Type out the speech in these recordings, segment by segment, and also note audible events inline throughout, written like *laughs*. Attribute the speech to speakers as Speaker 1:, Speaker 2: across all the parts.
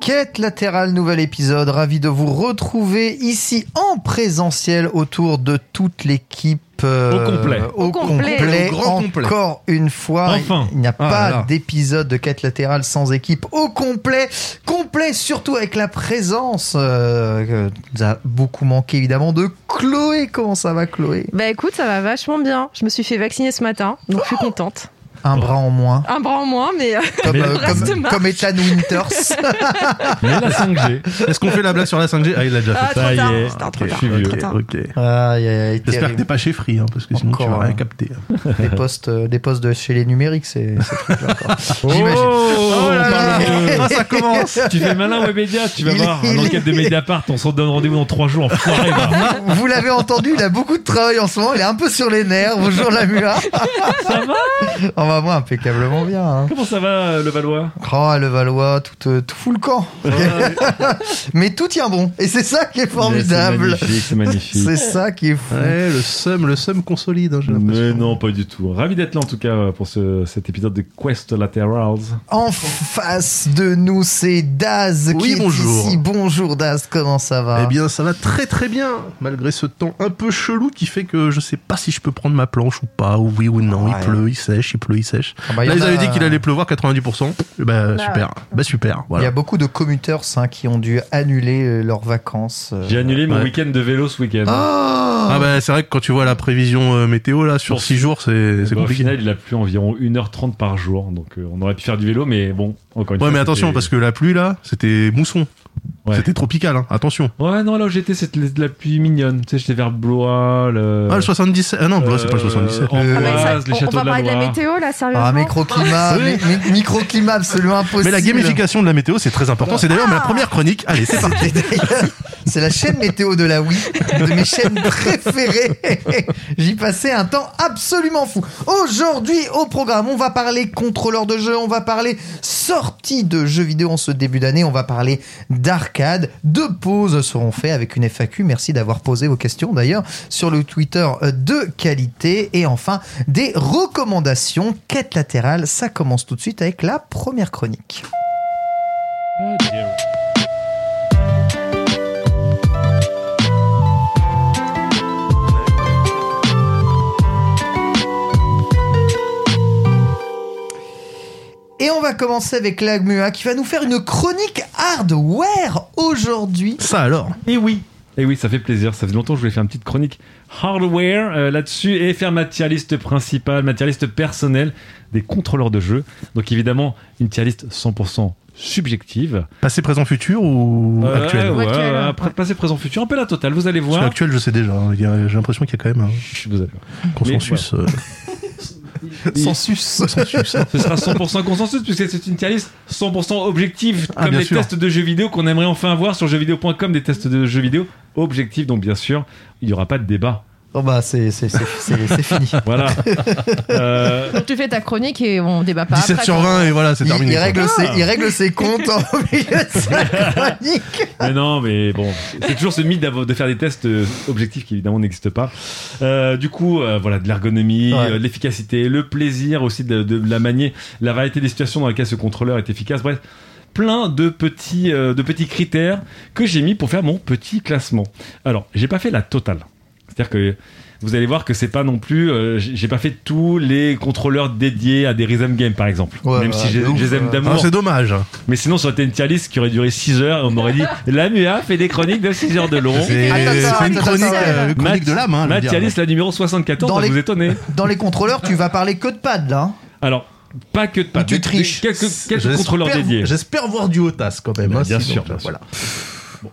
Speaker 1: Quête latérale, nouvel épisode. Ravi de vous retrouver ici en présentiel autour de toute l'équipe. euh,
Speaker 2: Au complet.
Speaker 1: Au,
Speaker 3: Au complet.
Speaker 1: complet.
Speaker 2: Au grand complet.
Speaker 1: Encore une fois.
Speaker 2: Enfin.
Speaker 1: Il n'y a
Speaker 2: Ah
Speaker 1: pas
Speaker 2: là là.
Speaker 1: d'épisode de quête latérale sans équipe. Au complet. Complet, surtout avec la présence. euh, que nous a beaucoup manqué évidemment de Chloé. Comment ça va, Chloé
Speaker 3: Bah écoute, ça va vachement bien. Je me suis fait vacciner ce matin, donc je suis contente.
Speaker 2: Oh.
Speaker 1: Un bras en moins.
Speaker 3: Un bras en moins, mais euh,
Speaker 1: Comme,
Speaker 2: Mais-
Speaker 1: euh,
Speaker 3: Reste
Speaker 1: comme,
Speaker 3: marche.
Speaker 1: comme Ethan
Speaker 2: *laughs*
Speaker 1: Winters.
Speaker 2: Mais la 5G.
Speaker 4: Est-ce qu'on fait la blague sur la 5G Ah, il l'a déjà
Speaker 3: ah,
Speaker 4: fait.
Speaker 2: ça
Speaker 3: trop
Speaker 2: y
Speaker 3: tard.
Speaker 2: est.
Speaker 3: C'était un trop
Speaker 2: Ok,
Speaker 3: tard.
Speaker 2: je suis vieux.
Speaker 3: trop tard.
Speaker 4: ok.
Speaker 1: Aïe, aïe, aïe,
Speaker 4: J'espère que
Speaker 1: terrible.
Speaker 4: t'es pas chez Free, hein, parce que sinon tu
Speaker 1: Encore,
Speaker 4: vas
Speaker 1: hein.
Speaker 4: rien capter.
Speaker 1: les postes, euh, les postes de chez les numériques, c'est. c'est truc-là,
Speaker 4: *laughs*
Speaker 1: quoi.
Speaker 2: Oh,
Speaker 1: J'imagine.
Speaker 2: oh
Speaker 1: là là.
Speaker 2: parle-moi.
Speaker 4: ça commence
Speaker 2: Tu fais malin Webedia, tu vas
Speaker 1: Il-
Speaker 2: voir.
Speaker 1: il-
Speaker 2: L'enquête de Mediapart, on se donne rendez-vous dans 3 jours, enfoiré. va.
Speaker 1: Vous l'avez entendu, il a beaucoup de travail en ce moment, il est un peu sur les nerfs. Bonjour la MUA.
Speaker 2: Ça va
Speaker 1: On va voir impeccablement bien. Hein.
Speaker 2: Comment ça va, euh, le Valois
Speaker 1: Oh, le Valois, tout, euh, tout fout le camp.
Speaker 4: Ah
Speaker 1: *laughs* Mais tout tient bon. Et c'est ça qui est formidable.
Speaker 2: C'est magnifique, c'est magnifique.
Speaker 1: C'est ça qui est fou.
Speaker 4: Ouais, le seum, le seum consolide, hein, j'ai l'impression.
Speaker 2: Mais non, pas du tout. Ravi d'être là en tout cas euh, pour ce, cet épisode de Quest Laterals.
Speaker 1: En face de nous, c'est Daz
Speaker 4: Oui,
Speaker 1: qui est
Speaker 4: bonjour.
Speaker 1: ici. Bonjour Daz, comment ça va
Speaker 4: Eh bien, ça va très très bien, malgré ce temps un peu chelou qui fait que je sais pas si je peux prendre ma planche ou pas, ou oui ou non,
Speaker 1: Ouais.
Speaker 4: il pleut, il sèche, il pleut, il sèche.
Speaker 1: Ah bah, il y
Speaker 4: Là,
Speaker 1: en
Speaker 4: ils
Speaker 1: a-
Speaker 4: avaient dit qu'il allait pleuvoir 90%. Eh Bah, super. Bah, super.
Speaker 1: Il y a
Speaker 4: Voilà.
Speaker 1: beaucoup de commuteurs hein, qui ont dû annuler euh, leurs vacances. euh.
Speaker 2: J'ai annulé mon
Speaker 4: ouais.
Speaker 2: week-end de vélo ce week-end.
Speaker 1: Oh
Speaker 4: Ah, bah, c'est vrai que quand tu vois la prévision euh, météo, là, sur
Speaker 2: Bon.
Speaker 4: 6 jours, c'est c'est
Speaker 2: Bah, au
Speaker 4: compliqué.
Speaker 2: final, il a plu environ 1h30 par jour, donc euh, on aurait pu faire du vélo, mais bon, encore une fois.
Speaker 4: Ouais, mais attention, parce que la pluie, là, c'était mousson.
Speaker 2: Ouais.
Speaker 4: C'était tropical, hein. Attention.
Speaker 2: Ouais, non, là où j'étais, c'était de la pluie mignonne. Tu sais, j'étais vers Blois, le.
Speaker 4: Ah, le 77. Ah non, bah,
Speaker 2: Euh,
Speaker 4: c'est pas le 77.
Speaker 2: en
Speaker 1: Euh,
Speaker 3: Ah, mais ça-
Speaker 2: Oise, les
Speaker 3: on, on
Speaker 2: châteaux
Speaker 3: va
Speaker 2: de la
Speaker 3: parler de la
Speaker 2: Loire.
Speaker 3: météo là, sérieusement
Speaker 1: Ah, microclimat,
Speaker 2: Oui.
Speaker 1: mi- mi- microclimat absolument impossible.
Speaker 4: Mais la gamification de la météo, c'est très important. C'est d'ailleurs
Speaker 3: Ah
Speaker 4: ma première chronique. Allez, c'est *laughs* parti.
Speaker 1: C'est la chaîne météo de la Wii, de mes chaînes préférées. J'y passais un temps absolument fou. Aujourd'hui, au programme, on va parler contrôleur de jeu, on va parler sortie de jeux vidéo en ce début d'année, on va parler d'arcade. Deux pauses seront faites avec une FAQ. Merci d'avoir posé vos questions d'ailleurs sur le Twitter euh, de qualité. Et enfin, des recommandations. Quête latérale, ça commence tout de suite avec la première chronique.
Speaker 2: Ah, dear.
Speaker 1: Et on va commencer avec l'AGMUA qui va nous faire une chronique hardware
Speaker 2: *laughs*
Speaker 1: aujourd'hui.
Speaker 4: Ça alors.
Speaker 2: Et Eh oui. Et oui, ça fait plaisir. Ça fait longtemps que je voulais faire une petite chronique hardware euh, là-dessus et faire ma tier list principale, ma tier list personnelle des contrôleurs de jeu. Donc évidemment, une tier list 100% subjective.
Speaker 4: Passé, présent, futur ou
Speaker 2: Euh,
Speaker 4: actuel
Speaker 2: ouais,
Speaker 3: Actuel,
Speaker 2: ouais,
Speaker 3: ouais.
Speaker 2: après, Passé, présent, futur, un peu la totale. Vous allez
Speaker 4: Parce que
Speaker 2: voir.
Speaker 4: actuel, je sais déjà. hein. Il y a- J'ai l'impression qu'il y a quand même un
Speaker 2: Chut, Vous allez voir.
Speaker 4: consensus. euh,
Speaker 1: Census.
Speaker 4: consensus.
Speaker 2: Ce sera 100% consensus puisque c'est une tier list 100% objective
Speaker 4: Ah,
Speaker 2: comme
Speaker 4: bien
Speaker 2: les
Speaker 4: sûr.
Speaker 2: tests de jeux vidéo qu'on aimerait enfin avoir sur jeuxvideo.com des tests de jeux vidéo objectifs donc bien sûr il n'y aura pas de débat
Speaker 1: *laughs* Oh bah c'est c'est- c'est- c'est- c'est fini.
Speaker 4: *laughs*
Speaker 2: voilà Euh,
Speaker 3: Donc tu fais ta chronique et on débat pas
Speaker 4: 17
Speaker 3: après.
Speaker 4: sur
Speaker 3: quoi.
Speaker 4: 20 et voilà, c'est
Speaker 1: Il,
Speaker 4: terminé.
Speaker 1: il
Speaker 4: quoi.
Speaker 1: règle ses,
Speaker 2: Ah.
Speaker 1: il règle ses comptes en *laughs* milieu de sa chronique.
Speaker 2: Mais non, mais bon, c'est toujours ce mythe d'avo- de faire des tests euh, objectifs qui évidemment n'existent pas. Euh, du coup, euh, voilà, de l'ergonomie,
Speaker 1: Ouais.
Speaker 2: euh, de l'efficacité, le plaisir aussi de, de la manier, la variété des situations dans lesquelles ce contrôleur est efficace. Bref, plein de petits, euh, de petits critères que j'ai mis pour faire mon petit classement. Alors, j'ai pas fait la totale. C'est-à-dire que vous allez voir que c'est pas non plus. euh, j'ai j'ai pas fait tous les contrôleurs dédiés à des Rhythm Games, par exemple.
Speaker 1: Ouais,
Speaker 2: Même
Speaker 1: bah,
Speaker 2: si je
Speaker 1: de ouf,
Speaker 2: je les aime
Speaker 1: ouais.
Speaker 4: Ah,
Speaker 2: d'amour.
Speaker 4: c'est dommage.
Speaker 2: mais sinon, ça aurait été une tier list qui aurait duré 6 heures et on m'aurait
Speaker 4: *laughs*
Speaker 2: dit La MUA fait des chroniques de 6 heures de long.
Speaker 4: C'est
Speaker 1: Attends,
Speaker 4: c'est
Speaker 1: attends,
Speaker 4: une
Speaker 1: attends,
Speaker 4: chronique,
Speaker 1: attends,
Speaker 4: euh,
Speaker 1: attends.
Speaker 4: chronique de l'âme. Hein, je veux
Speaker 2: Ma
Speaker 4: dire.
Speaker 2: tier list, la numéro 74,
Speaker 1: Dans
Speaker 2: ça va
Speaker 1: les-
Speaker 2: vous étonner.
Speaker 4: *laughs*
Speaker 1: Dans les contrôleurs, tu vas parler que de pad là. hein.
Speaker 2: Alors, pas que de pas.
Speaker 1: tu
Speaker 2: mais-
Speaker 1: triches.
Speaker 2: Quelques, quelques
Speaker 4: J'espère-
Speaker 2: contrôleurs dédiés.
Speaker 4: J'espère voir du Otas quand même.
Speaker 2: Bah,
Speaker 4: hein,
Speaker 2: bien
Speaker 4: sinon,
Speaker 2: sûr,
Speaker 4: bah,
Speaker 2: bien sûr.
Speaker 4: voilà. Bon,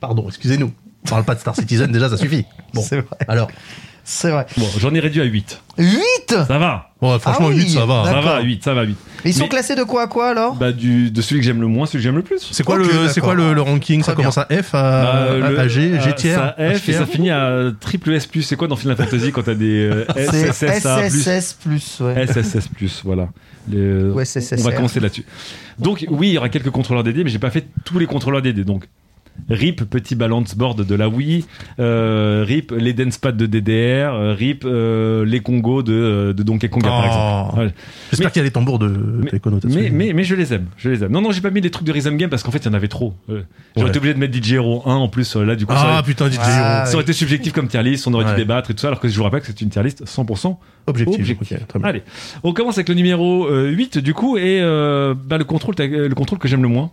Speaker 4: pardon, excusez-nous. On parle pas de Star Citizen déjà, ça suffit. Bon,
Speaker 1: C'est vrai.
Speaker 4: alors,
Speaker 1: Ah, C'est vrai.
Speaker 2: Bon, j'en ai réduit à 8.
Speaker 1: 8
Speaker 2: Ça va.
Speaker 4: ouais, franchement,
Speaker 1: Ah oui,
Speaker 4: 8, ça va. hein.
Speaker 2: Ça
Speaker 1: D'accord.
Speaker 2: va, 8, ça va, 8.
Speaker 1: Ils sont
Speaker 2: Mais-
Speaker 1: classés de quoi à quoi alors
Speaker 2: Bah, du, de celui que j'aime le moins, celui que j'aime le plus.
Speaker 4: C'est quoi,
Speaker 1: Ok,
Speaker 4: le, c'est
Speaker 1: d'accord.
Speaker 4: quoi le, le ranking Ça
Speaker 1: Très bien.
Speaker 4: commence à F, à,
Speaker 2: Euh,
Speaker 4: à-
Speaker 2: le-
Speaker 4: à ah, bah, G, G
Speaker 2: euh,
Speaker 4: tiers
Speaker 2: Ça F et ça finit à triple S+. C'est quoi dans Final Fantasy quand t'as des euh,
Speaker 1: C'est
Speaker 2: SSSA+,
Speaker 1: SSS, ouais.
Speaker 2: SSS+, voilà. euh, Le-
Speaker 1: Ou
Speaker 2: on va
Speaker 1: SSSR.
Speaker 2: commencer là-dessus. Donc oui, il y aura quelques contrôleurs DD, mais j'ai pas fait tous les contrôleurs DD. Donc RIP, petit balance board de la Wii, euh, RIP, les dance pads de DDR, euh, RIP, euh, les Congos de, de Donkey Konga, par
Speaker 4: Oh.
Speaker 2: exemple. Ouais.
Speaker 4: J'espère
Speaker 2: Mais-
Speaker 4: qu'il y a des tambours de,
Speaker 2: mais-
Speaker 4: des connotations.
Speaker 2: Mais, mais, mais je les aime, je les aime. Non, non, j'ai pas mis les trucs de Rhythm Game parce qu'en fait, il y en avait trop. Euh, J'aurais
Speaker 4: Ouais.
Speaker 2: été obligé de mettre DJ Hero 1 en plus, euh, là, du coup, ça
Speaker 4: Ah
Speaker 2: aurait-
Speaker 4: putain, DJ
Speaker 1: Ah,
Speaker 4: Hero.
Speaker 2: ça aurait été subjectif comme tier list, on aurait dû
Speaker 4: Ouais.
Speaker 2: débattre et tout ça, alors que je vous rappelle que c'est une tier list 100%
Speaker 4: Objectif.
Speaker 2: objective.
Speaker 4: ok, très bien.
Speaker 2: Allez, on commence avec le numéro euh, 8 du coup, et euh, bah, le, contrôle, ta- euh, le contrôle que j'aime le moins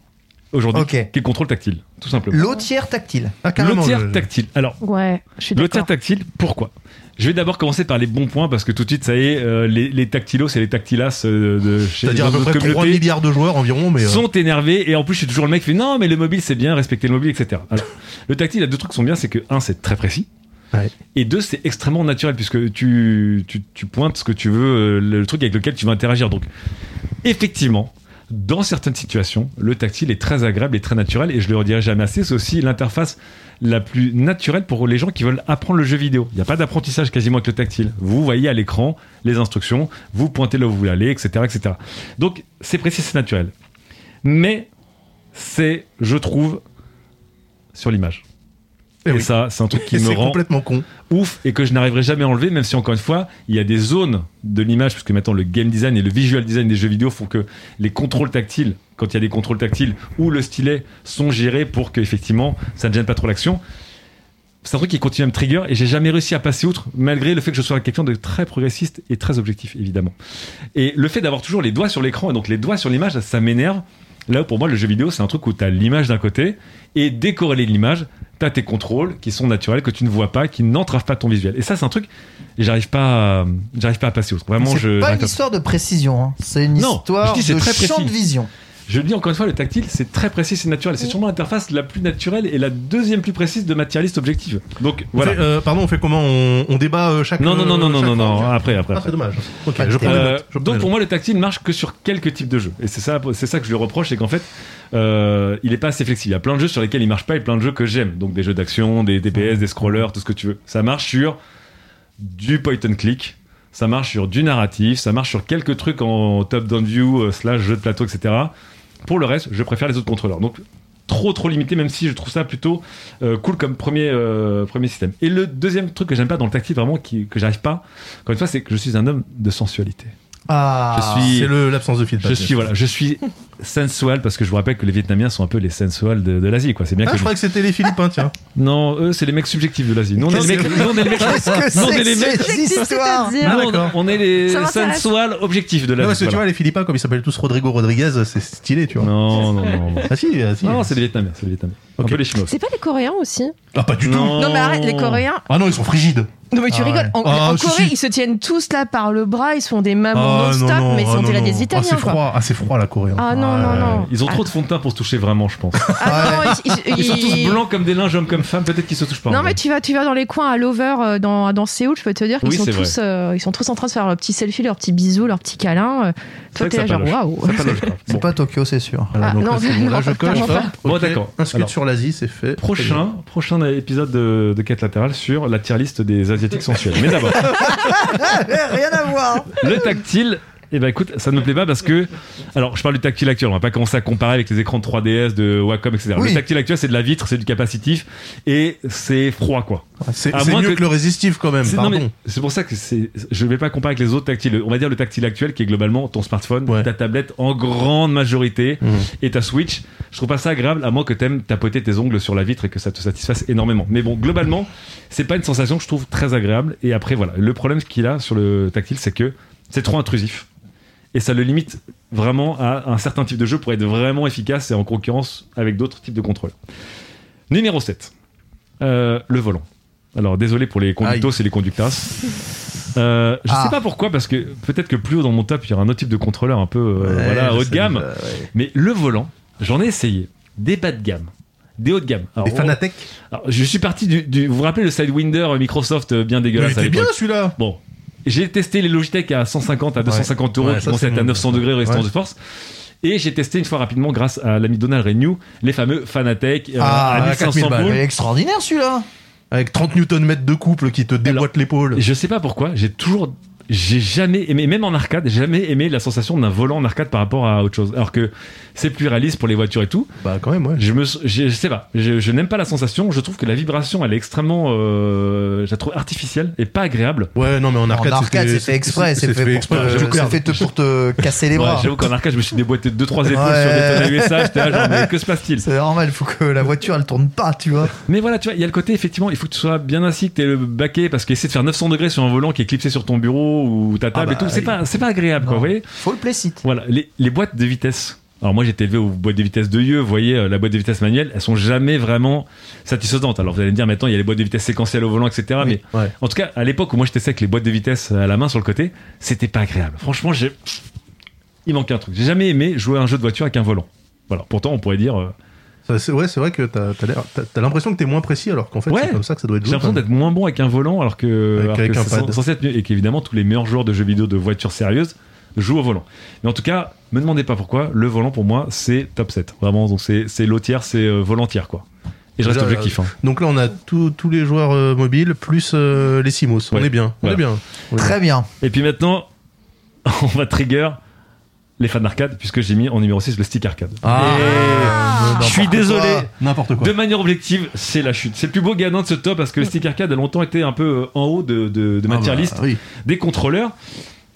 Speaker 2: aujourd'hui,
Speaker 1: Ok.
Speaker 2: qui est le contrôle tactile, tout simplement.
Speaker 1: L'autière tactile.
Speaker 4: Ah,
Speaker 2: Le
Speaker 4: carrément,
Speaker 2: tiers
Speaker 4: je-
Speaker 2: tactile. Alors,
Speaker 3: Ouais, je suis
Speaker 2: le
Speaker 3: d'accord.
Speaker 2: tiers tactile, pourquoi Je vais d'abord commencer par les bons points, parce que tout de suite, ça y est, euh, les, les tactilos et les tactilas euh, de chez
Speaker 4: C'est-à-dire à
Speaker 2: dans
Speaker 4: peu
Speaker 2: notre
Speaker 4: près 3
Speaker 2: communauté
Speaker 4: milliards de joueurs environ, mais. euh,
Speaker 2: sont énervés et en plus je suis toujours le mec qui fait non mais le mobile c'est bien respecter le mobile etc Alors, *laughs* le tactile il y a deux trucs qui sont bien c'est que un c'est très précis
Speaker 4: Ouais.
Speaker 2: et deux c'est extrêmement naturel puisque tu, tu, tu pointes ce que tu veux euh, le truc avec lequel tu veux interagir donc effectivement dans certaines situations le tactile est très agréable et très naturel et je le redirai jamais assez c'est aussi l'interface la plus naturelle pour les gens qui veulent apprendre le jeu vidéo il n'y a pas d'apprentissage quasiment avec le tactile vous voyez à l'écran les instructions vous pointez là où vous voulez aller etc etc donc c'est précis c'est naturel mais c'est, je trouve, sur l'image.
Speaker 4: eh
Speaker 2: Et
Speaker 4: oui.
Speaker 2: ça, c'est un truc qui
Speaker 4: Et
Speaker 2: me
Speaker 4: c'est
Speaker 2: rend
Speaker 4: complètement con.
Speaker 2: ouf et que je n'arriverai jamais à enlever, même si encore une fois, il y a des zones de l'image, puisque maintenant le game design et le visual design des jeux vidéo font que les contrôles tactiles, quand il y a des contrôles tactiles ou le stylet, sont gérés pour que effectivement ça ne gêne pas trop l'action. C'est un truc qui continue à me trigger et j'ai jamais réussi à passer outre, malgré le fait que je sois quelqu'un de très progressiste et très objectif, évidemment. Et le fait d'avoir toujours les doigts sur l'écran et donc les doigts sur l'image, ça m'énerve. Là où pour moi, le jeu vidéo, c'est un truc où tu as l'image d'un côté et décorrélé de l'image, tu as tes contrôles qui sont naturels, que tu ne vois pas, qui n'entravent pas ton visuel. Et ça, c'est un truc, et j'arrive pas, à- j'arrive pas à passer outre. Vraiment, je,
Speaker 1: C'est pas
Speaker 2: j'arrive
Speaker 1: une
Speaker 2: pas.
Speaker 1: histoire de précision, hein. c'est une
Speaker 2: Non,
Speaker 1: histoire
Speaker 2: je dis c'est
Speaker 1: de
Speaker 2: très
Speaker 1: champ
Speaker 2: précis.
Speaker 1: de vision.
Speaker 2: Je le dis encore une fois, le tactile, c'est très précis, c'est naturel.
Speaker 1: Mm.
Speaker 2: C'est sûrement l'interface la plus naturelle et la deuxième plus précise de matérialiste objective. Donc,
Speaker 4: On fait,
Speaker 2: voilà.
Speaker 4: euh, pardon, on fait comment on, on débat euh, chaque.
Speaker 2: Non, non, non, non, non,
Speaker 4: chaque
Speaker 2: non, non,
Speaker 4: ranking
Speaker 2: après, après.
Speaker 4: Ah,
Speaker 2: après.
Speaker 4: c'est dommage. Ok,
Speaker 1: Euh,
Speaker 4: je prends des
Speaker 2: Euh,
Speaker 4: notes, je prends
Speaker 2: donc
Speaker 4: des
Speaker 2: pour
Speaker 4: notes.
Speaker 2: moi le tactile marche que sur quelques types de jeux et c'est ça c'est ça que je lui reproche c'est qu'en fait euh, il est pas assez flexible il y a plein de jeux sur lesquels il marche pas et plein de jeux que j'aime donc des jeux d'action des DPS des scrollers tout ce que tu veux ça marche sur du point and click ça marche sur du narratif ça marche sur quelques trucs en top down view euh, slash jeu de plateau etc pour le reste je préfère les autres contrôleurs donc trop trop limité même si je trouve ça plutôt euh, cool comme premier euh, premier système et le deuxième truc que j'aime pas dans le tactile vraiment qui, que j'arrive pas encore une fois c'est que je suis un homme de sensualité
Speaker 1: Ah,
Speaker 2: je suis-
Speaker 4: C'est le- l'absence de feedback.
Speaker 2: je suis voilà, je suis sensual parce que je vous rappelle que les Vietnamiens sont un peu les sensuels de, de l'Asie quoi. C'est bien
Speaker 4: Ah,
Speaker 2: que
Speaker 4: je croyais que c'était les Philippins, tiens.
Speaker 2: non, eux c'est les mecs subjectifs de l'Asie. Nous on est les mecs, nous, on est les mecs,
Speaker 1: Qu'est-ce que
Speaker 2: Non, mais
Speaker 1: c'est
Speaker 2: les mecs-
Speaker 1: que cette histoire
Speaker 2: nous,
Speaker 3: C'est-à-dire-
Speaker 2: on-
Speaker 4: Ah, d'accord.
Speaker 2: on est les
Speaker 3: Ça m'intéresse.
Speaker 2: sensuels objectifs de
Speaker 4: Non, parce
Speaker 2: l'Asie.
Speaker 4: que tu vois,
Speaker 2: voilà.
Speaker 4: les Philippins, comme ils s'appellent tous Rodrigo Rodriguez, c'est stylé, tu vois.
Speaker 2: Non non non. non.
Speaker 4: Ah si, ah, si.
Speaker 2: Non, non, c'est les Vietnamiens, c'est les Vietnamiens. Un
Speaker 4: Ok.
Speaker 2: peu les Chinois.
Speaker 3: C'est pas les Coréens aussi
Speaker 4: Ah, pas du tout.
Speaker 2: Non.
Speaker 3: Non mais arrête, les Coréens.
Speaker 4: Ah non, ils sont frigides.
Speaker 3: Non mais tu
Speaker 1: Ah
Speaker 3: rigoles. En,
Speaker 4: Ah,
Speaker 3: en
Speaker 4: si,
Speaker 3: Corée,
Speaker 4: si.
Speaker 3: ils se tiennent tous là par le bras, ils se font des mamans
Speaker 4: Ah, non,
Speaker 3: non-stop,
Speaker 4: non,
Speaker 3: mais ils
Speaker 4: ah,
Speaker 3: sont
Speaker 4: non,
Speaker 3: dirait
Speaker 4: non.
Speaker 3: des
Speaker 4: Ah,
Speaker 3: Italiens.
Speaker 4: c'est
Speaker 3: quoi.
Speaker 4: froid. Ah, c'est froid, la Corée. hein.
Speaker 3: Ah non, non, non.
Speaker 2: Ils ont trop de fond de teint pour se toucher vraiment, je pense.
Speaker 3: Ah non, ils, ils-
Speaker 2: Ils sont tous
Speaker 3: ils-
Speaker 2: blancs comme des linges, hommes comme femmes. Peut-être qu'ils se touchent pas. en
Speaker 3: Non
Speaker 2: vrai.
Speaker 3: mais tu vas, tu vas dans les coins à Lover euh, dans, dans Séoul, je peux te dire qu'ils
Speaker 2: Oui,
Speaker 3: sont
Speaker 2: c'est
Speaker 3: tous, euh, ils sont tous en train de faire leur petit selfie, leur petit bisou, leur petit câlin. euh.
Speaker 2: C'est vrai
Speaker 3: Toi
Speaker 2: que
Speaker 3: t'es là
Speaker 2: ça
Speaker 3: genre waouh.
Speaker 2: Ça pas logique.
Speaker 1: C'est
Speaker 2: Bon.
Speaker 1: pas Tokyo, c'est sûr.
Speaker 4: Voilà,
Speaker 3: Ah,
Speaker 4: donc
Speaker 3: non,
Speaker 4: là, c'est bon, là, je
Speaker 3: non,
Speaker 4: coche.
Speaker 3: non,
Speaker 4: hop.
Speaker 3: pas.
Speaker 2: Bon,
Speaker 4: Ok,
Speaker 2: d'accord.
Speaker 4: Un scout
Speaker 2: Alors.
Speaker 4: sur l'Asie, c'est fait.
Speaker 2: Prochain, prochain épisode de, de Quête latérale sur la tier list des Asiatiques sensuels. Mais d'abord,
Speaker 1: Rien à voir
Speaker 2: le tactile Eh ben écoute, ça ne me plaît pas parce que. Alors, je parle du tactile actuel, on va pas commencer à comparer avec les écrans 3DS de Wacom, etc.
Speaker 1: Oui.
Speaker 2: Le tactile actuel, c'est de la vitre, c'est du capacitif et c'est froid, quoi.
Speaker 4: C'est
Speaker 2: À
Speaker 4: c'est
Speaker 2: moins
Speaker 4: mieux que...
Speaker 2: que-
Speaker 4: le résistif quand même,
Speaker 2: C'est- non,
Speaker 4: pardon.
Speaker 2: mais c'est pour ça que c'est, je vais pas comparer avec les autres tactiles. On va dire le tactile actuel qui est globalement ton smartphone,
Speaker 4: Ouais.
Speaker 2: ta tablette en grande majorité
Speaker 4: Mhm.
Speaker 2: et ta Switch. Je trouve pas ça agréable à moins que t'aimes tapoter tes ongles sur la vitre et que ça te satisfasse énormément. Mais bon, globalement, c'est pas une sensation que je trouve très agréable. Et après, voilà. Le problème qu'il a sur le tactile, c'est que c'est trop intrusif. Et ça le limite vraiment à un certain type de jeu pour être vraiment efficace et en concurrence avec d'autres types de contrôles. Numéro 7. Euh, le volant. Alors désolé pour les conductos et les conductas. Euh, je
Speaker 1: Ah.
Speaker 2: sais pas pourquoi parce que peut-être que plus haut dans mon top il y aura un autre type de contrôleur un peu euh,
Speaker 4: Ouais,
Speaker 2: voilà,
Speaker 4: je
Speaker 2: haut de
Speaker 4: sais
Speaker 2: gamme.
Speaker 4: pas, ouais.
Speaker 2: Mais le volant, j'en ai essayé des bas de gamme, des hauts de gamme. Alors,
Speaker 4: Les Fanatec
Speaker 2: alors, je suis parti du, du- vous vous rappelez le Sidewinder Microsoft euh, bien
Speaker 4: Il
Speaker 2: dégueulasse à
Speaker 4: était bien
Speaker 2: l'époque.
Speaker 4: celui-là
Speaker 2: Bon, j'ai testé les Logitech à 150 à 250 euros
Speaker 4: Ouais,
Speaker 2: qui
Speaker 4: ça,
Speaker 2: commençaient à
Speaker 4: c'est
Speaker 2: être à
Speaker 4: bon.
Speaker 2: 900 degrés restants
Speaker 4: Ouais.
Speaker 2: de force. Et j'ai testé une fois rapidement grâce à l'ami Donald Renew les fameux Fanatec euh,
Speaker 1: Ah,
Speaker 2: à
Speaker 4: à 4000
Speaker 2: 1500
Speaker 4: balles.
Speaker 2: boules.
Speaker 1: Il est extraordinaire celui-là.
Speaker 4: Avec 30 Nm de couple qui te déboîte l'épaule.
Speaker 2: Je sais pas pourquoi, j'ai toujours. J'ai jamais aimé, même en arcade, jamais aimé la sensation d'un volant en arcade par rapport à autre chose. Alors que c'est plus réaliste pour les voitures et tout.
Speaker 4: Bah quand même, ouais.
Speaker 2: Je me, je, je sais pas, je, je n'aime pas la sensation. Je trouve que la vibration, elle est extrêmement, euh, je la trouve artificielle et pas agréable.
Speaker 4: Ouais, non, mais en arcade,
Speaker 1: en arcade, c'est fait exprès. C'est fait, pour,
Speaker 4: exprès.
Speaker 1: te,
Speaker 4: J'avoue que-
Speaker 1: c'est fait te- pour te casser les
Speaker 2: Ouais,
Speaker 1: bras.
Speaker 2: J'avoue qu'en arcade, je me suis déboîté deux trois épaules
Speaker 1: Ouais.
Speaker 2: sur des tonnes à USA. J'étais là, genre, mais que se passe-t-il
Speaker 1: C'est normal, il faut que la voiture elle tourne pas, tu vois.
Speaker 2: Mais voilà, tu vois, il y a le côté, effectivement, il faut que tu sois bien assis, que t'aies le baquet, parce qu'essayer de faire 900 degrés sur un volant qui est clipsé sur ton bureau ou ta table
Speaker 4: bah,
Speaker 2: et tout, c'est pas, c'est pas agréable, quoi,
Speaker 1: Non.
Speaker 2: vous voyez
Speaker 1: Faut le plébiscite.
Speaker 2: Voilà, les, les boîtes de vitesse. Alors moi j'étais élevé aux boîtes de vitesse de yeux, vous voyez, euh, la boîte de vitesse manuelle, elles sont jamais vraiment satisfaisantes. Alors vous allez me dire maintenant il y a les boîtes de vitesse séquentielles au volant, etc. Mais
Speaker 4: ouais.
Speaker 2: en tout cas, à l'époque où moi j'étais avec les boîtes de vitesse euh, à la main sur le côté, c'était pas agréable. Franchement, j'ai... il manquait un truc. J'ai jamais aimé jouer à un jeu de voiture avec un volant. Voilà, pourtant on pourrait dire... euh,
Speaker 4: Ça, c'est- ouais, c'est vrai que t'as t'as l'air- t'as- t'as l'impression que t'es moins précis alors qu'en fait,
Speaker 2: Ouais.
Speaker 4: c'est comme ça que ça doit être
Speaker 2: J'ai
Speaker 4: joué.
Speaker 2: l'impression d'être moins bon avec un volant alors que,
Speaker 4: Avec-
Speaker 2: alors que
Speaker 4: avec un
Speaker 2: c'est
Speaker 4: pad.
Speaker 2: censé être mieux. Et qu'évidemment, tous les meilleurs joueurs de jeux vidéo de voitures sérieuses jouent au volant. Mais en tout cas, me demandez pas pourquoi, le volant pour moi, c'est top 7. Vraiment, donc c'est c'est lotière, c'est euh, volantière quoi. Et je reste
Speaker 4: Déjà,
Speaker 2: objectif. hein.
Speaker 4: Donc là, on a tous tous les joueurs euh, mobiles plus euh, les Simos. On
Speaker 2: Ouais.
Speaker 4: est bien. On
Speaker 2: Voilà.
Speaker 4: est bien. Ouais.
Speaker 1: Très bien.
Speaker 2: hein. Et puis maintenant, *laughs* on va trigger les fans d'arcade puisque j'ai mis en numéro 6 le stick arcade.
Speaker 4: Ah.
Speaker 2: Je suis désolé.
Speaker 4: N'importe quoi.
Speaker 2: De manière objective, c'est la chute. C'est le plus beau gagnant de ce top parce que le stick arcade a longtemps été un peu euh, en haut de, de, de ma tier list.
Speaker 4: Ah bah oui.
Speaker 2: des contrôleurs.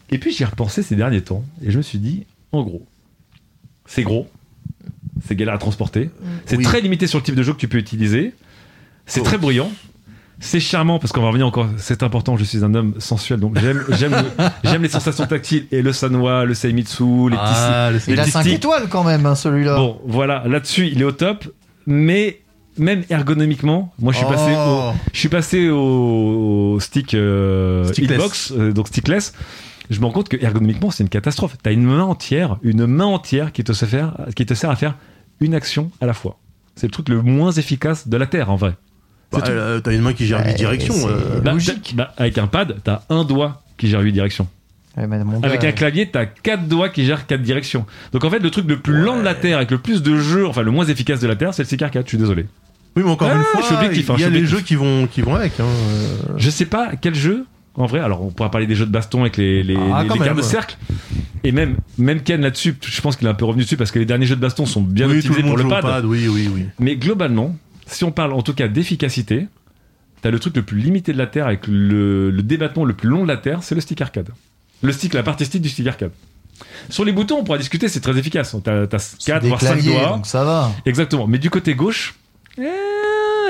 Speaker 2: Et puis j'y ai repensé ces derniers temps et je me suis dit, en gros, c'est gros, c'est galère à transporter, c'est
Speaker 4: Mm. Oui.
Speaker 2: très limité sur le type de jeu que tu peux utiliser, c'est très bruyant. C'est charmant parce qu'on va revenir encore. C'est important. Je suis un homme sensuel, donc j'aime, j'aime,
Speaker 4: *laughs*
Speaker 2: j'aime les sensations tactiles et le Sanwa, le Seimitsu, les petits.
Speaker 4: Ah, le
Speaker 1: Il a
Speaker 2: petits
Speaker 1: 5
Speaker 2: sticks.
Speaker 1: étoiles quand même, hein, celui-là.
Speaker 2: Bon, voilà. Là-dessus, il est au top, mais même ergonomiquement, moi, je suis passé au,
Speaker 4: Oh.
Speaker 2: je suis passé au, au stick euh,
Speaker 4: Stickless.
Speaker 2: hitbox, euh, donc stickless. Je me rends compte que ergonomiquement, c'est une catastrophe. T'as une main entière, une main entière qui te, sert faire, qui te sert à faire une action à la fois. C'est le truc le moins efficace de la Terre, en vrai.
Speaker 4: Bah,
Speaker 2: tout.
Speaker 4: euh, T'as une main qui gère
Speaker 1: Ouais,
Speaker 4: les directions.
Speaker 1: c'est-
Speaker 4: euh,
Speaker 2: Bah,
Speaker 1: Logique.
Speaker 2: t'as- bah, avec un pad, t'as un doigt qui gère huit directions.
Speaker 1: Ouais, mais Eh ben, mon gars,
Speaker 2: Avec un clavier, t'as quatre doigts qui gèrent quatre directions. Donc en fait, le truc le plus lent de la Terre, avec le plus de jeux, enfin le moins efficace de la Terre, c'est le stick arcade. Je suis désolé.
Speaker 4: Oui, mais encore
Speaker 2: Ah,
Speaker 4: une
Speaker 2: je suis
Speaker 4: fois, il
Speaker 2: objectif, hein,
Speaker 4: y
Speaker 2: je
Speaker 4: a
Speaker 2: suis
Speaker 4: les
Speaker 2: objectif.
Speaker 4: jeux qui vont, qui vont avec. hein, euh.
Speaker 2: Je sais pas quel jeu, en vrai. Alors, on pourra parler des jeux de baston avec les, les,
Speaker 4: Ah,
Speaker 2: les-
Speaker 4: quand
Speaker 2: les
Speaker 4: même.
Speaker 2: cartes de cercle. Et même, même Ken là-dessus, je pense qu'il est un peu revenu dessus parce que les derniers jeux de baston sont bien
Speaker 4: oui, tout
Speaker 2: optimisés
Speaker 4: le monde
Speaker 2: pour le
Speaker 4: joue au
Speaker 2: pad.
Speaker 4: Oui, oui, oui.
Speaker 2: Mais globalement, si on parle en tout cas d'efficacité, t'as le truc le plus limité de la Terre avec le, le débattement le plus long de la Terre, c'est le stick arcade. Le stick, la partie stick du stick arcade. Sur les boutons, on pourra discuter, c'est très efficace. Hein. T'as
Speaker 1: c'est
Speaker 2: 4
Speaker 1: des
Speaker 2: voire 5
Speaker 1: claviers,
Speaker 2: doigts.
Speaker 1: donc ça va.
Speaker 2: Exactement. Mais du côté gauche, euh,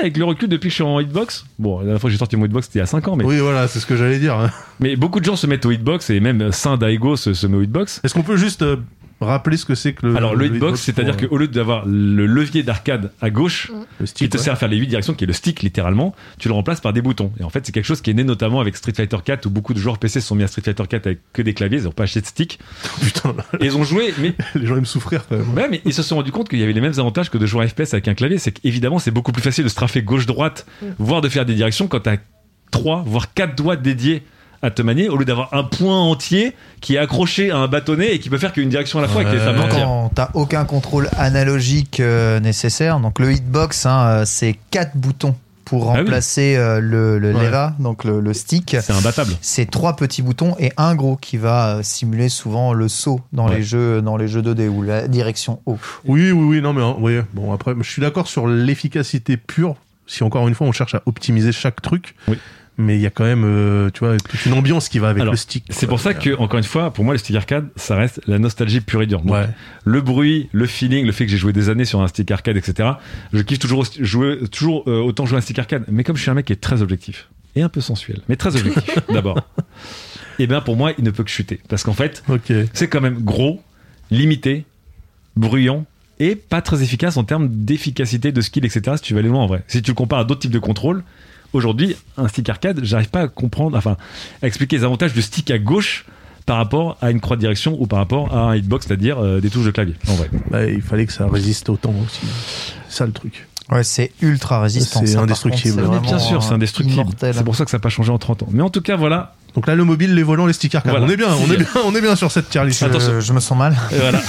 Speaker 2: avec le recul depuis que je suis en hitbox, bon, la dernière fois que j'ai sorti mon hitbox, c'était il y a 5 ans, mais
Speaker 4: Oui, voilà, c'est ce que j'allais dire. *laughs*
Speaker 2: mais beaucoup de gens se mettent au hitbox et même Saint Daigo se, se met au hitbox.
Speaker 4: Est-ce qu'on peut juste euh, rappeler ce que c'est que Euh, le.
Speaker 2: Alors le hitbox, c'est-à-dire
Speaker 4: pour,
Speaker 2: qu'au lieu d'avoir le levier d'arcade à gauche
Speaker 4: euh, Le
Speaker 2: qui
Speaker 4: stick,
Speaker 2: te
Speaker 4: ouais.
Speaker 2: sert à faire les huit directions, qui est le stick littéralement, tu le remplaces par des boutons. Et en fait, c'est quelque chose qui est né notamment avec Street Fighter 4 où beaucoup de joueurs PC se sont mis à Street Fighter 4 avec que des claviers, ils n'ont pas acheté de stick.
Speaker 4: *laughs* Putain, *laughs*
Speaker 2: Et ils ont joué, mais
Speaker 4: les gens aiment souffrir quand même.
Speaker 2: Ouais, mais ils se sont rendu compte qu'il y avait les mêmes avantages que de jouer à FPS avec un clavier. C'est qu'évidemment, c'est beaucoup plus facile de se trafer gauche-droite, voire de faire des directions quand t'as trois, voire quatre doigts dédiés à te manier, au lieu d'avoir un point entier qui est accroché à un bâtonnet et qui peut faire qu'une direction à la fois et qui est sa main
Speaker 4: Ouais.
Speaker 2: entière.
Speaker 1: Quand t'as aucun contrôle analogique euh, nécessaire, donc le hitbox, hein, euh, c'est 4 euh, boutons pour
Speaker 2: Ah oui.
Speaker 1: remplacer euh, le, le
Speaker 4: Ouais.
Speaker 1: leva, donc le, le stick.
Speaker 2: C'est imbattable.
Speaker 1: C'est trois petits boutons et un gros qui va euh, simuler souvent le saut dans
Speaker 2: Ouais.
Speaker 1: les jeux dans les jeux 2D ou la direction haut.
Speaker 4: Oui, oui, oui, non, mais hein, oui, bon, après, je suis d'accord sur l'efficacité pure. Si encore une fois, on cherche à optimiser chaque truc,
Speaker 2: Oui.
Speaker 4: mais il y a quand même, euh, tu vois, toute une ambiance qui va avec
Speaker 2: Alors,
Speaker 4: le stick.
Speaker 2: C'est
Speaker 4: quoi.
Speaker 2: pour ça que, encore une fois, pour moi, le stick arcade, ça reste la nostalgie pure et dure. Donc,
Speaker 4: Ouais.
Speaker 2: Le bruit, le feeling, le fait que j'ai joué des années sur un stick arcade, etc. Je kiffe toujours, au- jouer, toujours euh, autant jouer à un stick arcade. Mais comme je suis un mec qui est très objectif et un peu sensuel, mais très objectif *laughs* d'abord, et bien pour moi, il ne peut que chuter. Parce qu'en fait,
Speaker 4: Ok.
Speaker 2: c'est quand même gros, limité, bruyant et pas très efficace en termes d'efficacité, de skill, etc. Si tu vas aller loin en vrai. Si tu le compares à d'autres types de contrôles, aujourd'hui, un stick arcade, j'arrive pas à comprendre, enfin, à expliquer les avantages du stick à gauche par rapport à une croix de direction ou par rapport à un hitbox, c'est-à-dire euh, des touches de clavier. En vrai.
Speaker 4: Bah, il fallait que ça résiste autant aussi. C'est ça le truc.
Speaker 1: Ouais, c'est ultra résistant.
Speaker 4: C'est
Speaker 1: ça, par
Speaker 4: indestructible.
Speaker 1: contre, c'est
Speaker 4: Mais
Speaker 2: Mais
Speaker 1: vraiment,
Speaker 2: bien sûr, c'est
Speaker 1: euh,
Speaker 2: indestructible.
Speaker 1: immortel.
Speaker 2: C'est pour ça que ça n'a pas changé en 30 ans. Mais en tout cas, voilà.
Speaker 4: Donc là, le mobile, les volants, les stickers.
Speaker 2: Voilà.
Speaker 4: On est bien, on
Speaker 2: C'est
Speaker 4: est bien, on est bien sur cette tier list. Euh,
Speaker 1: Je-
Speaker 2: Attention.
Speaker 1: je me sens mal.
Speaker 2: Et voilà.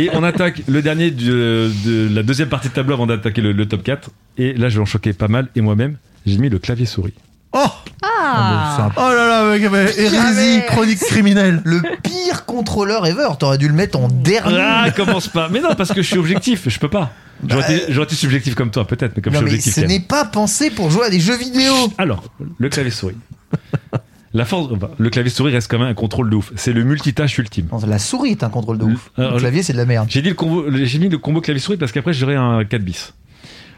Speaker 2: et on attaque le dernier du- euh, de la deuxième partie de tableau avant d'attaquer le, le top 4. Et là, je vais en choquer pas mal. Et moi-même, j'ai mis le clavier souris.
Speaker 4: Oh,
Speaker 3: Ah,
Speaker 4: oh là là, mec,
Speaker 2: Ah,
Speaker 4: mais hérésie,
Speaker 3: Jamais.
Speaker 4: chronique criminelle.
Speaker 1: Le pire contrôleur ever. T'aurais dû le mettre en dernier.
Speaker 2: Ah, *laughs* commence pas. Mais non, parce que je suis objectif, je peux pas. J'aurais été, j'aurais été subjectif comme toi, peut-être, mais comme
Speaker 1: non
Speaker 2: je suis
Speaker 1: mais
Speaker 2: objectif.
Speaker 1: ce
Speaker 2: quand même.
Speaker 1: n'est pas pensé pour jouer à des jeux vidéo.
Speaker 2: Alors, le clavier souris. La force, enfin, le clavier souris reste quand même un contrôle de ouf. C'est le multitâche ultime.
Speaker 1: Non, La souris est un contrôle de ouf.
Speaker 2: Euh,
Speaker 1: Le clavier, c'est de la merde.
Speaker 2: J'ai dit le combo, le- j'ai mis le combo clavier souris parce qu'après j'aurai un 4 bis.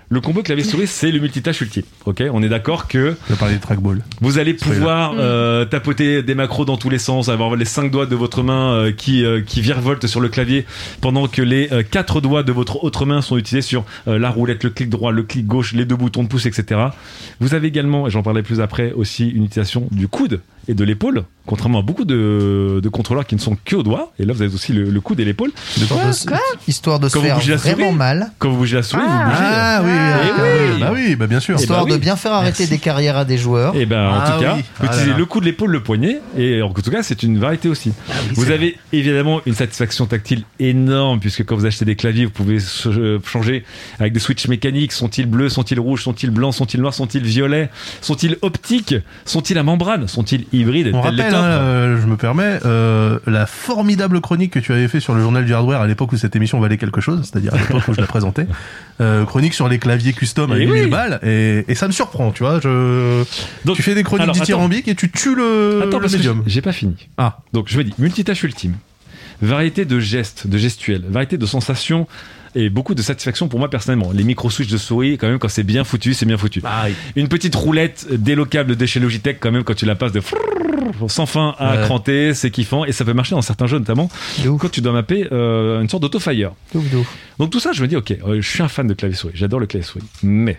Speaker 2: Le combo clavier souris, c'est le multitâche ultime. Ok, on est d'accord que
Speaker 4: Je vais parler des trackball.
Speaker 2: Vous allez
Speaker 4: Soyez
Speaker 2: pouvoir euh, tapoter des macros dans tous les sens, avoir les cinq doigts de votre main euh, qui, euh, qui virevoltent sur le clavier, pendant que les euh, quatre doigts de votre autre main sont utilisés sur euh, la roulette, le clic droit, le clic gauche, les deux boutons de pouce, etc. Vous avez également, et j'en parlais plus après, aussi une utilisation du coude et de l'épaule, contrairement à beaucoup de, de contrôleurs qui ne sont que aux doigts. Et là, vous avez aussi le, le coude et l'épaule.
Speaker 1: Histoire de se- Histoire de se
Speaker 2: Quand vous
Speaker 1: faire
Speaker 2: bougez la souris Eh
Speaker 1: vraiment mal.
Speaker 2: Quand vous bougez la souris, vous bougez.
Speaker 4: Ah oui,
Speaker 2: Eh
Speaker 4: euh,
Speaker 2: oui.
Speaker 4: bah oui, bah bien sûr.
Speaker 2: Eh
Speaker 1: Histoire
Speaker 2: bah oui.
Speaker 1: de bien faire arrêter des carrières à des joueurs.
Speaker 2: Et ben,
Speaker 4: Ah
Speaker 2: en tout cas,
Speaker 4: oui.
Speaker 2: vous
Speaker 4: Ah là
Speaker 2: utilisez
Speaker 4: là. Ah
Speaker 2: le coup de l'épaule, le poignet, et en tout cas, c'est une variété aussi. vous avez évidemment une satisfaction tactile énorme, puisque quand vous achetez des claviers, vous pouvez se- euh, changer avec des switches mécaniques. Sont-ils bleus, sont-ils rouges, sont-ils blancs, sont-ils noirs, sont-ils violets, sont-ils optiques, sont-ils à membrane, sont-ils hybrides,
Speaker 4: On
Speaker 2: tels les
Speaker 4: rappelle,
Speaker 2: timbres
Speaker 4: hein, euh, je me permets, euh, la formidable chronique que tu avais fait sur le journal du hardware à l'époque où cette émission valait quelque chose, c'est-à-dire à l'époque où je
Speaker 2: *laughs*
Speaker 4: la présentais, Euh, chronique sur les claviers custom à
Speaker 2: Et
Speaker 4: 1000
Speaker 2: Eh oui.
Speaker 4: balles, et, et ça me surprend, tu vois. Je...
Speaker 2: Donc,
Speaker 4: tu fais des chroniques
Speaker 2: alors, attends.
Speaker 4: dithyrambiques et tu tues le,
Speaker 2: Attends,
Speaker 4: le
Speaker 2: parce que
Speaker 4: Euh, médium.
Speaker 2: j'ai- j'ai pas fini.
Speaker 4: Ah.
Speaker 2: Donc je me dis, multitâche ultime, variété de gestes, de gestuels, variété de sensations et beaucoup de satisfaction pour moi personnellement. Les micro-switches de souris, quand même, quand c'est bien foutu, c'est bien foutu. Une petite roulette délocable de chez Logitech, quand même, quand tu la passes de frrrr, sans fin à
Speaker 4: Ouais.
Speaker 2: cranter, c'est kiffant et ça peut marcher dans certains jeux, notamment
Speaker 1: De ouf,
Speaker 2: quand tu dois mapper euh, une sorte d'auto-fire.
Speaker 1: de ouf, de ouf.
Speaker 2: Donc tout ça, je me dis, ok, euh, je suis un fan de clavier souris, j'adore le clavier souris, mais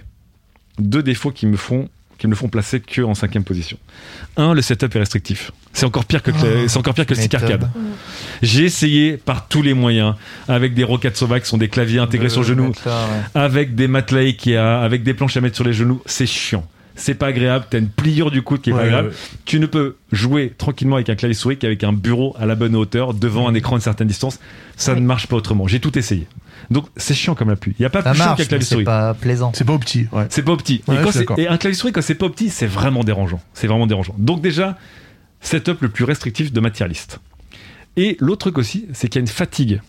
Speaker 2: deux défauts qui me font qui me le font placer que en cinquième position. Un, le setup est restrictif. C'est encore pire que le cla-
Speaker 1: Ah,
Speaker 2: c'est encore pire que le stick
Speaker 1: m'étonne.
Speaker 2: arcade. J'ai essayé par tous les moyens, avec des roquettes sauvages qui sont des claviers intégrés sur le
Speaker 1: Euh,
Speaker 2: genou,
Speaker 1: mettre là, ouais.
Speaker 2: avec des matelas qui a, avec des planches à mettre sur les genoux, c'est chiant. C'est pas agréable, t'as une pliure du coude qui est
Speaker 4: Ouais,
Speaker 2: pas agréable.
Speaker 4: ouais.
Speaker 2: Tu ne peux jouer tranquillement avec un clavier souris qu'avec un bureau à la bonne hauteur, devant un écran à une certaine distance. Ça ne marche pas autrement. J'ai tout essayé. Donc c'est chiant comme la pluie. Il n'y a pas
Speaker 1: Ça
Speaker 2: plus chiant
Speaker 1: marche,
Speaker 2: qu'un
Speaker 1: mais
Speaker 2: clavier
Speaker 1: c'est
Speaker 2: souris.
Speaker 1: pas plaisant.
Speaker 4: C'est pas au petit, ouais.
Speaker 2: C'est pas petit.
Speaker 4: Ouais,
Speaker 2: et, quand
Speaker 4: je suis
Speaker 2: c'est-
Speaker 4: d'accord.
Speaker 2: et un clavier souris, quand c'est pas petit, c'est vraiment dérangeant. C'est vraiment dérangeant. Donc déjà, setup le plus restrictif de ma tier list. Et l'autre truc aussi, c'est qu'il y a une fatigue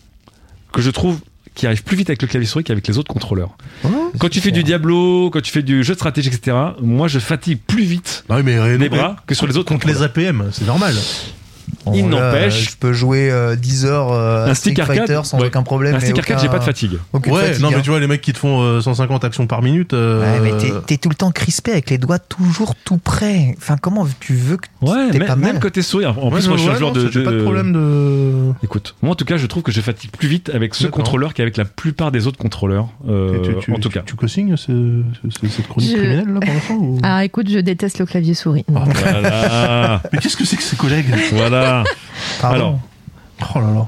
Speaker 2: que je trouve qui arrive plus vite avec le clavier souris qu'avec les autres contrôleurs. Quand tu fais du Diablo, quand tu fais du jeu de stratégie, etc., moi je fatigue plus vite
Speaker 4: Ah oui, mais euh,
Speaker 2: les
Speaker 4: non,
Speaker 2: bras que sur les autres
Speaker 4: Contre les APM, c'est normal.
Speaker 1: Bon,
Speaker 2: il
Speaker 1: là,
Speaker 2: n'empêche-
Speaker 1: euh, Je peux jouer euh, 10 heures euh,
Speaker 2: Un
Speaker 1: à
Speaker 2: stick
Speaker 1: Street
Speaker 2: arcade,
Speaker 1: Fighter sans
Speaker 2: ouais.
Speaker 1: aucun problème.
Speaker 2: Un
Speaker 1: et
Speaker 2: stick arcade,
Speaker 1: aucun-
Speaker 2: j'ai pas de fatigue.
Speaker 1: aucune
Speaker 4: Ouais,
Speaker 1: fatigue,
Speaker 4: non, mais
Speaker 1: hein.
Speaker 4: tu vois, les mecs qui te font euh, 150 actions par minute. euh,
Speaker 1: Ouais, mais t'es- t'es tout le temps crispé avec les doigts toujours tout près. Enfin, comment tu veux que
Speaker 2: Ouais,
Speaker 1: t'es
Speaker 2: mais-
Speaker 1: pas
Speaker 2: même
Speaker 1: mal
Speaker 2: côté souris. En en plus,
Speaker 4: ouais,
Speaker 2: moi je suis un
Speaker 4: ouais,
Speaker 2: joueur
Speaker 4: non,
Speaker 2: de.
Speaker 4: J'ai
Speaker 2: de-
Speaker 4: pas de problème de.
Speaker 2: Écoute, moi en tout cas, je trouve que je fatigue plus vite avec ce
Speaker 4: D'accord.
Speaker 2: contrôleur qu'avec la plupart des autres contrôleurs. euh,
Speaker 4: Et tu, tu-
Speaker 2: en tout
Speaker 4: tu-
Speaker 2: cas.
Speaker 4: Tu co-signes ce- ce- cette chronique
Speaker 3: Je-
Speaker 4: criminelle là pour l'instant ou-
Speaker 3: Ah, écoute, je déteste le clavier souris.
Speaker 2: Ah. Voilà. *laughs*
Speaker 4: Mais qu'est-ce que c'est que ces collègues
Speaker 2: voilà.
Speaker 1: Pardon.
Speaker 2: Alors,
Speaker 4: Oh là là.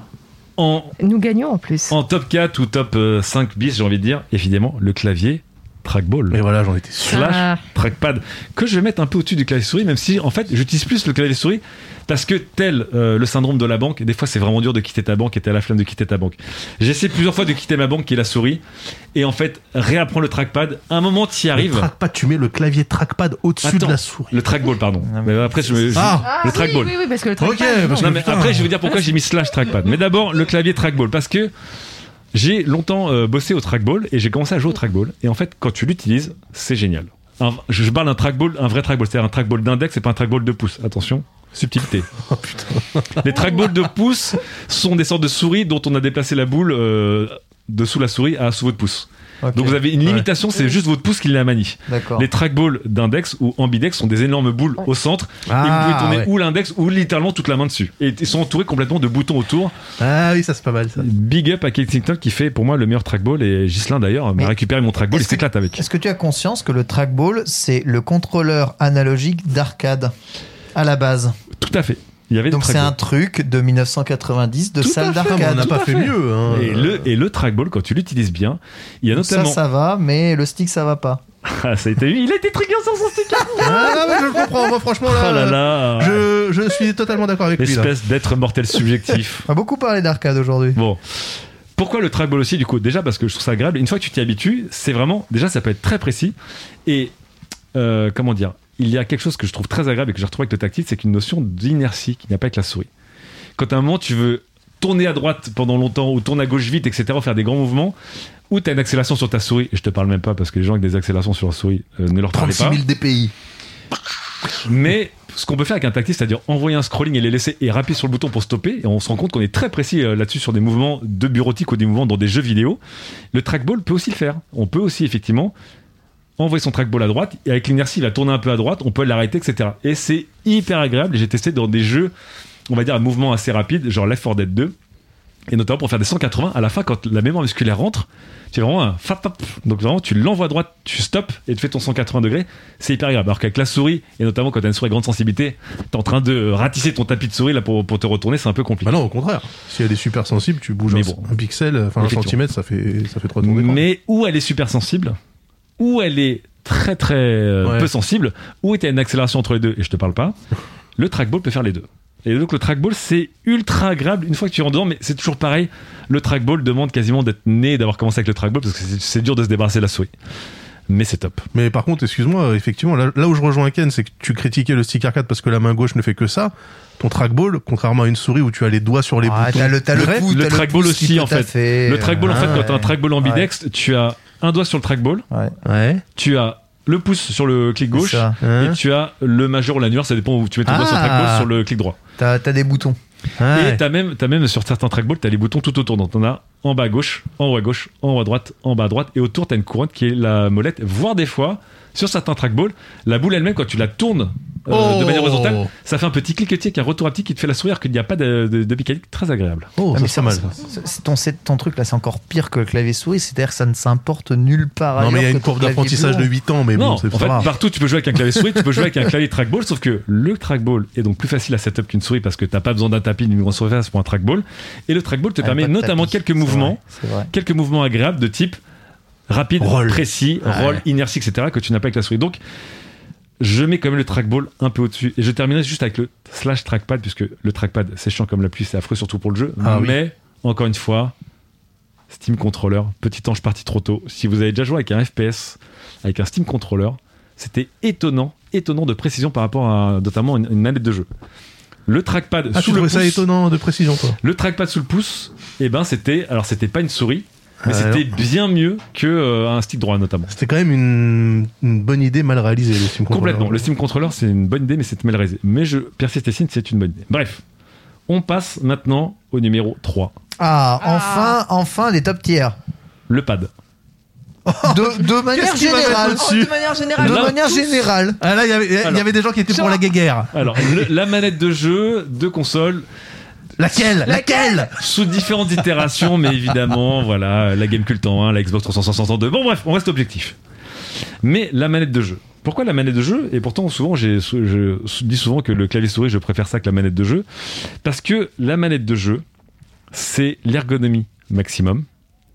Speaker 2: en,
Speaker 3: Nous gagnons en plus.
Speaker 2: en top 4 ou top euh, 5 bis, j'ai envie de dire, évidemment, le clavier trackball.
Speaker 4: Et voilà, j'en étais sûr.
Speaker 2: slash
Speaker 3: Ah.
Speaker 2: trackpad que je vais mettre un peu au-dessus du clavier souris même si en fait j'utilise plus le clavier souris parce que tel euh, le syndrome de la banque des fois c'est vraiment dur de quitter ta banque et t'as la flemme de quitter ta banque j'ai essayé plusieurs fois de quitter ma banque qui est la souris et en fait réapprends le trackpad un moment t'y
Speaker 4: Le
Speaker 2: arrives
Speaker 4: trackpad, tu mets le clavier trackpad au-dessus de
Speaker 2: Attends.
Speaker 4: la souris.
Speaker 2: le trackball pardon
Speaker 1: Ah,
Speaker 2: mais après je me je-
Speaker 4: Ah,
Speaker 2: le
Speaker 3: oui,
Speaker 2: trackball
Speaker 3: Oui, oui, parce que le
Speaker 4: Ok,
Speaker 3: trackball.
Speaker 4: parce
Speaker 2: non,
Speaker 4: que
Speaker 2: mais
Speaker 4: putain.
Speaker 2: après, je vais vous dire pourquoi j'ai mis slash trackpad. Mais d'abord, le clavier trackball. Parce que j'ai longtemps euh, bossé au trackball et j'ai commencé à jouer au trackball. Et en fait, quand tu l'utilises, c'est génial. Un- je je parle d'un trackball, un vrai trackball, c'est-à-dire un trackball d'index et pas un trackball de pouce. Attention,
Speaker 4: *laughs*
Speaker 2: subtilité.
Speaker 4: Oh,
Speaker 2: Les trackballs de pouce sont des sortes de souris dont on a déplacé la boule euh, de sous la souris à sous votre pouce.
Speaker 1: Ok,
Speaker 2: Donc vous avez une
Speaker 4: Ouais.
Speaker 2: limitation, c'est juste votre pouce qui la manie.
Speaker 1: D'accord.
Speaker 2: Les trackballs d'index ou ambidex sont des énormes boules au centre et vous
Speaker 4: Ah,
Speaker 2: pouvez tourner
Speaker 4: ouais.
Speaker 2: ou l'index ou littéralement toute la main dessus. Et ils sont entourés complètement de boutons autour.
Speaker 4: Ah oui, ça c'est pas mal ça.
Speaker 2: Big up à Kensington qui fait pour moi le meilleur trackball et Gislin d'ailleurs
Speaker 1: Mais
Speaker 2: m'a récupéré mon trackball et
Speaker 1: est-ce que-
Speaker 2: s'éclate avec.
Speaker 1: Est-ce que tu as conscience que le trackball, c'est le contrôleur analogique d'arcade à la base
Speaker 2: Tout à fait. Il y avait
Speaker 1: Donc
Speaker 2: le
Speaker 1: c'est un
Speaker 2: trackball.
Speaker 1: truc de 1990 de
Speaker 4: Tout à
Speaker 1: salle
Speaker 4: fait, mais On n'a
Speaker 1: d'arcade.
Speaker 4: pas fait mieux. hein.
Speaker 2: Et le, et le trackball, quand tu l'utilises bien, il y a
Speaker 1: Ça,
Speaker 2: notamment.
Speaker 1: ça va, mais le stick, ça va pas.
Speaker 2: *laughs* Ah, ça a été Il a été trigger sur son stick
Speaker 4: Ah, non, mais je le comprends. Moi, franchement,
Speaker 2: Oh
Speaker 4: là,
Speaker 2: là là
Speaker 4: Je, je suis totalement d'accord avec lui. là.
Speaker 2: Espèce d'être mortel subjectif.
Speaker 1: On a Ah, beaucoup parlé d'arcade aujourd'hui.
Speaker 2: Bon. Pourquoi le trackball aussi, du coup Déjà parce que je trouve ça agréable. Une fois que tu t'y habitues, c'est vraiment. Déjà, ça peut être très précis. Et. euh, comment dire Il y a quelque chose que je trouve très agréable et que j'ai retrouvé avec le tactile, c'est une notion d'inertie qu'il n'y a pas avec la souris. Quand à un moment, tu veux tourner à droite pendant longtemps ou tourner à gauche vite, etc., faire des grands mouvements, ou tu as une accélération sur ta souris, et je te parle même pas parce que les gens avec des accélérations sur leur souris, euh, ne leur parlez
Speaker 4: 36
Speaker 2: pas.
Speaker 4: 000 DPI.
Speaker 2: Mais ce qu'on peut faire avec un tactile, c'est-à-dire envoyer un scrolling et les laisser et rappuyer sur le bouton pour stopper, et on se rend compte qu'on est très précis euh, là-dessus sur des mouvements de bureautique ou des mouvements dans des jeux vidéo. Le trackball peut aussi le faire. On peut aussi effectivement envoyer son trackball à droite, et avec l'inertie, il va tourner un peu à droite, on peut l'arrêter, etc. Et c'est hyper agréable, et j'ai testé dans des jeux, on va dire, à mouvement assez rapide, genre Left 4 Dead 2, et notamment pour faire des 180, à la fin, quand la mémoire musculaire rentre, tu fais vraiment un fap, fap. Donc vraiment, tu l'envoies à droite, tu stops et tu fais ton 180 degrés. C'est hyper grave. Alors qu'avec la souris, et notamment quand t'as une souris à grande sensibilité, t'es en train de ratisser ton tapis de souris là pour, pour te retourner, c'est un peu compliqué.
Speaker 4: Bah non, au contraire. Si elle est super sensible, tu bouges
Speaker 2: Mais
Speaker 4: un,
Speaker 2: bon.
Speaker 4: un pixel, euh, enfin un
Speaker 2: Effectivement.
Speaker 4: centimètre, ça fait, ça fait 3 tours d'écran.
Speaker 2: Mais où elle est super sensible, où elle est très très euh,
Speaker 4: Ouais.
Speaker 2: peu sensible, où t'as une accélération entre les deux, et je te parle pas, le trackball peut faire les deux. Et donc le trackball c'est ultra agréable une fois que tu rentres dedans, mais c'est toujours pareil. Le trackball demande quasiment d'être né, d'avoir commencé avec le trackball parce que c'est- c'est dur de se débarrasser de la souris. Mais c'est top.
Speaker 4: Mais par contre, excuse-moi, effectivement, là, là où je rejoins Ken, c'est que tu critiquais le stick arcade parce que la main gauche ne fait que ça. Ton trackball, contrairement à une souris où tu as les doigts sur les
Speaker 1: Ah,
Speaker 4: boutons,
Speaker 1: t'as le, t'as le,
Speaker 2: Bref,
Speaker 1: pouce,
Speaker 2: le
Speaker 1: t'as
Speaker 2: trackball
Speaker 1: pouce qui
Speaker 2: aussi,
Speaker 1: peut
Speaker 2: en fait.
Speaker 1: taffer.
Speaker 2: Le trackball, en fait,
Speaker 1: Ah,
Speaker 2: quand t'as un
Speaker 1: ouais.
Speaker 2: trackball ambidextre, tu as un doigt sur le trackball,
Speaker 1: Ouais.
Speaker 4: ouais.
Speaker 2: tu as le pouce sur le clic
Speaker 1: C'est
Speaker 2: gauche,
Speaker 1: ça. Hein
Speaker 2: et tu as le majeur ou l'annuaire, ça dépend où tu mets ton doigt sur le
Speaker 4: Ah.
Speaker 2: trackball, sur le clic droit.
Speaker 1: T'as t'as des boutons.
Speaker 4: Ouais.
Speaker 1: Ah
Speaker 2: Et t'as même, t'as même sur certains trackballs, t'as les boutons tout autour. Donc t'en as en bas à gauche, en haut à gauche, en haut à droite, en bas à droite, et autour t'as une couronne qui est la molette, voire des fois, sur certains trackballs, la boule elle-même, quand tu la tournes euh, de
Speaker 4: Oh.
Speaker 2: manière horizontale, ça fait un petit cliquetis avec un retour à petit qui te fait la sourire qu'il n'y a pas de, de, de mécanique très agréable.
Speaker 4: Oh,
Speaker 1: Ah,
Speaker 4: ça,
Speaker 1: mais
Speaker 4: c'est pas mal. ça.
Speaker 1: c'est- c'est Ton, c'est- ton truc là, c'est encore pire que le clavier souris, c'est-à-dire que ça ne s'importe nulle part
Speaker 4: Non,
Speaker 1: ailleurs
Speaker 4: mais il y a
Speaker 1: que
Speaker 4: une
Speaker 1: ton
Speaker 4: courbe
Speaker 1: clavier
Speaker 4: d'apprentissage de
Speaker 1: blanc.
Speaker 4: 8 ans, mais
Speaker 2: non,
Speaker 4: bon,
Speaker 2: en
Speaker 4: c'est
Speaker 2: fait,
Speaker 4: pas grave.
Speaker 2: partout tu peux jouer avec un clavier souris, tu peux jouer avec un clavier trackball, sauf que le trackball est donc plus facile à setup qu'une souris parce que t'as pas besoin d'un tapis ni d'une grosse surface pour un trackball. Et le trackball te
Speaker 1: Ah,
Speaker 2: permet
Speaker 1: pas de
Speaker 2: notamment
Speaker 1: tapis,
Speaker 2: quelques
Speaker 1: c'est
Speaker 2: mouvements,
Speaker 1: vrai, C'est vrai.
Speaker 2: quelques mouvements agréables de type rapide,
Speaker 4: Roll.
Speaker 2: précis,
Speaker 4: Ouais.
Speaker 2: roll, inertie, etc. que tu n'as pas avec la souris. Donc, je mets quand même le trackball un peu au-dessus. Et je terminerai juste avec le slash trackpad, puisque le trackpad, c'est chiant comme la pluie, c'est affreux surtout pour le jeu.
Speaker 4: Ah oui.
Speaker 2: Mais, encore une fois, Steam Controller, petit ange parti trop tôt. Si vous avez déjà joué avec un FPS, avec un Steam Controller, c'était étonnant, étonnant de précision par rapport à notamment une, une manette de jeu. Le trackpad
Speaker 4: Ah, tu
Speaker 2: sous le
Speaker 4: trouvais ça
Speaker 2: pouce-
Speaker 4: étonnant de précision, toi
Speaker 2: le trackpad sous le pouce, eh ben c'était, alors c'était pas une souris, mais
Speaker 4: Ah,
Speaker 2: c'était bien mieux que euh, un stick droit notamment.
Speaker 4: C'était quand même une, une bonne idée mal réalisée, le Steam Controller.
Speaker 2: Complètement. Le Steam Controller, c'est une bonne idée, mais c'est mal réalisé. Mais je persiste et signe, c'est une bonne idée. Bref, on passe maintenant au numéro 3,
Speaker 1: Ah,
Speaker 3: Ah.
Speaker 1: enfin, enfin des top tiers.
Speaker 2: le pad.
Speaker 4: Oh,
Speaker 1: De, de manière
Speaker 4: qu'il va
Speaker 1: générale.
Speaker 4: mettre
Speaker 3: Oh, de manière générale.
Speaker 1: De
Speaker 2: Là,
Speaker 1: manière
Speaker 3: tous-
Speaker 1: générale.
Speaker 4: Ah là, il y avait- il y
Speaker 2: Alors.
Speaker 4: avait des gens qui étaient pour
Speaker 3: Genre.
Speaker 4: la guéguerre.
Speaker 2: Alors, le- la manette de jeu, de console,
Speaker 4: Laquelle Laquelle
Speaker 2: sous différentes itérations, mais évidemment, voilà, la Gamecube en 1, la Xbox 360 en 2. Bon, bref, on reste objectif. Mais la manette de jeu. Pourquoi la manette de jeu Et pourtant, souvent, j'ai, je dis souvent que le clavier souris, je préfère ça que la manette de jeu. Parce que la manette de jeu, c'est l'ergonomie maximum.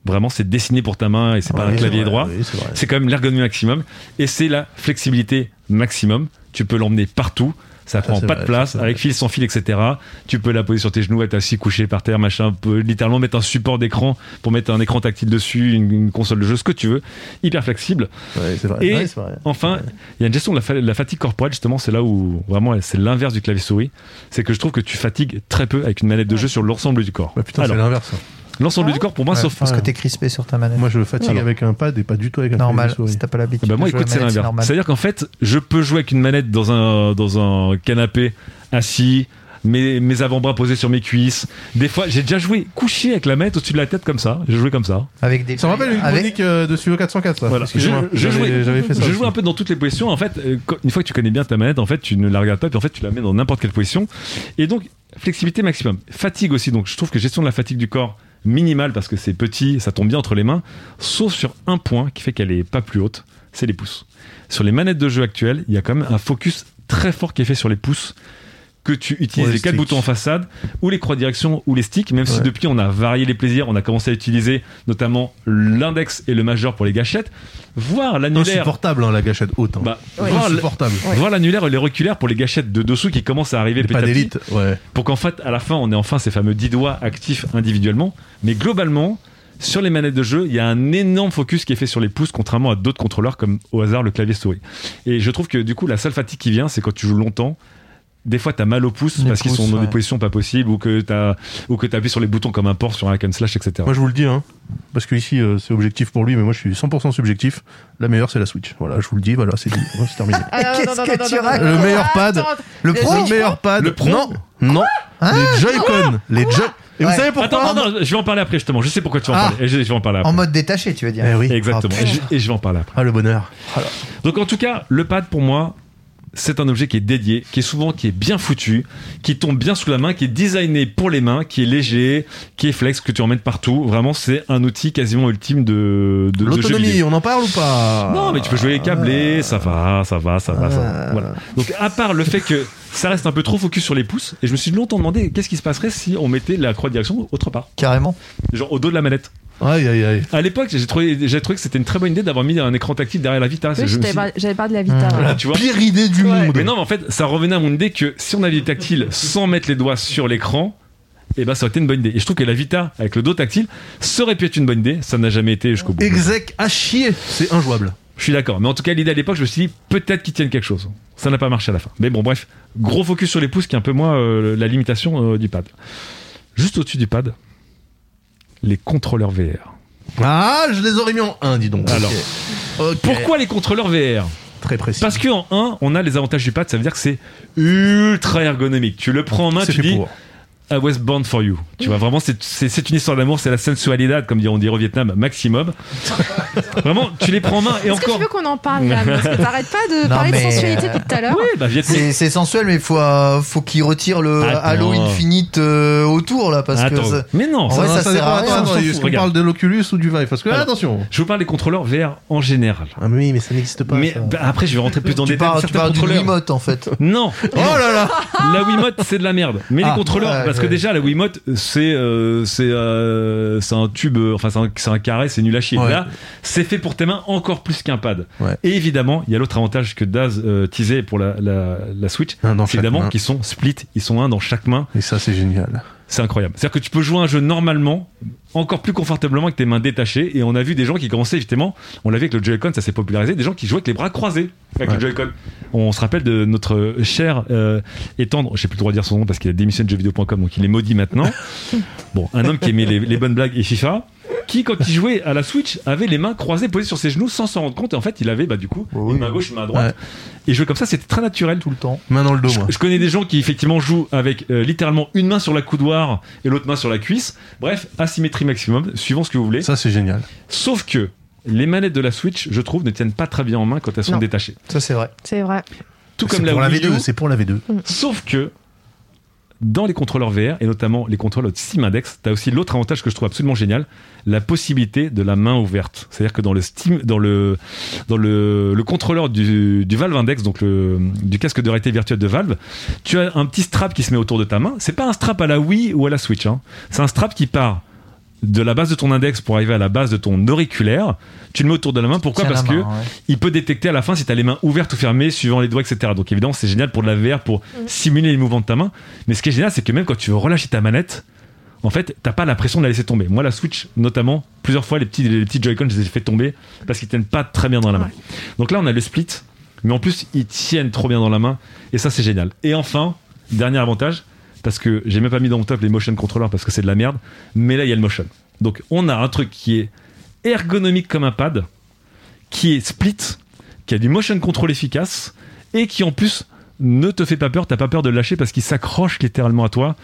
Speaker 2: Vraiment, c'est dessiné pour ta main et c'est pas
Speaker 4: Ouais,
Speaker 2: un clavier
Speaker 4: vrai,
Speaker 2: droit.
Speaker 4: oui, c'est vrai.
Speaker 2: C'est quand même l'ergonomie maximum et c'est la flexibilité maximum. Tu peux l'emmener partout. Ça prend
Speaker 4: Ah, c'est
Speaker 2: pas
Speaker 4: vrai,
Speaker 2: de
Speaker 4: ça,
Speaker 2: place,
Speaker 4: c'est vrai.
Speaker 2: avec fil sans fil, etc. Tu peux la poser sur tes genoux, être assis, couché par terre, machin. Peut littéralement mettre un support d'écran pour mettre un écran tactile dessus, une, une console de jeu, ce que tu veux. Hyper flexible.
Speaker 4: Ouais, Ah, c'est vrai.
Speaker 2: Et
Speaker 4: Ouais, c'est vrai.
Speaker 2: Enfin, il y a une gestion de la, fa- de la fatigue corporelle, justement, c'est là où vraiment c'est l'inverse du clavier souris. C'est que je trouve que tu fatigues très peu avec une manette de jeu sur l'ensemble du corps.
Speaker 4: Ouais, Bah, putain, c'est
Speaker 2: Alors,
Speaker 4: l'inverse.
Speaker 2: l'ensemble du corps pour moi,
Speaker 4: Ouais,
Speaker 2: Ah, sauf.
Speaker 1: Parce que
Speaker 4: Ouais.
Speaker 1: t'es crispé sur ta manette.
Speaker 4: Moi, je fatigue
Speaker 2: Alors.
Speaker 4: avec un pad et pas du tout avec un
Speaker 1: normal,
Speaker 4: clavier souris.
Speaker 1: si t'as pas l'habitude.
Speaker 2: Bah moi,
Speaker 1: de jouer à
Speaker 2: écoute, c'est
Speaker 1: la manette,
Speaker 2: l'inverse.
Speaker 1: normal.
Speaker 2: C'est-à-dire qu'en fait, je peux jouer avec une manette dans un, dans un canapé assis, mes, mes avant-bras posés sur mes cuisses. Des fois, j'ai déjà joué couché avec la manette au-dessus de la tête comme ça. J'ai joué comme ça.
Speaker 1: Avec des.
Speaker 4: Ça me rappelle une
Speaker 1: avec-
Speaker 4: chronique euh, de Studio 404, ça.
Speaker 2: Voilà.
Speaker 4: Excusez-moi.
Speaker 2: Je- je
Speaker 4: J'avais-
Speaker 2: jouais-
Speaker 4: J'avais fait ça.
Speaker 2: Je
Speaker 4: aussi.
Speaker 2: joue un peu dans toutes les positions. En fait, euh, quand- une fois que tu connais bien ta manette, en fait, tu ne la regardes pas, puis en fait, tu la mets dans n'importe quelle position. Et donc, flexibilité maximum. Fatigue aussi. Donc, je trouve que gestion de la fatigue du corps minimale parce que c'est petit, ça tombe bien entre les mains, sauf sur un point qui fait qu'elle est pas plus haute, c'est les pouces. Sur les manettes de jeu actuelles, il y a quand même un focus très fort qui est fait sur les pouces que tu utilises
Speaker 4: les
Speaker 2: les quatre
Speaker 4: sticks.
Speaker 2: boutons en façade ou les croix directions ou les sticks même si
Speaker 4: Ouais.
Speaker 2: depuis on a varié les plaisirs on a commencé à utiliser notamment l'index et le majeur pour les gâchettes voire l'annulaire
Speaker 4: Insupportable, hein, la gâchette haute. hein.
Speaker 2: bah,
Speaker 3: Ouais.
Speaker 2: voir le-
Speaker 4: Insupportable.
Speaker 2: voir l'annulaire et les reculaires pour les gâchettes de dessous qui commencent à arriver
Speaker 4: Les
Speaker 2: petit à
Speaker 4: pas
Speaker 2: petit
Speaker 4: d'élite, ouais.
Speaker 2: pour qu'en fait à la fin on ait enfin ces fameux 10 doigts actifs individuellement mais globalement sur les manettes de jeu il y a un énorme focus qui est fait sur les pouces contrairement à d'autres contrôleurs comme au hasard le clavier souris et je trouve que du coup la seule fatigue qui vient c'est quand tu joues longtemps des fois t'as mal aux pouces
Speaker 1: Les
Speaker 2: parce qu'ils
Speaker 1: pouces,
Speaker 2: sont dans
Speaker 1: ouais.
Speaker 2: des positions pas possibles ou que t'as ou que t'appuies sur les boutons comme un port sur un hack and slash etc
Speaker 4: Moi, je vous le dis, hein. Parce que ici, euh, c'est objectif pour lui, mais moi, je suis 100% subjectif. La meilleure, c'est la Switch. Voilà, je vous le dis, voilà, c'est dit. Ouais,
Speaker 1: *laughs*
Speaker 4: c'est terminé.
Speaker 1: Ah, Qu'est-ce que tu racontes
Speaker 4: Le meilleur pad.
Speaker 2: Ah,
Speaker 1: Le pro
Speaker 4: le meilleur pad.
Speaker 2: Le pro Ah,
Speaker 4: Non, non. les Joy-Con. Les Joy. Et
Speaker 1: Ouais.
Speaker 4: vous savez pourquoi hein
Speaker 2: attends non, non, je vais en parler après justement je sais pourquoi tu vas en
Speaker 1: Ah.
Speaker 2: parler Et je, je vais en parler après
Speaker 1: En mode détaché, tu veux dire.
Speaker 4: Eh oui.
Speaker 2: exactement
Speaker 1: Ah,
Speaker 2: Et je- et je vais en parler après
Speaker 4: Ah, le bonheur.
Speaker 2: Donc en tout cas, le pad pour moi, c'est un objet qui est dédié, qui est souvent qui est bien foutu, qui tombe bien sous la main, qui est designé pour les mains, qui est léger, qui est flex, que tu emmènes partout. Vraiment, c'est un outil quasiment ultime de, de, de jeu
Speaker 4: L'autonomie,
Speaker 2: vidéo.
Speaker 4: on en parle ou pas
Speaker 2: Non, mais tu peux jouer câblé, ça va, ça va, ça va, ça va. Voilà. Donc, à part le fait que ça reste un peu trop focus sur les pouces, et je me suis longtemps demandé qu'est-ce qui se passerait si on mettait la croix de direction autre part,
Speaker 4: *laughs*
Speaker 1: Carrément.
Speaker 2: genre au dos de la manette.
Speaker 4: Aïe, aïe, aïe.
Speaker 2: À l'époque, j'ai trouvé, j'ai trouvé que c'était une très bonne idée d'avoir mis un écran tactile derrière la Vita.
Speaker 3: Oui,
Speaker 2: Je
Speaker 3: je
Speaker 2: me
Speaker 3: t'avais
Speaker 2: suis dit,
Speaker 3: pas- j'avais pas de la Vita.
Speaker 2: ah, tu vois,
Speaker 4: Pire idée du
Speaker 3: Ouais.
Speaker 4: monde.
Speaker 2: Mais non, mais en fait, ça revenait à mon idée que si on avait du tactile sans mettre les doigts sur l'écran, eh ben, ça aurait été une bonne idée. Et je trouve que la Vita, avec le dos tactile, ça aurait pu être une bonne idée. Ça n'a jamais été jusqu'au bout.
Speaker 4: Exec à chier. C'est injouable.
Speaker 2: Je suis d'accord. Mais en tout cas, l'idée à l'époque, je me suis dit, peut-être qu'ils tiennent quelque chose. Ça n'a pas marché à la fin. Mais bon, bref, gros focus sur les pouces, qui est un peu moins euh, la limitation euh, du pad. Juste au-dessus du pad, les contrôleurs VR.
Speaker 4: Ah, je les aurais mis en 1, dis donc.
Speaker 2: Alors.
Speaker 4: Ok.
Speaker 2: Pourquoi les contrôleurs VR
Speaker 4: Très précis.
Speaker 2: Parce qu'en 1, on a les avantages du pad, ça veut dire que c'est ultra ergonomique. Tu le prends en main,
Speaker 4: C'est
Speaker 2: tu
Speaker 4: fait
Speaker 2: dis,
Speaker 4: pour.
Speaker 2: I was born for you. Tu vois, vraiment, c'est- c'est c'est une histoire d'amour, c'est la sensualidad, comme dit- on dit au Vietnam,
Speaker 3: *laughs*
Speaker 2: maximum. vraiment, tu les prends en main et
Speaker 3: Est-ce que
Speaker 2: encore.
Speaker 3: tu veux qu'on en parle là Parce que t'arrêtes pas de
Speaker 1: Non,
Speaker 3: parler
Speaker 1: mais, euh,
Speaker 3: de sensualité depuis tout à l'heure.
Speaker 2: Ouais, bah, Vietnam.
Speaker 1: C'est c'est sensuel, mais faut, euh, faut qu'il retire le
Speaker 4: Ah,
Speaker 2: Attends.
Speaker 1: Halo Infinite euh, autour, là, parce
Speaker 2: Attends.
Speaker 1: que. ça-
Speaker 2: Mais non,
Speaker 1: En vrai, ça sert
Speaker 4: dépend,
Speaker 1: à rien,
Speaker 4: attends,
Speaker 1: on
Speaker 4: attends,
Speaker 1: s'en
Speaker 4: Est-ce
Speaker 2: fout.
Speaker 4: qu'on
Speaker 2: Regarde.
Speaker 4: parle de l'Oculus ou du Vive Parce que
Speaker 2: Alors.
Speaker 4: attention.
Speaker 2: je vous parle des contrôleurs VR en général.
Speaker 4: Ah mais oui, mais ça n'existe pas.
Speaker 2: mais
Speaker 4: ça.
Speaker 2: bah, après, je vais rentrer plus dans
Speaker 1: Tu
Speaker 2: des détails.
Speaker 1: parles, tu
Speaker 2: certains
Speaker 1: parles d'une
Speaker 2: contrôleurs.
Speaker 1: remote, en fait.
Speaker 2: Non,
Speaker 4: oh là là.
Speaker 1: *laughs*
Speaker 2: la Wiimote c'est de la merde. Mais
Speaker 1: Ah,
Speaker 2: les contrôleurs,
Speaker 1: ouais,
Speaker 2: parce
Speaker 1: ouais.
Speaker 2: que déjà la Wiimote c'est euh, c'est euh, c'est un tube, euh, enfin c'est un, c'est un carré, c'est nul à chier.
Speaker 4: Ouais.
Speaker 2: Là, c'est fait pour tes mains encore plus qu'un pad.
Speaker 4: Ouais.
Speaker 2: Et évidemment, il y a l'autre avantage que Daz euh, teasait pour la, la, la Switch,
Speaker 4: Un dans
Speaker 2: c'est
Speaker 4: chaque main.
Speaker 2: évidemment qu'ils sont split, ils sont un dans chaque main.
Speaker 4: Et ça c'est génial.
Speaker 2: C'est incroyable. C'est-à-dire que tu peux jouer à un jeu normalement, encore plus confortablement avec tes mains détachées. Et on a vu des gens qui commençaient, évidemment, on l'a vu avec le Joy-Con, ça s'est popularisé, des gens qui jouaient avec les bras croisés avec
Speaker 4: Ouais.
Speaker 2: le Joy-Con. On se rappelle de notre cher euh, et tendre, j'ai plus le droit de dire son nom parce qu'il a démissionné de jeuxvideo.com, donc il est maudit maintenant. bon, un homme qui aimait les, les bonnes blagues et FIFA, qui, quand il jouait à la Switch, avait les mains croisées, posées sur ses genoux sans s'en rendre compte. Et en fait, il avait, bah, du coup,
Speaker 1: Oui.
Speaker 2: une main gauche, une main droite. Et jouer comme ça, c'était très naturel.
Speaker 1: Tout le temps.
Speaker 4: Main dans le dos moi.
Speaker 2: Je, je connais des gens qui effectivement jouent avec euh, littéralement une main sur la coudoir et l'autre main sur la cuisse. Bref, asymétrie maximum, suivant ce que vous voulez.
Speaker 4: Ça c'est génial.
Speaker 2: Sauf que les manettes de la Switch, je trouve, ne tiennent pas très bien en main quand elles sont
Speaker 3: Non.
Speaker 2: détachées.
Speaker 1: Ça, c'est vrai.
Speaker 3: C'est vrai.
Speaker 2: Tout
Speaker 4: C'est
Speaker 2: comme la
Speaker 4: pour la
Speaker 2: Wii U,
Speaker 4: V2, c'est pour la V2.
Speaker 2: sauf que dans les contrôleurs VR et notamment les contrôleurs de Steam Index, t'as aussi l'autre avantage que je trouve absolument génial, la possibilité de la main ouverte. C'est-à-dire que dans le Steam, dans le dans le, le contrôleur du, du Valve Index, donc le, du casque de réalité virtuelle de Valve, tu as un petit strap qui se met autour de ta main. C'est pas un strap à la Wii ou à la Switch. hein. C'est un strap qui part de la base de ton index pour arriver à la base de ton auriculaire. Tu le mets autour de la main. Pourquoi
Speaker 1: Tiens la
Speaker 2: Parce que
Speaker 1: main, hein. ouais.
Speaker 2: il peut détecter à la fin si tu as les mains ouvertes ou fermées suivant les doigts, etc. Donc évidemment, c'est génial pour de la VR, pour simuler les mouvements de ta main. Mais ce qui est génial, c'est que même quand tu veux relâcher ta manette, en fait, t'as pas l'impression de la laisser tomber. Moi, la Switch, notamment, plusieurs fois, les petits, les petits Joy-Con, je les ai fait tomber parce qu'ils tiennent pas très bien dans la main. Donc là, on a le split, mais en plus, ils tiennent trop bien dans la main et ça, c'est génial. Et enfin, dernier avantage, parce que j'ai même pas mis dans mon top les motion controllers parce que c'est de la merde, mais là, il y a le motion. Donc, on a un truc qui est ergonomique comme un pad, qui est split, qui a du motion control efficace et qui en plus ne te fait pas peur, t'as pas peur de le lâcher parce qu'il s'accroche littéralement à toi.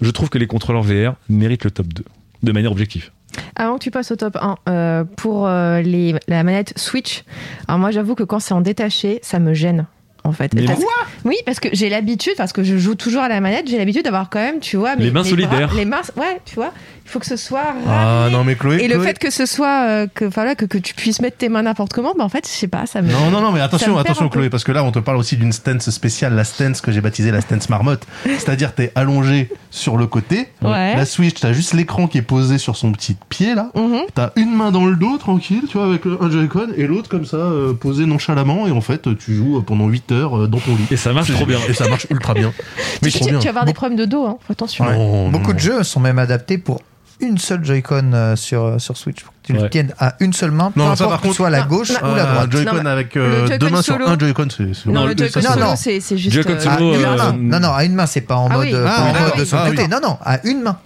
Speaker 2: Je trouve que les contrôleurs VR méritent le top 2 de manière objective.
Speaker 3: Avant que tu passes au top 1, euh, pour euh, les, la manette Switch, alors moi j'avoue que quand c'est en détaché, ça me gêne. En fait.
Speaker 2: Mais
Speaker 3: Parce- oui, parce que j'ai l'habitude, parce que je joue toujours à la manette, j'ai l'habitude d'avoir quand même, tu vois, mes-
Speaker 2: Les mains
Speaker 3: mes
Speaker 2: solidaires.
Speaker 3: bras- les mains, ouais, tu vois, il faut que ce soit.
Speaker 4: Ah
Speaker 3: ramené.
Speaker 4: non, mais Chloé.
Speaker 3: Et le
Speaker 4: Chloé-
Speaker 3: fait que ce soit, euh, que, enfin, là, que, que tu puisses mettre tes mains n'importe comment, bah, en fait, je sais pas, ça me.
Speaker 4: Non, non, non, mais
Speaker 3: Ça
Speaker 4: attention,
Speaker 3: me perd un
Speaker 4: attention,
Speaker 3: peu.
Speaker 4: Chloé, parce que là, on te parle aussi d'une stance spéciale, la stance que j'ai baptisée la stance marmotte. C'est-à-dire, t'es allongé sur le côté.
Speaker 3: Ouais.
Speaker 4: La Switch, t'as juste l'écran qui est posé sur son petit pied, là.
Speaker 3: Mhm.
Speaker 4: T'as une main dans le dos, tranquille, tu vois, avec le- un Joy-Con, et l'autre, comme ça, euh, posé nonchalamment, et en fait, tu joues euh, pendant 8 heures euh, dans ton lit.
Speaker 2: Et ça marche
Speaker 4: C'est-
Speaker 2: trop bien.
Speaker 4: Et ça marche ultra bien.
Speaker 3: Tu,
Speaker 4: Mais
Speaker 3: tu-
Speaker 4: trop
Speaker 3: tu
Speaker 4: bien.
Speaker 3: vas avoir des problèmes de dos, hein, faut attention.
Speaker 4: Ouais. Non, non,
Speaker 1: Beaucoup
Speaker 4: Oh, non.
Speaker 1: de jeux sont même adaptés pour une seule Joy-Con euh, sur, euh, sur Switch. Pour que tu
Speaker 2: Ouais.
Speaker 1: le tiennes à une seule main, peu
Speaker 4: Non, ça, par
Speaker 1: importe que
Speaker 4: contre-
Speaker 1: ce soit la gauche
Speaker 3: non,
Speaker 1: ou la
Speaker 4: Euh,
Speaker 1: droite.
Speaker 4: Joy-Con
Speaker 3: Non, mais-
Speaker 4: avec
Speaker 3: le
Speaker 4: euh,
Speaker 3: Joy-Con
Speaker 4: deux mains
Speaker 3: solo.
Speaker 4: sur un Joy-Con, c'est. c'est-
Speaker 3: Non,
Speaker 2: Non,
Speaker 3: le
Speaker 2: le-
Speaker 3: Joy-Con
Speaker 1: ça,
Speaker 3: solo,
Speaker 1: c'est-
Speaker 3: c'est c'est juste.
Speaker 2: Joy-Con
Speaker 3: euh,
Speaker 2: solo,
Speaker 1: À une
Speaker 2: euh,
Speaker 1: main. Non, non, à une main, c'est pas en
Speaker 3: Ah
Speaker 1: mode
Speaker 3: oui.
Speaker 1: euh,
Speaker 4: Ah,
Speaker 1: pas en
Speaker 4: oui,
Speaker 1: mode
Speaker 4: oui,
Speaker 1: de son
Speaker 4: ah, oui.
Speaker 1: côté. Non, non, à une main.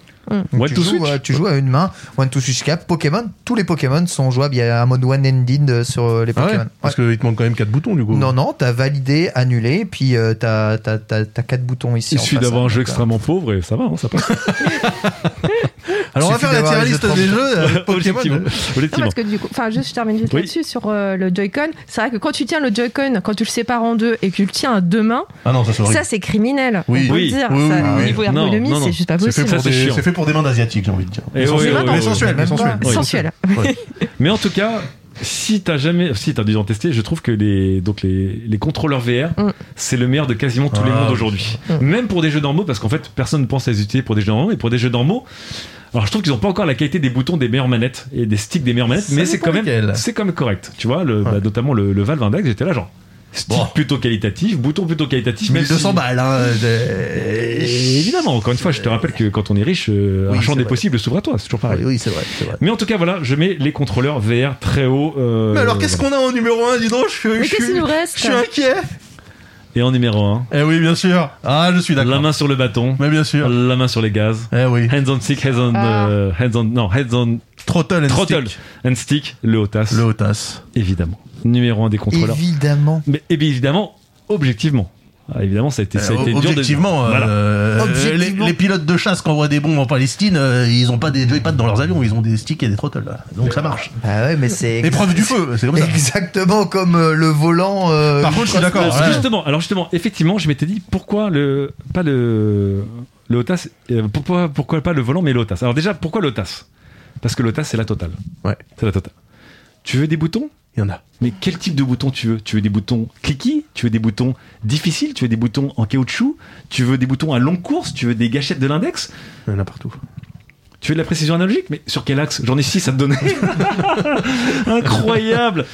Speaker 2: One
Speaker 1: tu,
Speaker 2: to
Speaker 1: joues,
Speaker 2: switch.
Speaker 1: euh, tu joues à une main. One to switch cap. Pokémon, tous les Pokémon sont jouables. Il y a un mode one-ended euh, sur euh, les
Speaker 4: Ah ouais
Speaker 1: Pokémon. Ouais.
Speaker 4: Parce qu'il te manque quand même 4 boutons, du coup.
Speaker 1: Non, non, t'as validé, annulé, puis euh, t'as t'as- t'as- t'as quatre boutons ici.
Speaker 2: Il
Speaker 1: en
Speaker 2: suffit
Speaker 1: face,
Speaker 2: d'avoir
Speaker 1: hein,
Speaker 2: un jeu
Speaker 1: donc, euh,
Speaker 2: extrêmement pauvre et ça va, hein, ça passe.
Speaker 4: *laughs*
Speaker 2: *laughs*
Speaker 4: Alors, on va
Speaker 1: Suffit
Speaker 4: faire la
Speaker 1: d'avoir
Speaker 4: tier
Speaker 1: les
Speaker 4: liste
Speaker 1: jeux
Speaker 4: des jeux.
Speaker 2: *laughs*
Speaker 4: euh, Pokémon.
Speaker 2: Objectivement.
Speaker 3: Non,
Speaker 2: Objectivement.
Speaker 3: parce que du coup, enfin, juste, je termine juste
Speaker 2: Oui.
Speaker 3: là-dessus sur euh, le Joy-Con. C'est vrai que quand tu tiens le Joy-Con, quand tu le sépares en deux et que tu le tiens à deux mains,
Speaker 4: Ah non, ça c'est horrible.
Speaker 3: ça, c'est criminel.
Speaker 4: Oui.
Speaker 3: on peut le
Speaker 2: Oui.
Speaker 3: dire.
Speaker 4: Oui,
Speaker 3: ça,
Speaker 4: oui, oui.
Speaker 3: au niveau
Speaker 2: Non,
Speaker 3: ergonomie,
Speaker 2: non, non.
Speaker 3: c'est juste pas
Speaker 4: C'est fait,
Speaker 3: possible.
Speaker 2: Ça,
Speaker 4: pour
Speaker 2: c'est
Speaker 4: des-
Speaker 2: chiant.
Speaker 4: c'est fait pour des mains d'asiatiques, j'ai envie de dire.
Speaker 2: Eh ouais,
Speaker 4: Mais sensuel,
Speaker 3: ouais,
Speaker 4: mais
Speaker 3: ouais,
Speaker 4: sensuel, mais
Speaker 1: ouais.
Speaker 4: sensuel.
Speaker 1: Oui.
Speaker 3: Sensuel.
Speaker 2: Mais en tout cas, si t'as jamais, si t'as dû en tester, je trouve que les donc les, les contrôleurs VR,
Speaker 3: Mm.
Speaker 2: c'est le meilleur de quasiment tous les
Speaker 4: Ah,
Speaker 2: mondes
Speaker 4: oui.
Speaker 2: aujourd'hui. Même pour des jeux normaux, parce qu'en fait, personne ne pense à les utiliser pour des jeux normaux, et pour des jeux normaux. Alors je trouve qu'ils n'ont pas encore la qualité des boutons des meilleures manettes et des sticks des meilleures manettes,
Speaker 4: Ça
Speaker 2: mais c'est
Speaker 4: dépend
Speaker 2: quand même
Speaker 4: lesquels.
Speaker 2: c'est quand même correct. Tu vois, le, bah, notamment le, le Valve Index, j'étais là genre stick
Speaker 4: Bon.
Speaker 2: plutôt qualitatif, bouton plutôt qualitatif. même
Speaker 4: 1200
Speaker 2: si-
Speaker 4: balles, hein.
Speaker 2: Et
Speaker 4: de-
Speaker 2: Évidemment, encore une fois, je te rappelle que quand on est riche, euh,
Speaker 4: Oui,
Speaker 2: argent
Speaker 4: c'est
Speaker 2: des
Speaker 4: vrai.
Speaker 2: possibles s'ouvre à toi, c'est toujours pareil.
Speaker 4: Ah Oui, oui, c'est vrai, c'est vrai.
Speaker 2: Mais en tout cas, voilà, je mets les contrôleurs VR très haut. euh,
Speaker 4: Mais alors, qu'est-ce qu'on a en numéro 1 Dis donc, je, suis-
Speaker 3: Mais
Speaker 4: je suis-
Speaker 3: qu'est-ce qu'il nous reste
Speaker 4: je suis inquiet.
Speaker 2: Et en numéro 1,
Speaker 4: Eh oui, bien sûr. Ah, je suis
Speaker 2: la
Speaker 4: d'accord.
Speaker 2: main sur le bâton,
Speaker 4: Mais bien sûr.
Speaker 2: la main sur les gaz.
Speaker 4: Eh oui.
Speaker 2: Hands on stick, hands on,
Speaker 3: Ah.
Speaker 2: euh, hands on, non, hands on
Speaker 4: Trottle and
Speaker 2: throttle
Speaker 4: Stick.
Speaker 2: and stick, le OTAS,
Speaker 4: Le Otas.
Speaker 2: évidemment. Numéro 1 des contrôleurs.
Speaker 1: Évidemment.
Speaker 2: Mais et bien évidemment, objectivement. Ah, évidemment, ça a été, ça a été dur de-
Speaker 4: Euh, objectivement,
Speaker 2: Voilà.
Speaker 4: euh,
Speaker 1: Objectivement.
Speaker 4: Les, les pilotes de chasse qui envoient des bombes en Palestine, euh, ils ont pas des joypads dans leurs avions, ils ont des sticks et des throttles. là. Donc ça marche.
Speaker 1: Ah ouais, mais c'est.
Speaker 4: Épreuve du feu, c'est comme ça.
Speaker 1: Exactement comme euh, le volant. euh,
Speaker 4: Par contre, je suis d'accord.
Speaker 2: Parce que
Speaker 4: ouais.
Speaker 2: justement, alors justement, effectivement, je m'étais dit pourquoi le pas le le OTAS, euh, pourquoi pourquoi pas le volant mais l'OTAS. Alors déjà, pourquoi l'OTAS Parce que l'OTAS c'est la totale.
Speaker 4: Ouais.
Speaker 2: C'est la totale. Tu veux des boutons
Speaker 4: Il y en a.
Speaker 2: Mais quel type de bouton tu veux Tu veux des boutons cliquis Tu veux des boutons difficiles Tu veux des boutons en caoutchouc Tu veux des boutons à longue course Tu veux des gâchettes de l'index
Speaker 4: Il y en a partout.
Speaker 2: Tu veux de la précision analogique Mais sur quel axe J'en ai 6 à te donner. *laughs* Incroyable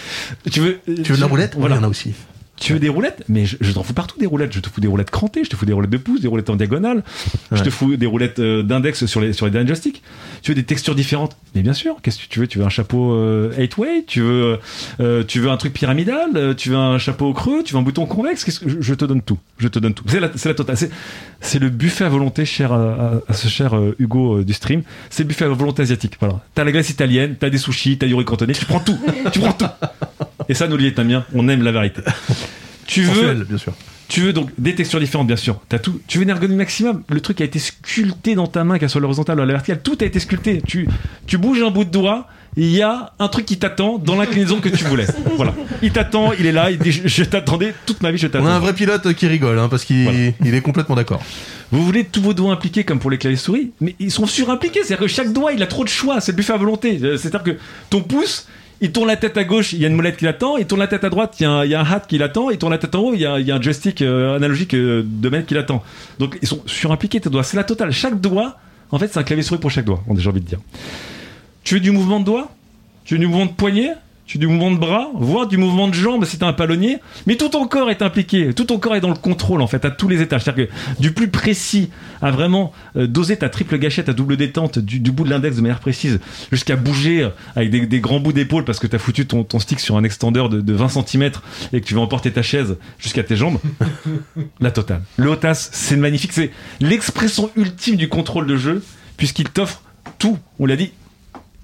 Speaker 2: Tu veux,
Speaker 4: Tu veux de la roulette
Speaker 2: Voilà.
Speaker 4: Il y en a aussi.
Speaker 2: Tu veux des roulettes Mais je, je t'en fous partout des roulettes. Je te fous des roulettes crantées, je te fous des roulettes de pouce, des roulettes en diagonale. Je
Speaker 4: Ouais.
Speaker 2: te fous des roulettes euh, d'index sur les, sur les derniers joysticks. Tu veux des textures différentes Mais bien sûr, qu'est-ce que tu veux Tu veux un chapeau 8-way tu, veux euh, tu veux un truc pyramidal Euh, Tu veux un chapeau creux Tu veux un bouton convexe Qu'est-ce que- je, je te donne tout. Je te donne tout. C'est la, c'est la totale. C'est, c'est le buffet à volonté cher à, à- à ce cher euh, Hugo euh, du stream. C'est le buffet à volonté asiatique. Voilà. T'as la glace italienne, t'as des sushis, t'as du riz cantonais. Tu prends tout. tu prends tout. Et ça, nous, les Vietnamiens, on aime la vérité. Tu veux,
Speaker 4: Sensuel, bien sûr.
Speaker 2: tu veux donc des textures différentes, bien sûr. T'as tout. Tu veux une ergonomie maximum. Le truc a été sculpté dans ta main, qu'elle soit à l'horizontale ou à la verticale. Tout a été sculpté. Tu, tu bouges un bout de doigt. Il y a un truc qui t'attend dans l'inclinaison que tu voulais. Voilà. Il t'attend, il est là, il dit Je, je t'attendais, toute ma vie je
Speaker 4: On a un
Speaker 2: t'attendais.
Speaker 4: vrai pilote qui rigole, hein, parce qu'il
Speaker 2: Voilà.
Speaker 4: il est complètement d'accord.
Speaker 2: Vous voulez tous vos doigts impliqués comme pour les claviers souris, mais ils sont surimpliqués. C'est-à-dire que chaque doigt, il a trop de choix. C'est le buffet à volonté. Euh, C'est-à-dire que ton pouce, il tourne la tête à gauche, il y a une molette qui l'attend. Il tourne la tête à droite, il y a un, il y a un hat qui l'attend. Il tourne la tête en haut, il y a, un- il y a un joystick euh, analogique euh, de mètre qui l'attend. Donc ils sont surimpliqués, tes doigts. C'est la totale. Chaque doigt, en fait, c'est un clavier souris pour chaque doigt. On a déjà envie de dire. Tu veux du mouvement de doigt Tu veux du mouvement de poignet Tu veux du mouvement de bras Voire du mouvement de jambe si t'es un palonnier Mais tout ton corps est impliqué. Tout ton corps est dans le contrôle, en fait, à tous les étages. C'est-à-dire que du plus précis à vraiment euh, doser ta triple gâchette à double détente du, du bout de l'index de manière précise jusqu'à bouger euh, avec des, des grands bouts d'épaule parce que t'as foutu ton, ton stick sur un extender de, de 20 cm et que tu vas emporter ta chaise jusqu'à tes jambes. La totale. Le Otas, c'est magnifique. C'est l'expression ultime du contrôle de jeu, puisqu'il t'offre tout. On l'a dit,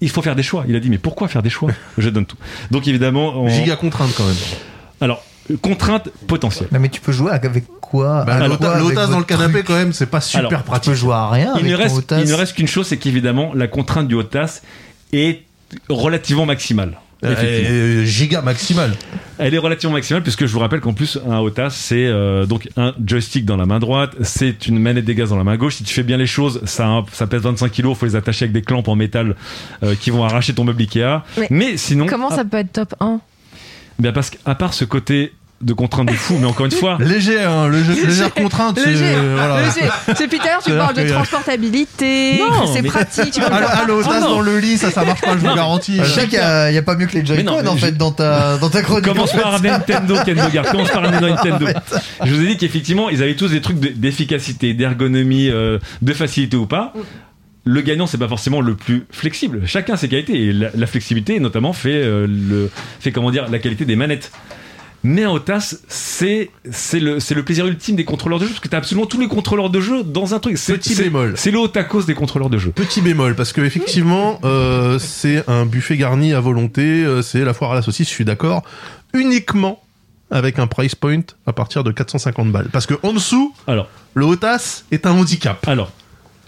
Speaker 2: il faut faire des choix. Il a dit, mais pourquoi faire des choix Je donne tout. Donc évidemment, on-
Speaker 4: Giga contrainte quand même.
Speaker 2: alors, contrainte potentielle.
Speaker 1: Non, mais tu peux jouer avec quoi
Speaker 4: Bah,
Speaker 1: Avec
Speaker 4: l'ota-
Speaker 1: quoi Avec
Speaker 4: L'otage dans le
Speaker 1: votre
Speaker 4: canapé
Speaker 1: truc
Speaker 4: quand même, c'est pas super
Speaker 2: Alors,
Speaker 1: Tu peux
Speaker 4: pratique.
Speaker 1: jouer à rien.
Speaker 2: Il
Speaker 1: avec
Speaker 2: ne
Speaker 1: Ah, ton
Speaker 2: reste,
Speaker 1: otas.
Speaker 2: il ne reste qu'une chose, c'est qu'évidemment, la contrainte du Otas est relativement maximale.
Speaker 4: Euh,
Speaker 1: Ah,
Speaker 2: Effectivement.
Speaker 4: euh, giga maximal.
Speaker 2: Elle est relativement maximale puisque je vous rappelle qu'en plus un OTA c'est euh, donc un joystick dans la main droite, c'est une manette des gaz dans la main gauche. Si tu fais bien les choses, ça, a un- ça pèse 25 kilos, faut les attacher avec des clampes en métal euh, qui vont arracher ton meuble Ikea. Mais,
Speaker 3: Mais
Speaker 2: sinon,
Speaker 3: *laughs* Comment
Speaker 2: ah,
Speaker 3: ça peut être top 1
Speaker 2: bien parce qu'à part ce côté de contrainte de fou, mais encore
Speaker 3: *laughs*
Speaker 2: une fois,
Speaker 4: Léger, hein, le jeu- légère contrainte. c'est- euh,
Speaker 3: Léger,
Speaker 4: voilà.
Speaker 3: léger. Ah, C'est plus tard, tu
Speaker 4: C'est-à-dire
Speaker 3: parles de
Speaker 4: que-
Speaker 3: transportabilité,
Speaker 2: Non,
Speaker 3: que c'est
Speaker 2: mais-
Speaker 3: pratique. tu vois,
Speaker 4: Allo, allo,
Speaker 2: Ah
Speaker 4: tasse
Speaker 2: non.
Speaker 4: dans le lit, ça, ça marche pas, je vous garantis.
Speaker 1: Je sais qu'il n'y a, il y a pas mieux que les
Speaker 2: Euh, Mais non,
Speaker 1: Joy-Con
Speaker 2: mais
Speaker 1: en
Speaker 2: je-
Speaker 1: fait dans ta, dans ta
Speaker 2: *laughs*
Speaker 1: chronique.
Speaker 2: Commence
Speaker 1: en fait.
Speaker 2: par Nintendo, Ken Bogard. Commence par Nintendo. Je vous ai dit qu'effectivement, ils avaient tous des trucs de- d'efficacité, d'ergonomie, euh, de facilité ou pas. Le gagnant, c'est pas forcément le plus flexible. Chacun ses qualités. Et la, la flexibilité, notamment, fait, euh, le, fait comment dire, la qualité des manettes. Mais en OTAS, c'est c'est le, c'est le plaisir ultime des contrôleurs de jeu, parce que t'as absolument tous les contrôleurs de jeu dans un truc. C'est-
Speaker 4: Petit
Speaker 2: c'est-
Speaker 4: bémol.
Speaker 2: C'est le Otakos des contrôleurs de jeu.
Speaker 4: Petit bémol, parce que effectivement, euh, c'est un buffet garni à volonté, euh, c'est la foire à la saucisse, je suis d'accord, uniquement avec un price point à partir de 450 balles. Parce que en dessous,
Speaker 2: Alors,
Speaker 4: le Hotas est un handicap.
Speaker 2: alors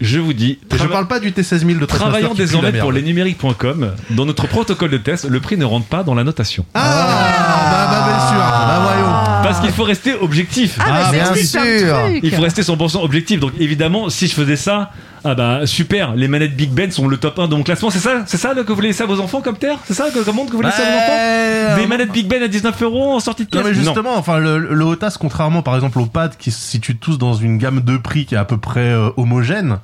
Speaker 2: je vous dis,
Speaker 4: Et je
Speaker 2: trava-
Speaker 4: parle pas du T16000 de Trackmaster
Speaker 2: Travaillant
Speaker 4: qui pue la
Speaker 2: désormais
Speaker 4: merde.
Speaker 2: pour lesnumériques.com, dans notre protocole de test, le prix ne rentre pas dans la notation.
Speaker 4: Ah, bah, bah, bien sûr, bah, voyons.
Speaker 2: Parce qu'il faut rester objectif.
Speaker 3: Ah, bah,
Speaker 1: Ah,
Speaker 3: c'est
Speaker 1: bien
Speaker 3: explique plein de
Speaker 1: sûr.
Speaker 3: trucs.
Speaker 2: Il faut
Speaker 3: *laughs*
Speaker 2: rester 100% objectif. Donc évidemment, si je faisais ça, ah bah super, les manettes Big Ben sont le top 1 de mon classement. C'est ça, c'est ça là, que vous voulez laissez à vos enfants comme terre C'est ça que, comme monde que vous laissez à vos enfants
Speaker 4: Ouais.
Speaker 2: Des manettes Big Ben à 19 euros en sortie de
Speaker 4: Non
Speaker 2: caisse
Speaker 4: Euh, mais justement, enfin le, le Hotas, contrairement par exemple au pad qui se situe tous dans une gamme de prix qui est à peu près euh, homogène,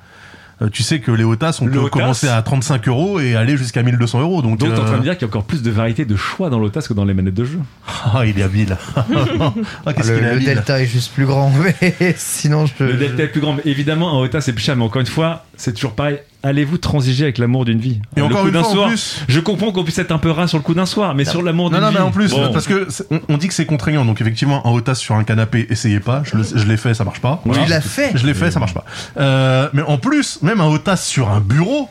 Speaker 4: euh, tu sais que les Hotas on
Speaker 2: Le
Speaker 4: peut
Speaker 2: Hotas-
Speaker 4: commencer à 35 euros et aller jusqu'à 1200 euros. Donc,
Speaker 2: Donc t'es en train
Speaker 4: euh,
Speaker 2: de dire qu'il y a encore plus de variété de choix dans l'OTAS que dans les manettes de jeu.
Speaker 4: *laughs* Ah, il
Speaker 1: *laughs*
Speaker 4: est habile. ah, qu'est-ce
Speaker 1: Le,
Speaker 4: qu'il est
Speaker 1: le
Speaker 4: habile.
Speaker 1: delta est juste plus grand, *laughs* mais sinon
Speaker 4: Euh,
Speaker 1: je peux.
Speaker 2: Le delta est plus grand. Mais évidemment, un OTA c'est plus cher. Mais encore une fois, c'est toujours pareil. Allez-vous transiger avec l'amour d'une vie
Speaker 4: Et
Speaker 2: Le
Speaker 4: encore
Speaker 2: coup
Speaker 4: une
Speaker 2: d'un
Speaker 4: fois, en
Speaker 2: soir,
Speaker 4: plus-
Speaker 2: Je comprends qu'on puisse être un peu ras sur le coup d'un soir, mais sur l'amour d'une
Speaker 4: Non,
Speaker 2: vie.
Speaker 4: non, mais en plus,
Speaker 2: bon.
Speaker 4: parce que c'est- on, on dit que c'est contraignant. Donc effectivement, un Hotas sur un canapé, essayez pas. Je, le- je l'ai fait, ça marche pas.
Speaker 1: Tu l'as fait
Speaker 4: Je l'ai fait, ça marche pas. Euh, mais en plus, même un Hotas sur un bureau.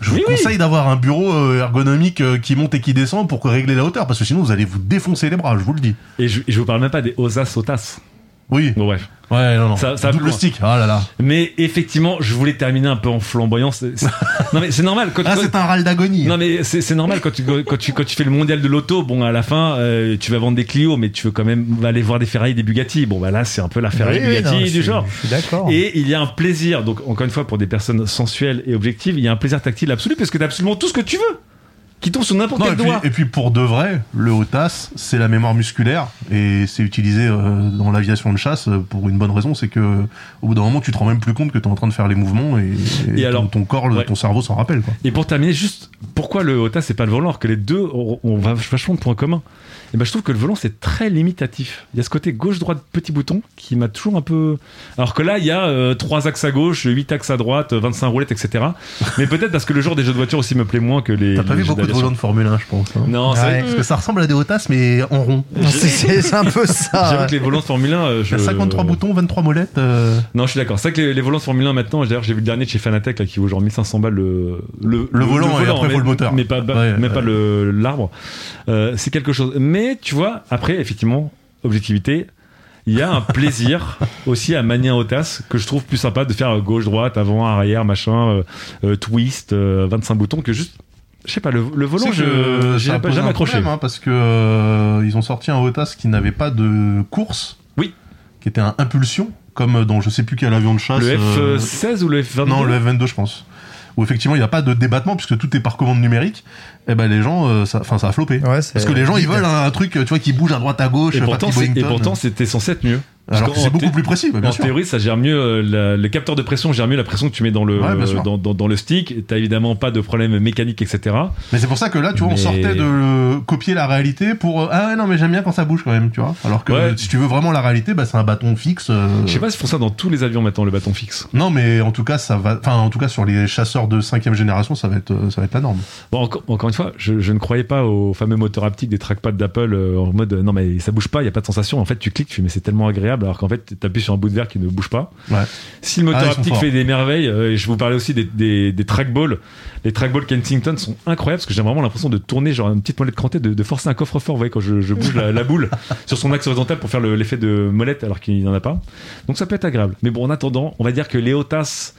Speaker 4: Je vous
Speaker 2: Oui, oui.
Speaker 4: conseille d'avoir un bureau euh, ergonomique euh, qui monte et qui descend pour régler la hauteur, parce que sinon vous allez vous défoncer les bras, je vous le dis.
Speaker 2: Et je, et je vous parle même pas des osas otas.
Speaker 4: Oui.
Speaker 2: Bon, bref.
Speaker 4: Ouais, non, non.
Speaker 2: Ça- ça va plus
Speaker 4: Double
Speaker 2: loin.
Speaker 4: stick. Ah là là.
Speaker 2: Mais effectivement, je voulais terminer un peu en flamboyant. C'est-
Speaker 4: *laughs*
Speaker 2: c'est- non, mais c'est normal. Quand,
Speaker 4: Ah,
Speaker 2: quand-
Speaker 4: c'est un râle d'agonie.
Speaker 2: Non mais c'est c'est normal quand tu, quand, tu, quand tu fais le mondial de l'auto, bon à la fin euh, tu vas vendre des Clio mais tu veux quand même aller voir des Ferrari et des Bugatti. Bon bah là c'est un peu la Ferrari
Speaker 1: Oui, oui,
Speaker 2: Bugatti
Speaker 1: non, je
Speaker 2: du
Speaker 1: suis-
Speaker 2: genre.
Speaker 1: Je suis d'accord.
Speaker 2: Et il y a un plaisir, donc encore une fois pour des personnes sensuelles et objectives, il y a un plaisir tactile absolu parce que t'as absolument tout ce que tu veux qui tombe sur n'importe
Speaker 4: Non,
Speaker 2: quel
Speaker 4: et, puis,
Speaker 2: doigt.
Speaker 4: et puis pour de vrai, le Hotas, c'est la mémoire musculaire et c'est utilisé euh, dans l'aviation de chasse euh, pour une bonne raison, c'est que euh, au bout d'un moment, tu te rends même plus compte que tu es en train de faire les mouvements et, et
Speaker 2: Et
Speaker 4: ton,
Speaker 2: alors
Speaker 4: ton corps, le-
Speaker 2: Ouais.
Speaker 4: ton cerveau s'en rappelle. Quoi.
Speaker 2: Et pour terminer, juste pourquoi le OTA c'est pas le volant alors que les deux ont ont va- vachement de points communs Et ben je trouve que le volant c'est très limitatif. Il y a ce côté gauche-droite petit bouton qui m'a toujours un peu. Alors que là il y a euh, trois axes à gauche, huit axes à droite, euh, 25 roulettes, etc. Mais peut-être parce que le genre des jeux de voiture aussi me plaît moins que les.
Speaker 4: T'as pas
Speaker 2: les
Speaker 4: vu
Speaker 2: jeux
Speaker 4: beaucoup de
Speaker 2: d'aviation.
Speaker 4: volants de Formule 1, je pense. hein.
Speaker 2: Non, c'est
Speaker 1: Ouais.
Speaker 4: Parce que ça ressemble à des Hotas, mais en rond.
Speaker 1: Non, c'est- C'est c'est un
Speaker 2: *laughs*
Speaker 1: peu ça.
Speaker 2: J'avoue que les volants de Formule 1, euh,
Speaker 4: Il y
Speaker 2: je...
Speaker 4: a 53 boutons, 23 molettes. euh,
Speaker 2: Non, je suis d'accord. C'est vrai que les, les volants de Formule 1 maintenant, d'ailleurs, j'ai vu le dernier de chez Fanatec là, qui vaut genre 1500 balles le, le,
Speaker 4: volant, et après,
Speaker 2: mais,
Speaker 4: faut le moteur.
Speaker 2: Mais pas,
Speaker 4: Ouais,
Speaker 2: mais
Speaker 4: ouais.
Speaker 2: pas le- l'arbre. Euh, c'est quelque chose. Mais tu vois, après, effectivement, objectivité, il y a un
Speaker 4: *laughs*
Speaker 2: plaisir aussi à manier un OTAS que je trouve plus sympa de faire gauche, droite, avant, arrière, machin, euh, euh, twist, euh, 25 boutons que juste. Je sais pas, le, le volant,
Speaker 4: Tu sais
Speaker 2: je
Speaker 4: que
Speaker 2: j'ai
Speaker 4: ça a
Speaker 2: pas-
Speaker 4: posé
Speaker 2: jamais
Speaker 4: un
Speaker 2: accroché.
Speaker 4: problème, hein, parce que euh, ils ont sorti un Hotas qui n'avait pas de course.
Speaker 2: Oui.
Speaker 4: Qui était un impulsion, comme dans je sais plus quel avion de chasse.
Speaker 2: le
Speaker 4: euh,
Speaker 2: F16 ou le F22
Speaker 4: Non, le F22, je pense. Où effectivement, il n'y a pas de débattement puisque tout est par commande numérique. Et ben les gens, euh, ça, enfin, ça a floppé.
Speaker 1: Ouais, c'est-
Speaker 4: Parce que les gens, ils veulent un, un truc, tu vois, qui bouge à droite à gauche.
Speaker 2: Et
Speaker 4: pas
Speaker 2: pourtant,
Speaker 4: petit
Speaker 2: c'est- et
Speaker 4: Boeington.
Speaker 2: pourtant, c'était censé être mieux.
Speaker 4: Alors que
Speaker 2: qu'en
Speaker 4: c'est beaucoup
Speaker 2: thé-
Speaker 4: plus précis, bah, bien
Speaker 2: en
Speaker 4: sûr.
Speaker 2: théorie, ça gère mieux euh, la- le capteur de pression gère mieux la pression que tu mets dans le
Speaker 4: Ouais, bien sûr.
Speaker 2: dans, dans- dans le stick. T'as évidemment pas de problème mécanique, etc.
Speaker 4: Mais c'est pour ça que là, tu vois, on
Speaker 2: Mais-
Speaker 4: sortait de euh, copier la réalité pour euh, ah ouais, non mais j'aime bien quand ça bouge quand même, tu vois. Alors que
Speaker 2: Ouais.
Speaker 4: si tu veux vraiment la réalité, bah c'est un bâton fixe. euh,
Speaker 2: Je sais pas si font ça dans tous les avions maintenant le bâton fixe.
Speaker 4: Non mais en tout cas ça va, enfin en tout cas sur les chasseurs de cinquième génération, ça va être euh, ça va être la norme.
Speaker 2: Bon, enco- encore une fois, je, je ne croyais pas au fameux moteur haptique des trackpads d'Apple euh, en mode euh, non mais ça bouge pas, il y a pas de sensation. En fait, tu cliques, tu fais mais c'est tellement agréable alors qu'en fait, tu appuies sur un bout de verre qui ne bouge pas.
Speaker 4: Ouais.
Speaker 2: Si le moteur
Speaker 4: Ah, ils sont
Speaker 2: haptique
Speaker 4: forts.
Speaker 2: fait des merveilles, euh, et je vous parlais aussi des, des, des trackballs, les trackballs Kensington sont incroyables parce que j'ai vraiment l'impression de tourner genre une petite molette crantée, de, de forcer un coffre-fort, vous voyez, quand je, je bouge la,
Speaker 1: *laughs*
Speaker 2: la boule sur son axe horizontal pour faire le- l'effet de molette alors qu'il n'y en a pas. Donc ça peut être agréable. Mais bon, en attendant, on va dire que les Otas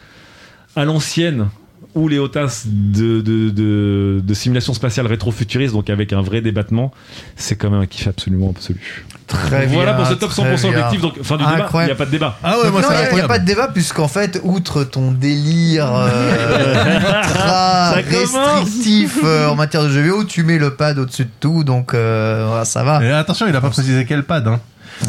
Speaker 2: à l'ancienne ou les Otas de, de, de, de simulation spatiale rétro-futuriste, donc avec un vrai débattement, c'est quand même un kiff absolument absolu.
Speaker 1: Très
Speaker 2: voilà
Speaker 1: bien,
Speaker 2: pour ce top
Speaker 1: très
Speaker 2: 100%
Speaker 1: bien.
Speaker 2: objectif, donc fin du débat, il
Speaker 1: Incroyable.
Speaker 2: n'y a pas de débat.
Speaker 4: Ah
Speaker 1: non, il n'y a, pas de débat, puisqu'en fait, outre ton délire euh, ultra
Speaker 2: *laughs* Ça commence.
Speaker 1: restrictif euh, en matière de jeux vidéo, tu mets le pad au-dessus de tout, donc euh, voilà, ça va.
Speaker 4: Et attention, il a pas précisé quel pad. Hein.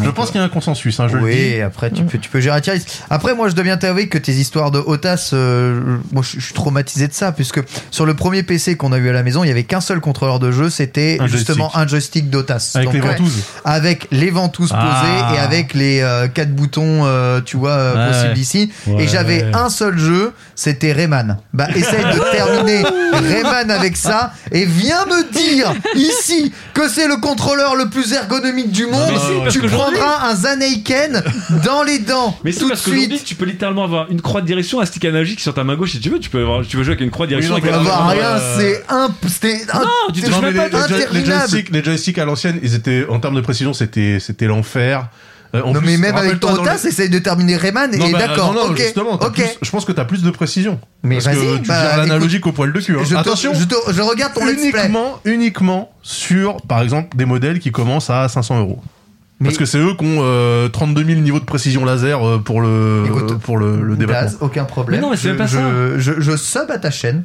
Speaker 4: Je pense qu'il y a un consensus, hein, je le dis.
Speaker 1: oui, après tu peux, tu peux gérer tier list. Après, moi, je deviens t'avouer que tes histoires de Otas, euh, moi, je je suis traumatisé de ça, puisque sur le premier PC qu'on a eu à la maison, il y avait qu'un seul contrôleur de jeu, c'était
Speaker 4: Un
Speaker 1: justement un joystick d'Otas.
Speaker 4: Avec
Speaker 1: Donc,
Speaker 4: les
Speaker 1: euh,
Speaker 4: ventouses.
Speaker 1: avec les ventouses posées
Speaker 4: Ah.
Speaker 1: et avec les euh, quatre boutons, euh, tu vois, euh,
Speaker 4: Ouais.
Speaker 1: possibles ici.
Speaker 2: Ouais.
Speaker 1: et j'avais un seul jeu, c'était Rayman. Bah, essaye
Speaker 2: *laughs*
Speaker 1: de terminer Rayman avec ça et viens me dire ici que c'est le contrôleur le plus ergonomique du monde.
Speaker 2: mais si, parce
Speaker 1: tu
Speaker 2: qu'aujourd'hui-
Speaker 1: prendras un Zaneiken dans les dents
Speaker 2: Mais c'est
Speaker 1: tout de
Speaker 2: parce qu'aujourd'hui,
Speaker 1: suite.
Speaker 2: tu peux littéralement avoir une croix de direction, un stick analogique sur ta main gauche si tu veux. Tu peux, avoir, tu peux jouer avec une croix de direction.
Speaker 4: Oui,
Speaker 2: avec
Speaker 4: non,
Speaker 2: la
Speaker 4: mais
Speaker 2: main
Speaker 1: Avoir
Speaker 4: euh,
Speaker 1: Ah, bah, rien, c'est imp... c'était un.
Speaker 2: Non, tu touches
Speaker 4: Non, mais
Speaker 2: même pas.
Speaker 4: les, les, joy- les
Speaker 1: interminable.
Speaker 4: joysticks, les joysticks à l'ancienne, ils étaient en termes de précision, c'était c'était l'enfer. Euh, en
Speaker 1: Non,
Speaker 4: plus,
Speaker 1: mais même avec ton
Speaker 4: rappelle-toi dans
Speaker 1: Otas,
Speaker 4: les-
Speaker 1: essaye de terminer Rayman
Speaker 4: Non,
Speaker 1: et
Speaker 4: bah,
Speaker 1: d'accord.
Speaker 4: non, non,
Speaker 1: ok,
Speaker 4: justement, t'as
Speaker 1: ok.
Speaker 4: plus- je pense que t'as plus de précision.
Speaker 1: Mais
Speaker 4: Parce que
Speaker 1: vas-y,
Speaker 4: tu
Speaker 1: bah,
Speaker 4: gères
Speaker 1: écoute,
Speaker 4: l'analogique au poil de cul. hein.
Speaker 1: Je, te-
Speaker 4: Attention,
Speaker 1: je, te- je regarde ton let's play.
Speaker 4: uniquement, uniquement sur, par exemple, des modèles qui commencent à 500 euros. Parce
Speaker 1: Mais-
Speaker 4: que c'est eux qui ont euh, 32 000 niveaux de précision laser euh, pour le,
Speaker 1: Écoute,
Speaker 4: pour euh, le, le développement.
Speaker 1: Daz, aucun problème.
Speaker 2: Mais non, mais c'est
Speaker 1: je,
Speaker 2: même pas
Speaker 1: je,
Speaker 2: ça.
Speaker 1: Je, je sub à ta chaîne.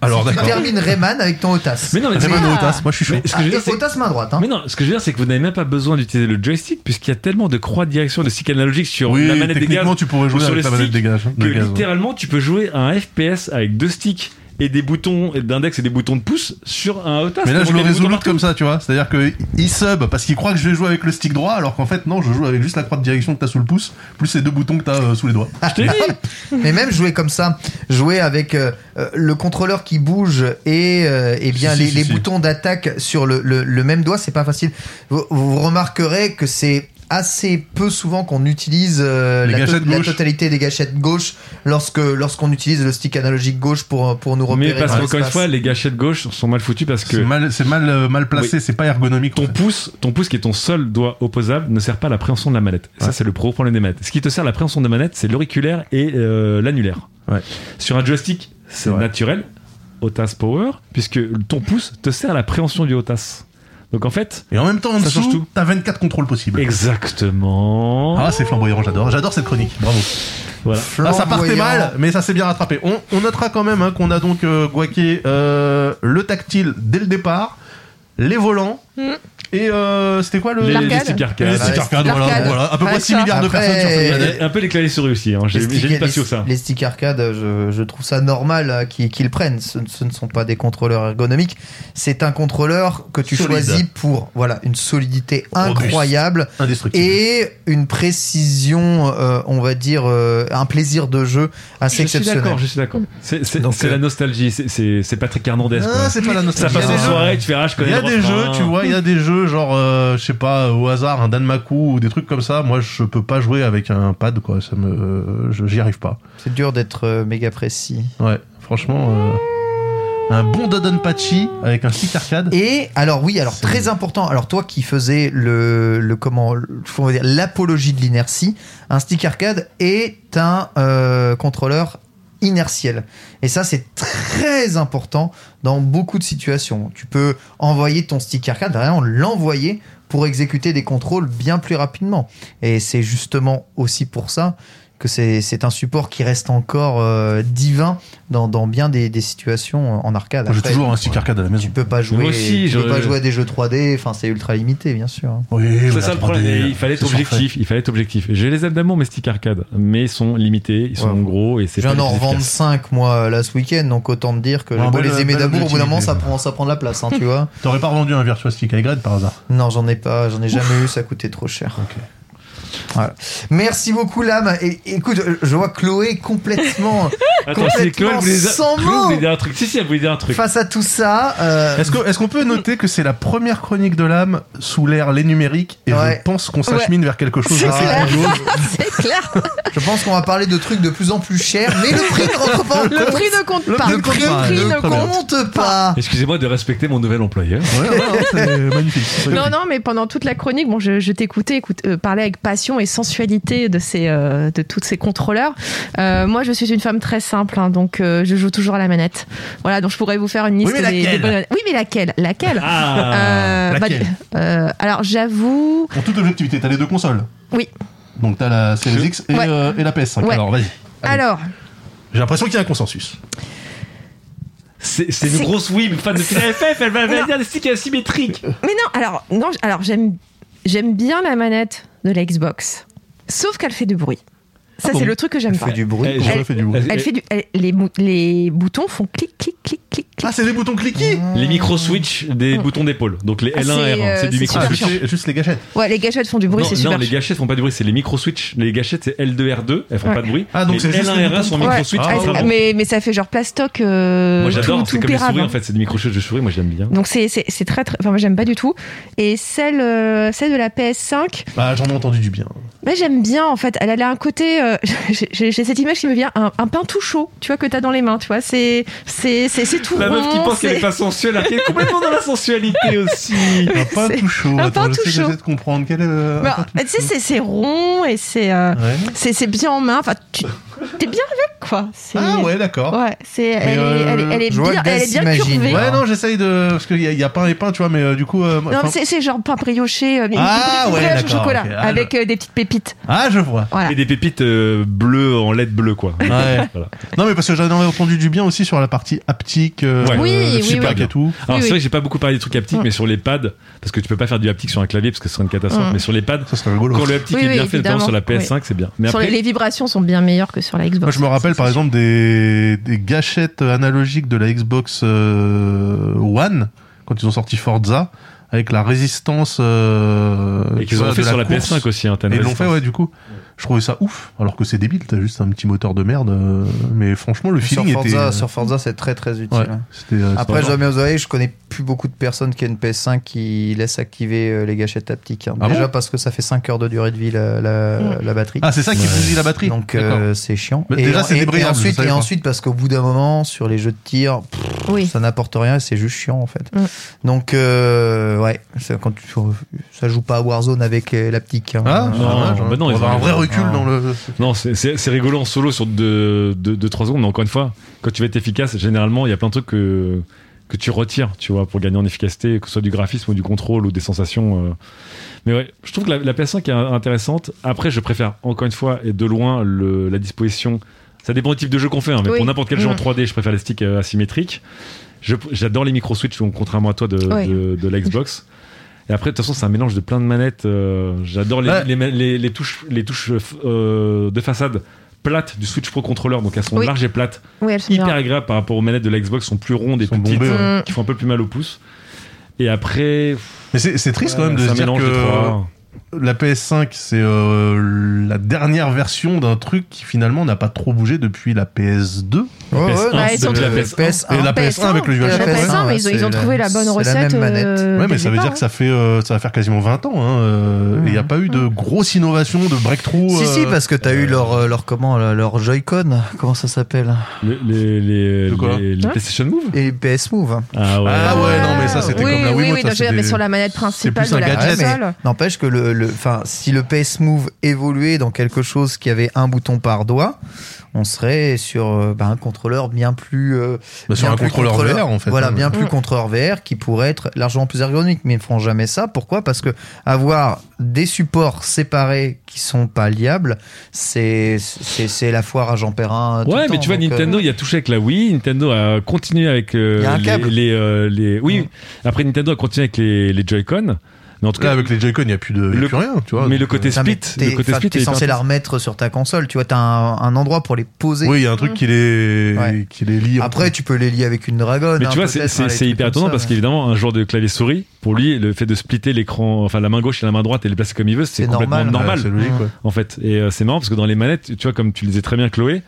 Speaker 4: Alors
Speaker 1: Tu
Speaker 4: d'accord.
Speaker 1: termines Rayman avec ton Otas.
Speaker 2: Mais non, mais,
Speaker 4: C'est
Speaker 2: c'est-
Speaker 4: pas nos tasses, moi je suis chaud.
Speaker 2: Mais- ce que
Speaker 1: Ah,
Speaker 2: je veux dire,
Speaker 1: et
Speaker 2: c'est-
Speaker 1: Otas main droite. Hein.
Speaker 2: mais non, ce que je veux dire, c'est que vous n'avez même pas besoin d'utiliser le joystick, puisqu'il y a tellement de croix de direction, de stick analogique sur
Speaker 4: Oui,
Speaker 2: la manette des gaz
Speaker 4: techniquement tu pourrais
Speaker 2: ou
Speaker 4: jouer
Speaker 2: sur le
Speaker 4: avec la manette
Speaker 2: stick
Speaker 4: des gaz. hein.
Speaker 2: que
Speaker 4: de gaz, ouais.
Speaker 2: littéralement tu peux jouer à un FPS avec deux sticks et des boutons d'index et des boutons de pouce sur un OTAS.
Speaker 4: Mais là,
Speaker 2: Donc,
Speaker 4: je
Speaker 2: il y
Speaker 4: le
Speaker 2: a des boutons
Speaker 4: résous
Speaker 2: partout.
Speaker 4: comme ça, tu vois. C'est-à-dire que il sub parce qu'il croit que je vais jouer avec le stick droit, alors qu'en fait, non, je joue avec juste la croix de direction que t'as sous le pouce, plus les deux boutons que t'as euh, sous les doigts.
Speaker 2: Je t'ai dit.
Speaker 1: *laughs* Mais même jouer comme ça, jouer avec euh, euh, le contrôleur qui bouge et, euh, eh bien
Speaker 4: Si, si,
Speaker 1: les,
Speaker 4: si,
Speaker 1: les
Speaker 4: si.
Speaker 1: boutons d'attaque sur le, le- le même doigt, c'est pas facile. Vous, vous remarquerez que c'est assez peu souvent qu'on utilise euh,
Speaker 4: Les
Speaker 1: la, to-
Speaker 4: gâchettes
Speaker 1: la
Speaker 4: gauche.
Speaker 1: totalité des gâchettes gauche lorsque lorsqu'on utilise le stick analogique gauche pour pour nous repérer
Speaker 2: Mais parce
Speaker 1: dans
Speaker 2: qu'encore une
Speaker 1: l'espace.
Speaker 2: fois, les gâchettes gauche sont mal foutues parce
Speaker 4: *laughs* C'est
Speaker 2: que
Speaker 4: mal, c'est mal, euh, mal placé, c'est pas ergonomique. en
Speaker 2: ton
Speaker 4: fait.
Speaker 2: pouce, ton pouce qui est ton seul doigt opposable ne sert pas à la préhension de la manette. Ça,
Speaker 4: Ouais.
Speaker 2: c'est le pro problème des manettes. Ce qui te sert à la préhension de la manette, c'est l'auriculaire et euh, l'annulaire.
Speaker 4: Ouais.
Speaker 2: Sur un joystick, c'est
Speaker 4: vrai.
Speaker 2: naturel, OTAS Power, puisque ton pouce te sert à la préhension du OTAS. Donc en fait,
Speaker 4: Et en même temps, en
Speaker 2: Ça change
Speaker 4: dessous,
Speaker 2: tout.
Speaker 4: t'as 24 contrôles possibles.
Speaker 2: exactement.
Speaker 4: Ah, c'est flamboyant, j'adore. J'adore cette chronique. Bravo.
Speaker 2: Voilà.
Speaker 4: Ah, ça partait
Speaker 1: Flamboyant.
Speaker 4: mal, mais ça s'est bien rattrapé. On, on notera quand même hein, qu'on a donc euh, guaqué euh, le tactile dès le départ, les volants, et euh, c'était quoi le.
Speaker 2: Les, les
Speaker 3: L'arcade.
Speaker 2: sticks
Speaker 4: Les
Speaker 2: arcade.
Speaker 4: stick arcade, voilà,
Speaker 3: L'arcade.
Speaker 4: voilà. À peu près
Speaker 3: Ouais,
Speaker 4: 6
Speaker 3: ça.
Speaker 4: milliards de
Speaker 1: Après,
Speaker 4: personnes sur cette
Speaker 1: euh,
Speaker 4: planète.
Speaker 2: Un peu les claviers souris aussi, hein. j'ai
Speaker 1: Les
Speaker 2: j'ai
Speaker 1: sticks-
Speaker 2: mis patio
Speaker 1: les-
Speaker 2: ça.
Speaker 1: Les sticks arcade, je, je trouve ça normal euh, qu'ils qu'ils le prennent. Ce, ce ne sont pas des contrôleurs ergonomiques. C'est un contrôleur que tu
Speaker 4: Solide.
Speaker 1: choisis pour voilà une solidité
Speaker 4: Robuste.
Speaker 1: incroyable
Speaker 4: Indestructible.
Speaker 1: et une précision, euh, on va dire, euh, un plaisir de jeu assez
Speaker 2: Je suis d'accord,
Speaker 1: exceptionnel.
Speaker 2: je suis d'accord. C'est c'est-
Speaker 1: Donc,
Speaker 2: c'est
Speaker 1: euh,
Speaker 2: la nostalgie, c'est- c'est c'est Patrick Hernandez. quoi.
Speaker 4: Ah, c'est pas la
Speaker 2: Ça
Speaker 4: nostalgie.
Speaker 2: passe
Speaker 4: Il y a
Speaker 2: en
Speaker 4: des
Speaker 2: soirée,
Speaker 4: jeux-
Speaker 2: tu fais ah, je
Speaker 4: Il
Speaker 2: connais
Speaker 4: y a
Speaker 2: le
Speaker 4: des
Speaker 2: refrain.
Speaker 4: jeux, tu vois, il y a des jeux genre, euh, je sais pas, au hasard, un Danmaku ou des trucs comme ça. Moi, je peux pas jouer avec un pad, quoi. Ça me, euh, je- j'y arrive pas.
Speaker 1: C'est dur d'être euh, méga précis.
Speaker 4: Ouais, franchement, euh, un bon Dodonpachi avec un stick arcade.
Speaker 1: Et alors oui, alors très important. Alors toi qui faisais le, le comment, le- on va dire l'apologie de l'inertie, un stick arcade est un euh, contrôleur inertiel. Et ça c'est très important dans beaucoup de situations. Tu peux envoyer ton stick arcade, vraiment l'envoyer pour exécuter des contrôles bien plus rapidement. Et c'est justement aussi pour ça que c'est c'est un support qui reste encore euh, divin dans, dans bien des, des situations en arcade.
Speaker 4: Moi, J'ai
Speaker 1: Après,
Speaker 4: toujours un stick arcade à la maison.
Speaker 1: Tu peux pas jouer,
Speaker 2: Moi aussi,
Speaker 1: tu peux
Speaker 2: je-
Speaker 1: pas jouer à des jeux 3D, enfin c'est ultra limité bien sûr.
Speaker 4: Oui, mais
Speaker 2: C'est
Speaker 4: la
Speaker 2: ça le
Speaker 4: 3D,
Speaker 2: problème. Et il fallait
Speaker 4: c'est
Speaker 2: être objectif. Il fallait être objectif. J'ai les ailes d'amour, mes sticks arcade, mais ils sont limités, ils sont
Speaker 1: Ouais.
Speaker 2: gros et c'est
Speaker 1: Je
Speaker 2: pas
Speaker 1: viens
Speaker 2: les
Speaker 1: d'en
Speaker 2: plus
Speaker 1: revendre
Speaker 2: efficaces.
Speaker 1: 5 moi là ce week-end, donc autant te dire que
Speaker 4: Ah,
Speaker 1: le beau
Speaker 4: belle-
Speaker 1: les aimer
Speaker 4: belle
Speaker 1: d'amour, au bout d'un moment ça
Speaker 4: utilité.
Speaker 1: prend, ça prend de la place, hein, tu vois. *laughs*
Speaker 4: fait. T'aurais pas revendu un Virtua Stick à Y par hasard
Speaker 1: Non, j'en ai pas, j'en ai jamais eu, ça coûtait trop cher.
Speaker 4: Ok.
Speaker 1: Voilà. Merci beaucoup Lame. Et, écoute, je vois Chloé complètement
Speaker 2: Attends, c'est Chloé, elle
Speaker 1: complètement
Speaker 2: voulait dire-
Speaker 1: sans
Speaker 2: Chloé voulait
Speaker 1: mots.
Speaker 2: dire un truc. Si, si, elle voulait dire un truc.
Speaker 1: face à tout ça. euh,
Speaker 4: Est-ce que- est-ce qu'on peut noter que c'est la première chronique de l'âme sous l'ère les numériques et
Speaker 1: Ouais.
Speaker 4: je pense qu'on s'achemine vers quelque chose
Speaker 1: C'est
Speaker 4: d'assez
Speaker 1: clair. *laughs*
Speaker 4: grandiose.
Speaker 3: Ah, C'est clair.
Speaker 1: Je pense qu'on va parler de trucs de plus en plus chers, mais le prix ne rentre pas en
Speaker 3: Le
Speaker 1: compte.
Speaker 3: prix ne compte
Speaker 1: Le
Speaker 3: pas.
Speaker 1: prix ne
Speaker 4: le prix ne
Speaker 1: compte pas.
Speaker 2: Excusez-moi de respecter mon nouvel employeur.
Speaker 4: Ouais, ouais, ouais,
Speaker 3: *laughs*
Speaker 4: c'est magnifique. c'est
Speaker 3: Non,
Speaker 4: magnifique.
Speaker 3: non, mais pendant toute la chronique, bon, je, je t'écoutais écoute, euh, parler avec passion et sensualité de ces, euh, de tous ces contrôleurs. Euh, moi, je suis une femme très simple, hein, donc euh, je joue toujours à la manette. Voilà, donc je pourrais vous faire une liste
Speaker 4: mais
Speaker 3: des- des,
Speaker 4: laquelle
Speaker 3: bonnes manettes. Oui, mais laquelle Laquelle
Speaker 2: Ah,
Speaker 3: Euh, bah,
Speaker 4: laquelle
Speaker 3: euh, Alors, j'avoue,
Speaker 4: Pour toute objectivité, t'as les deux consoles.
Speaker 3: oui.
Speaker 4: Donc t'as la Series X et,
Speaker 3: Ouais.
Speaker 4: euh, et la PS5.
Speaker 3: Ouais.
Speaker 4: Alors vas-y. Allez.
Speaker 3: Alors,
Speaker 4: J'ai l'impression qu'il y a un consensus.
Speaker 2: c'est c'est une
Speaker 3: c'est-
Speaker 2: grosse wim fan de FF. Elle va, elle va
Speaker 3: Non.
Speaker 2: dire des sticks asymétriques.
Speaker 3: mais non, alors, non, j- alors j'aime, j'aime bien la manette de la Xbox, sauf qu'elle fait du bruit. Ça,
Speaker 2: bon
Speaker 3: c'est le truc que j'aime
Speaker 1: Elle
Speaker 3: pas.
Speaker 1: fait du bruit.
Speaker 2: Eh,
Speaker 3: Elle-
Speaker 4: fait du bruit.
Speaker 3: Elle fait du, elle- les, mou- les boutons font clic, clic, clic, clic, clic.
Speaker 4: Ah, c'est des boutons cliquis
Speaker 2: Les micro-switch des boutons d'épaule. Donc les
Speaker 3: Ah,
Speaker 2: L1
Speaker 3: c'est,
Speaker 2: R1. C'est
Speaker 3: euh,
Speaker 2: du
Speaker 3: c'est
Speaker 2: micro
Speaker 4: Ah,
Speaker 3: super
Speaker 4: juste,
Speaker 3: chiant.
Speaker 4: les- juste les gâchettes.
Speaker 3: Ouais, les gâchettes font du bruit,
Speaker 2: non,
Speaker 3: c'est
Speaker 2: non,
Speaker 3: super
Speaker 2: les
Speaker 3: chiant.
Speaker 2: gâchettes font pas de bruit, c'est les micro-switch. Les gâchettes, c'est L2, R2, elles font
Speaker 3: Ouais.
Speaker 2: pas de bruit.
Speaker 4: Ah, donc
Speaker 2: Et
Speaker 4: c'est juste
Speaker 2: L1,
Speaker 4: les
Speaker 2: R1 sont
Speaker 4: boutons.
Speaker 2: micro-switch.
Speaker 3: Ouais,
Speaker 4: Ah,
Speaker 2: contrairement.
Speaker 3: ah, mais, mais ça fait genre plastoc. euh,
Speaker 2: Moi
Speaker 3: tout-
Speaker 2: j'adore,
Speaker 3: tout
Speaker 2: c'est comme les
Speaker 3: pérave,
Speaker 2: souris
Speaker 3: hein.
Speaker 2: en fait, c'est des micro-switch de souris, moi j'aime bien.
Speaker 3: Donc c'est c'est- c'est très très. Enfin, moi j'aime pas du tout. Et celle, euh, celle de la PS5,
Speaker 4: Ah, j'en ai entendu
Speaker 3: *laughs*
Speaker 4: du bien.
Speaker 3: bah, j'aime bien en fait. Elle, elle a un côté. euh, *laughs* j'ai- J'ai j'ai cette image qui me vient, un, un pain tout chaud, tu vois, que t'as dans les mains, tu vois. C'est c'est- c'est- c'est tout.
Speaker 2: La meuf qui
Speaker 3: rond,
Speaker 2: pense qu'elle
Speaker 3: c'est-
Speaker 2: est pas sensuelle, elle est complètement dans la
Speaker 3: *laughs*
Speaker 2: sensualité aussi.
Speaker 4: Un pain
Speaker 3: C'est-
Speaker 4: tout chaud.
Speaker 3: un
Speaker 4: Attends,
Speaker 3: pain tout
Speaker 4: je sais que
Speaker 3: chaud.
Speaker 4: j'essaie de comprendre. Quel est le-
Speaker 3: *laughs*
Speaker 4: un
Speaker 3: Bah,
Speaker 4: pain tout
Speaker 3: tu sais,
Speaker 4: chaud
Speaker 3: c'est- c'est rond et c'est euh,
Speaker 4: Ouais.
Speaker 3: c'est c'est bien en main. Enfin, tu t'es bien avec quoi. C'est-
Speaker 4: Ah ouais, d'accord.
Speaker 3: Ouais, c'est
Speaker 4: Mais,
Speaker 3: elle,
Speaker 4: euh,
Speaker 3: est, elle, est- elle est
Speaker 1: je vois
Speaker 3: bien,
Speaker 1: que
Speaker 3: elle
Speaker 1: Daz
Speaker 3: est bien
Speaker 1: s'imagine.
Speaker 3: curvée.
Speaker 4: Ouais, non, j'essaye de. Parce qu'il y, a- il y a pain et pain, tu vois, mais euh, du coup. euh,
Speaker 3: Non,
Speaker 4: enfin-
Speaker 3: mais c'est c'est genre pain brioché, euh, mais
Speaker 4: Ah,
Speaker 3: une petite
Speaker 4: ouais,
Speaker 3: brioche au
Speaker 4: d'accord,
Speaker 3: chocolat,
Speaker 4: ok. Ah,
Speaker 3: avec euh, des petites pépites.
Speaker 4: Ah, je
Speaker 3: *laughs*
Speaker 4: vois.
Speaker 3: Voilà.
Speaker 2: Et des pépites euh, bleues en LED bleu quoi.
Speaker 4: Ouais.
Speaker 2: Voilà.
Speaker 4: Non, mais parce que j'en ai entendu du bien aussi sur la partie haptique, euh,
Speaker 2: Ouais.
Speaker 3: Oui,
Speaker 4: le
Speaker 3: oui,
Speaker 4: feedback
Speaker 2: oui.
Speaker 4: et tout.
Speaker 2: Alors
Speaker 3: Oui,
Speaker 2: c'est
Speaker 3: oui.
Speaker 2: vrai que j'ai pas beaucoup parlé des trucs haptiques, mais sur les pads, parce que tu peux pas faire du haptique sur un clavier parce que ce serait une catastrophe,
Speaker 3: Mm.
Speaker 2: mais sur les pads,
Speaker 4: Ça serait rigolo.
Speaker 2: quand le haptique
Speaker 3: Oui,
Speaker 2: est bien
Speaker 3: oui,
Speaker 2: fait, notamment
Speaker 3: évidemment.
Speaker 2: sur la PS5, c'est bien. Mais
Speaker 3: Sur
Speaker 2: après,
Speaker 3: les, les vibrations sont bien meilleures que sur la Xbox.
Speaker 4: Moi, je me rappelle par exemple des, des gâchettes analogiques de la Xbox euh, One quand ils ont sorti Forza avec la résistance euh,
Speaker 2: et
Speaker 4: tu
Speaker 2: qu'ils ont
Speaker 4: vois,
Speaker 2: fait
Speaker 4: de la
Speaker 2: sur la
Speaker 4: course.
Speaker 2: PS5 aussi, hein, t'as une
Speaker 4: Et ils l'ont
Speaker 2: résistance.
Speaker 4: fait, ouais, du coup. Je trouvais ça ouf, alors que c'est débile, t'as juste un petit moteur de merde. euh, mais franchement, le
Speaker 1: Sur
Speaker 4: feeling était.
Speaker 1: Forza,
Speaker 4: euh,
Speaker 1: sur Forza, c'est très très utile.
Speaker 4: ouais, c'était, euh, c'était
Speaker 1: Après, je dois
Speaker 4: vraiment-
Speaker 1: bien vous avouer, je connais plus beaucoup de personnes qui ont une PS5 qui laissent activer euh, les gâchettes haptiques. hein.
Speaker 4: Ah
Speaker 1: Déjà
Speaker 4: bon
Speaker 1: parce que ça fait 5 heures de durée de vie la, la-
Speaker 3: Mm.
Speaker 1: la batterie.
Speaker 4: Ah, c'est ça qui
Speaker 2: Ouais.
Speaker 4: bousille la batterie.
Speaker 1: Donc
Speaker 4: D'accord.
Speaker 1: euh, c'est chiant.
Speaker 4: Mais déjà, c'est
Speaker 1: et
Speaker 4: débrayable, je
Speaker 1: ensuite,
Speaker 4: savais
Speaker 1: et
Speaker 4: pas.
Speaker 1: ensuite, parce qu'au bout d'un moment, sur les jeux de tir,
Speaker 3: Oui.
Speaker 1: ça n'apporte rien, c'est juste chiant en fait.
Speaker 3: Mm.
Speaker 1: Donc euh, ouais, ça, quand tu, ça joue pas à Warzone avec euh, la petite. hein.
Speaker 4: Ah,
Speaker 2: Non,
Speaker 4: ah,
Speaker 2: bah
Speaker 4: genre,
Speaker 2: non,
Speaker 4: on
Speaker 2: ils
Speaker 4: va avoir
Speaker 2: ont-
Speaker 4: un vrai recul
Speaker 1: Ah.
Speaker 4: dans le.
Speaker 2: Non, c'est- c'est c'est rigolo en solo sur 2-3 secondes, mais encore une fois, quand tu veux être efficace, généralement, il y a plein de trucs que, que tu retires, tu vois, pour gagner en efficacité, que ce soit du graphisme ou du contrôle ou des sensations. euh. Mais ouais, je trouve que la, la PS5 est intéressante. Après, je préfère, encore une fois, et de loin, le- la disposition. Ça dépend du type de jeu qu'on fait, hein, mais
Speaker 3: Oui.
Speaker 2: pour n'importe quel jeu en
Speaker 3: Mhm.
Speaker 2: 3D, je préfère les sticks euh, asymétriques. Je- J'adore les micro-switch, donc, contrairement à toi, de,
Speaker 3: Oui.
Speaker 2: de, de la Xbox. Et après, de toute façon, c'est un mélange de plein de manettes. euh, J'adore les,
Speaker 4: Ouais.
Speaker 2: les, ma- les- les touches, les touches euh, de façade plates du Switch Pro Controller. Donc elles sont
Speaker 3: Oui.
Speaker 2: larges et plates,
Speaker 3: Oui, elles sont
Speaker 2: hyper
Speaker 3: bien.
Speaker 2: agréables par rapport aux manettes de la Xbox, sont plus rondes et
Speaker 4: Sont
Speaker 2: plus petites,
Speaker 4: bombées,
Speaker 3: ouais.
Speaker 2: qui font un peu plus mal au pouce. Et après,
Speaker 4: Mais c'est c'est triste quand même de
Speaker 2: c'est
Speaker 4: se
Speaker 2: un
Speaker 4: dire
Speaker 2: mélange des
Speaker 4: que.
Speaker 2: trois.
Speaker 4: La PS5, c'est euh, la dernière version d'un truc qui finalement n'a pas trop bougé depuis la PS2
Speaker 1: Ouais, ouais, non,
Speaker 2: PS1,
Speaker 3: Ouais, ils
Speaker 1: c'est
Speaker 3: sont
Speaker 1: le
Speaker 2: tous- la
Speaker 1: PS1.
Speaker 4: et
Speaker 3: PS1,
Speaker 4: la PS1 avec le
Speaker 1: et
Speaker 3: La
Speaker 4: DualShock.
Speaker 1: la
Speaker 4: ouais.
Speaker 3: PS1, mais ils ont, ils ont
Speaker 1: c'est
Speaker 3: trouvé
Speaker 1: la-
Speaker 3: la bonne
Speaker 1: c'est la
Speaker 3: recette.
Speaker 1: même manette.
Speaker 3: euh,
Speaker 4: Ouais,
Speaker 3: dès
Speaker 4: mais
Speaker 3: le
Speaker 4: ça veut
Speaker 3: départ,
Speaker 4: dire que
Speaker 1: hein.
Speaker 4: ça fait, euh, ça va faire quasiment 20 ans. Hein, euh, et il n'y a pas eu de grosse innovation, de breakthrough.
Speaker 1: Mmh. Si
Speaker 4: euh,
Speaker 1: si parce que t'as eu leur euh, leur comment leur- leur Joy-Con comment ça s'appelle
Speaker 2: Le- les, les,
Speaker 4: De quoi
Speaker 2: les- les
Speaker 3: Hein
Speaker 2: PlayStation Move
Speaker 1: et PS Move
Speaker 2: Ah ouais.
Speaker 4: Ah
Speaker 3: hein.
Speaker 4: ouais, non, mais ça, c'était
Speaker 3: oui,
Speaker 4: comme la
Speaker 3: oui,
Speaker 4: Wiimote,
Speaker 3: Oui, non, je veux
Speaker 4: ça,
Speaker 3: dire,
Speaker 4: c'était-
Speaker 3: mais sur la manette
Speaker 4: c'est
Speaker 3: principale
Speaker 4: plus
Speaker 3: de
Speaker 4: un
Speaker 3: la
Speaker 1: Ouais,
Speaker 4: gadget.
Speaker 3: console.
Speaker 1: mais n'empêche que le, le- enfin, si le PS Move évoluait dans quelque chose qui avait un bouton par doigt, on serait sur euh, bah, un contrôleur bien plus. euh,
Speaker 4: Bah, sur
Speaker 1: bien
Speaker 4: un
Speaker 1: plus
Speaker 4: contrôleur VR, en fait,
Speaker 1: Voilà,
Speaker 4: hein.
Speaker 1: bien plus
Speaker 3: Mm.
Speaker 1: contrôleur VR qui pourrait être largement plus ergonomique, mais ils feront jamais ça. Pourquoi Parce que avoir des supports séparés qui sont pas liables, c'est c'est c'est la foire à Jean Perrin. tout
Speaker 2: Ouais,
Speaker 1: le
Speaker 2: mais
Speaker 1: temps,
Speaker 2: tu vois,
Speaker 1: donc, euh,
Speaker 2: Nintendo, il a touché avec la Wii. Nintendo a continué avec euh,
Speaker 1: Il y a un
Speaker 2: les,
Speaker 1: câble.
Speaker 2: les, euh, les- Oui, après Nintendo a continué avec les, les Joy-Con. Mais en tout
Speaker 4: Là,
Speaker 2: cas,
Speaker 4: avec les Joy-Con, il n'y a plus de y a
Speaker 2: Le-
Speaker 4: plus rien, tu vois.
Speaker 2: mais
Speaker 4: Donc,
Speaker 2: le côté
Speaker 1: Putain,
Speaker 2: split,
Speaker 1: euh, mais
Speaker 2: le
Speaker 1: t'es-
Speaker 2: côté
Speaker 1: enfin,
Speaker 2: split
Speaker 1: t'es
Speaker 2: est
Speaker 1: censé
Speaker 2: hyper-
Speaker 1: la remettre sur ta console, tu vois, t'as un, un endroit pour les poser.
Speaker 4: euh, Oui, il y a un truc qui les,
Speaker 1: Mmh. Ouais.
Speaker 4: qui les lie.
Speaker 1: Après, tu peux les lier avec une dragonne.
Speaker 2: Mais
Speaker 1: hein,
Speaker 2: tu vois, c'est-
Speaker 1: peut-être, hein,
Speaker 2: c'est
Speaker 1: les
Speaker 2: c'est
Speaker 1: trucs
Speaker 2: hyper
Speaker 1: comme
Speaker 2: étonnant
Speaker 1: ça,
Speaker 2: parce
Speaker 1: mais-
Speaker 2: qu'évidemment, un joueur de clavier souris, pour lui, le fait de splitter l'écran, enfin la main gauche et la main droite et les placer comme il veut, c'est
Speaker 1: C'est
Speaker 2: complètement
Speaker 1: normal.
Speaker 2: normal,
Speaker 4: Ouais, c'est logique, ouais.
Speaker 2: en fait. Et euh, c'est marrant parce que dans les manettes, tu vois, comme tu le disais très bien, Chloé,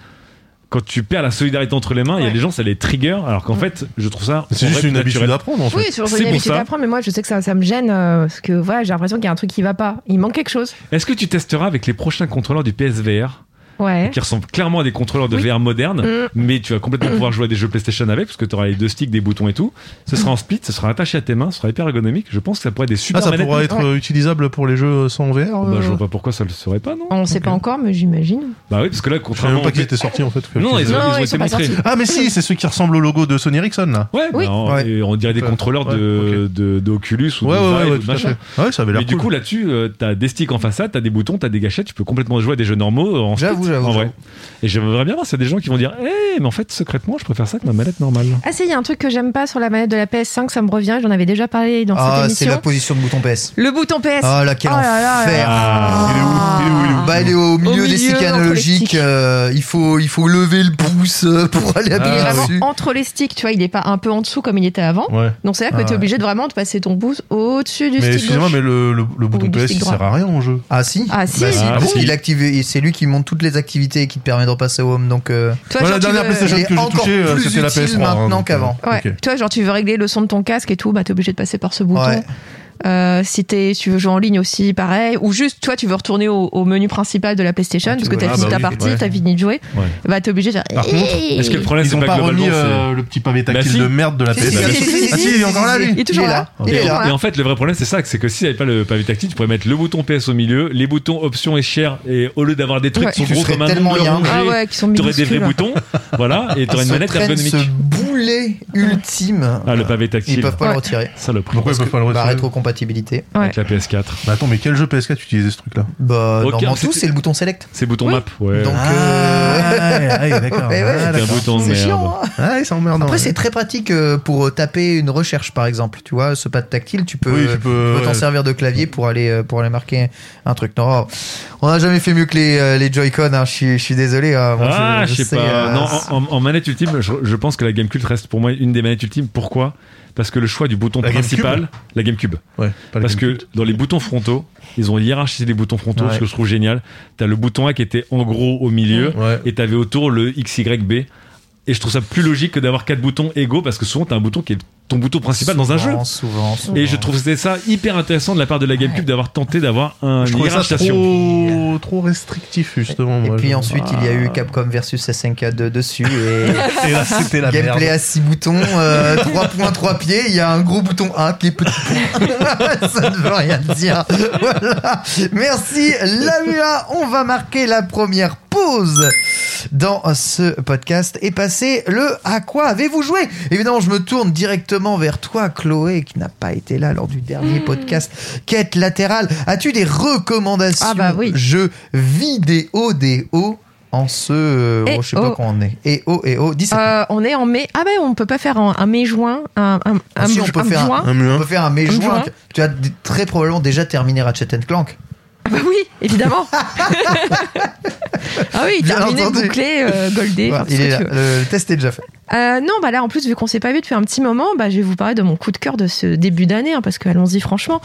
Speaker 2: quand tu perds la solidarité entre les mains, il y a
Speaker 3: Ouais.
Speaker 2: des gens, ça les trigger, alors qu'en fait, je trouve ça.
Speaker 4: C'est
Speaker 2: en
Speaker 4: juste
Speaker 2: vrai
Speaker 4: une
Speaker 2: plus
Speaker 4: habitude
Speaker 2: naturel.
Speaker 4: à prendre, en fait.
Speaker 3: Oui, sur
Speaker 2: C'est
Speaker 3: une
Speaker 2: pour
Speaker 3: habitude
Speaker 2: ça.
Speaker 3: à prendre, mais moi je sais que ça, ça me gêne euh, parce que voilà, j'ai l'impression qu'il y a un truc qui va pas. Il manque quelque chose.
Speaker 2: Est-ce que tu testeras avec les prochains contrôleurs du PSVR,
Speaker 3: Ouais.
Speaker 2: qui ressemblent clairement à des contrôleurs de
Speaker 3: Hein Oui.
Speaker 2: VR modernes,
Speaker 3: Mm.
Speaker 2: mais tu vas complètement pouvoir jouer à des jeux PlayStation avec, parce que tu auras les deux sticks, des boutons et tout. Ce sera en split, ce sera attaché à tes mains, ce sera hyper ergonomique. Je pense que ça pourrait être des
Speaker 4: Ah,
Speaker 2: super
Speaker 4: ça
Speaker 2: manettes.
Speaker 4: pourra être euh, utilisable pour les jeux sans VR
Speaker 2: Bah,
Speaker 4: euh,
Speaker 2: je vois pas pourquoi ça le serait pas, non
Speaker 3: On sait pas encore, mais j'imagine.
Speaker 2: Bah oui, parce que là,
Speaker 4: Je savais
Speaker 2: contrairement.
Speaker 4: même pas
Speaker 2: au-
Speaker 4: qu'ils étaient sortis, en fait. que-
Speaker 2: Non, ils ont,
Speaker 3: Non,
Speaker 2: ils ont
Speaker 3: ils
Speaker 2: été
Speaker 3: sont pas
Speaker 2: montrés.
Speaker 3: sortis.
Speaker 4: Ah, mais si, c'est ceux qui ressemblent au logo de Sony Ericsson, là.
Speaker 2: Ouais,
Speaker 3: Oui.
Speaker 2: bah, on,
Speaker 1: Ouais.
Speaker 2: et on dirait des
Speaker 4: Ouais.
Speaker 2: contrôleurs de, de, de Oculus ou
Speaker 4: Ouais,
Speaker 2: de Vive
Speaker 4: ouais,
Speaker 2: ou
Speaker 4: ouais,
Speaker 2: de
Speaker 4: tout à
Speaker 2: machin.
Speaker 4: fait. Ouais, ça avait
Speaker 2: Mais
Speaker 4: l'air
Speaker 2: du
Speaker 4: cool.
Speaker 2: coup, là-dessus, euh, t'as des sticks en façade, t'as des boutons, t'as des gâchettes, tu peux complètement jouer à des jeux normaux euh, en split,
Speaker 1: J'avoue, j'avoue,
Speaker 2: En vrai.
Speaker 1: j'avoue.
Speaker 2: Et j'aimerais bien voir s'il y a des gens qui vont dire, Eh, mais en fait, secrètement, je préfère ça que ma manette normale.
Speaker 3: Ah si, il y a un truc que j'aime pas sur la manette de la PS5, ça me revient, j'en avais déjà parlé dans
Speaker 1: Ah,
Speaker 3: cette
Speaker 1: c'est la
Speaker 3: émission.
Speaker 1: position de bouton PS.
Speaker 3: Le bouton PS.
Speaker 1: Ah là, quel
Speaker 3: Oh là là Ah.
Speaker 1: enfer
Speaker 2: Ah.
Speaker 1: Il est où Il est où, il est où Bah, il est au milieu, des
Speaker 3: milieu,
Speaker 1: sticks
Speaker 3: entre les
Speaker 1: analogiques.
Speaker 3: sticks.
Speaker 1: euh, il, faut, il faut lever le pouce euh, pour aller
Speaker 3: Il
Speaker 1: appuyer
Speaker 3: est Ah, vraiment
Speaker 1: dessus.
Speaker 3: entre les sticks, tu vois, il est pas un peu en dessous comme il était avant.
Speaker 4: Ouais.
Speaker 3: Donc c'est-à-dire
Speaker 1: Ah
Speaker 3: que tu es
Speaker 1: ouais.
Speaker 3: obligé de vraiment de passer ton pouce au-dessus du
Speaker 4: Mais
Speaker 3: stick
Speaker 4: excusez-moi,
Speaker 3: gauche.
Speaker 4: mais le, le, le bouton
Speaker 3: du
Speaker 4: PS,
Speaker 3: stick
Speaker 4: il
Speaker 3: droit.
Speaker 4: sert à rien en jeu.
Speaker 1: Ah si
Speaker 3: Ah, si.
Speaker 1: Bah,
Speaker 3: Ah,
Speaker 1: parce
Speaker 2: bon
Speaker 1: qu'il active, et c'est lui qui monte toutes les activités qui te permet de repasser au home. Donc, euh,
Speaker 3: Toi, Bah,
Speaker 4: Ouais,
Speaker 3: genre,
Speaker 4: la
Speaker 3: tu
Speaker 4: dernière
Speaker 3: veux-
Speaker 4: PlayStation
Speaker 1: il est
Speaker 4: que j'ai
Speaker 1: encore
Speaker 4: touchée, euh,
Speaker 1: plus
Speaker 4: c'était la
Speaker 1: utile
Speaker 4: PS3. hein,
Speaker 1: maintenant
Speaker 4: donc,
Speaker 1: qu'avant.
Speaker 4: euh,
Speaker 3: Ouais.
Speaker 4: ok.
Speaker 3: Toi, genre, tu veux régler le son de ton casque et tout, bah, t'es obligé de passer par ce bouton.
Speaker 1: Ouais.
Speaker 3: Euh, si t'es- tu veux jouer en ligne aussi, pareil. Ou juste, toi, tu veux retourner au, au menu principal de la PlayStation,
Speaker 1: Ah, tu
Speaker 3: parce que
Speaker 1: veux-
Speaker 3: t'as
Speaker 4: ah,
Speaker 3: fini
Speaker 4: bah
Speaker 3: ta
Speaker 4: oui,
Speaker 3: partie,
Speaker 4: ouais.
Speaker 3: t'as fini de jouer.
Speaker 2: Ouais.
Speaker 3: Bah, t'es obligé de faire. eh,
Speaker 4: Par contre,
Speaker 2: Est-ce que le problème,
Speaker 4: Ils
Speaker 2: c'est
Speaker 4: ont
Speaker 2: pas
Speaker 4: pas
Speaker 2: globalement,
Speaker 4: remis
Speaker 2: c'est-
Speaker 4: euh, le petit pavé
Speaker 2: Bah,
Speaker 4: tactile
Speaker 2: si.
Speaker 4: de merde de la
Speaker 1: Si, si,
Speaker 4: PS.
Speaker 1: si, si,
Speaker 4: Ah
Speaker 1: si,
Speaker 4: si, il est
Speaker 1: si,
Speaker 4: encore là,
Speaker 1: si,
Speaker 4: lui.
Speaker 3: Il est toujours là.
Speaker 1: Il est là.
Speaker 3: Voilà.
Speaker 2: Et en fait, le vrai problème, c'est ça, c'est que s'il n'y avait pas le pavé tactile, tu pourrais mettre le bouton PS au milieu, les boutons options et share, et au lieu d'avoir des trucs
Speaker 3: Ouais.
Speaker 2: qui sont
Speaker 1: Tu
Speaker 2: gros
Speaker 1: ferais
Speaker 2: comme un
Speaker 1: tellement
Speaker 2: ongle
Speaker 1: rien.
Speaker 2: rongé,
Speaker 3: Ah ouais, qui sont
Speaker 2: t'aurais des vrais
Speaker 3: minuscules.
Speaker 2: boutons, voilà, et
Speaker 1: Ils *laughs*
Speaker 2: t'aurais une
Speaker 1: se
Speaker 2: manette
Speaker 1: traînent
Speaker 2: ergonomique.
Speaker 1: Ah, ce boulet ultime.
Speaker 2: Ah, le pavé
Speaker 1: Ils
Speaker 2: tactile,
Speaker 1: peuvent pas le
Speaker 3: Ouais.
Speaker 1: retirer.
Speaker 2: ça le prend.
Speaker 4: Pourquoi ils peuvent pas le
Speaker 1: Bah,
Speaker 4: retirer
Speaker 1: rétrocompatibilité.
Speaker 3: Ouais.
Speaker 2: Avec la PS4.
Speaker 4: Mais Bah, attends, mais quel jeu PS4 utilisait ce truc-là
Speaker 1: Bah,
Speaker 2: Ok,
Speaker 1: normalement,
Speaker 2: c'était-
Speaker 1: tout, c'est le bouton select.
Speaker 2: C'est bouton
Speaker 3: Oui.
Speaker 2: map, ouais.
Speaker 1: Donc,
Speaker 4: Ah,
Speaker 1: euh,
Speaker 4: ouais, ouais, *laughs* d'accord.
Speaker 1: Ouais, ouais.
Speaker 4: Ah,
Speaker 2: C'est un
Speaker 4: d'accord.
Speaker 2: bouton de
Speaker 1: c'est
Speaker 2: merde.
Speaker 1: chiant. hein.
Speaker 4: Ah, c'est emmerdant.
Speaker 1: Après,
Speaker 4: ouais.
Speaker 1: c'est très pratique euh, pour taper une recherche, par exemple. Tu vois, ce pad tactile, tu peux,
Speaker 4: Oui,
Speaker 1: tu
Speaker 4: tu
Speaker 1: peux
Speaker 4: peux,
Speaker 1: t'en
Speaker 2: euh,
Speaker 4: ouais.
Speaker 1: servir de clavier pour aller, euh, pour aller marquer un truc. Non, on n'a jamais fait mieux que les, euh, les Joy-Con. hein. Je suis- je suis désolé. hein. Moi,
Speaker 2: Ah, je sais pas.
Speaker 1: euh,
Speaker 2: non,
Speaker 1: c'est-
Speaker 2: en, en- en manette ultime, je, je pense que la GameCube reste pour moi une des manettes ultimes. Pourquoi Parce que le choix du bouton
Speaker 4: La
Speaker 2: principal, la GameCube.
Speaker 4: Ouais, pas le
Speaker 2: Parce que
Speaker 4: Gamecube.
Speaker 2: dans les boutons frontaux, ils ont hiérarchisé les boutons frontaux,
Speaker 4: Ouais.
Speaker 2: ce que je trouve génial. T'as le bouton A qui était en gros au milieu,
Speaker 4: Ouais.
Speaker 2: et t'avais autour le XYB. Et je trouve ça plus logique que d'avoir quatre boutons égaux, parce que souvent t'as un bouton qui est ton bouton principal dans un jeu.
Speaker 1: Souvent, Souvent, souvent.
Speaker 2: Et je trouve que c'est ça hyper intéressant de la part de la GameCube d'avoir tenté d'avoir un
Speaker 4: Je trouvais ça
Speaker 2: hiérarchisation.
Speaker 4: trop, trop restrictif, justement.
Speaker 1: Et
Speaker 4: moi,
Speaker 1: puis
Speaker 4: je-
Speaker 1: ensuite, il y a
Speaker 2: Ah.
Speaker 1: eu Capcom versus SNK2 dessus Ah.
Speaker 2: *laughs*
Speaker 1: et
Speaker 4: Et là, c'était la merde.
Speaker 1: gameplay à 6 boutons,
Speaker 4: *laughs*
Speaker 1: 3 points, 3 pieds. Il y a un gros bouton A qui est petit
Speaker 4: *laughs*
Speaker 1: point. Ça ne veut rien dire. Voilà. Merci, l'AMUA. On va marquer la première pause dans ce podcast et passer le à quoi avez-vous joué Évidemment, je me tourne directement vers toi, Chloé, qui n'a pas été là lors du
Speaker 3: Hmm.
Speaker 1: dernier podcast. Quête latérale, as-tu des recommandations
Speaker 3: Ah bah oui.
Speaker 1: jeux vidéo des hauts en ce. euh,
Speaker 3: Et
Speaker 1: oh, je sais pas
Speaker 3: oh.
Speaker 1: quand on est. Et oh, et oh, 17.
Speaker 3: Euh, on est en mai. Ah ben, on peut pas faire un, un mai-juin. Un, un,
Speaker 1: Ah si, on peut faire
Speaker 3: juin.
Speaker 4: Un
Speaker 1: on
Speaker 4: muin.
Speaker 1: peut faire un mai-juin.
Speaker 3: juin.
Speaker 1: Tu- Tu as d- très probablement déjà terminé Ratchet and Clank.
Speaker 3: Ah bah oui, évidemment.
Speaker 1: *laughs*
Speaker 3: ah oui,
Speaker 1: Bien
Speaker 3: terminé,
Speaker 1: entendu.
Speaker 3: bouclé, euh, goldé.
Speaker 1: Voilà,
Speaker 3: enfin,
Speaker 1: il
Speaker 3: tout ce que
Speaker 1: est là.
Speaker 3: tu veux.
Speaker 1: Le test est déjà fait.
Speaker 3: Euh, non, bah là, en plus, vu qu'on s'est pas vu depuis un petit moment, bah, je vais vous parler de mon coup de cœur de ce début d'année, hein, parce que allons-y franchement.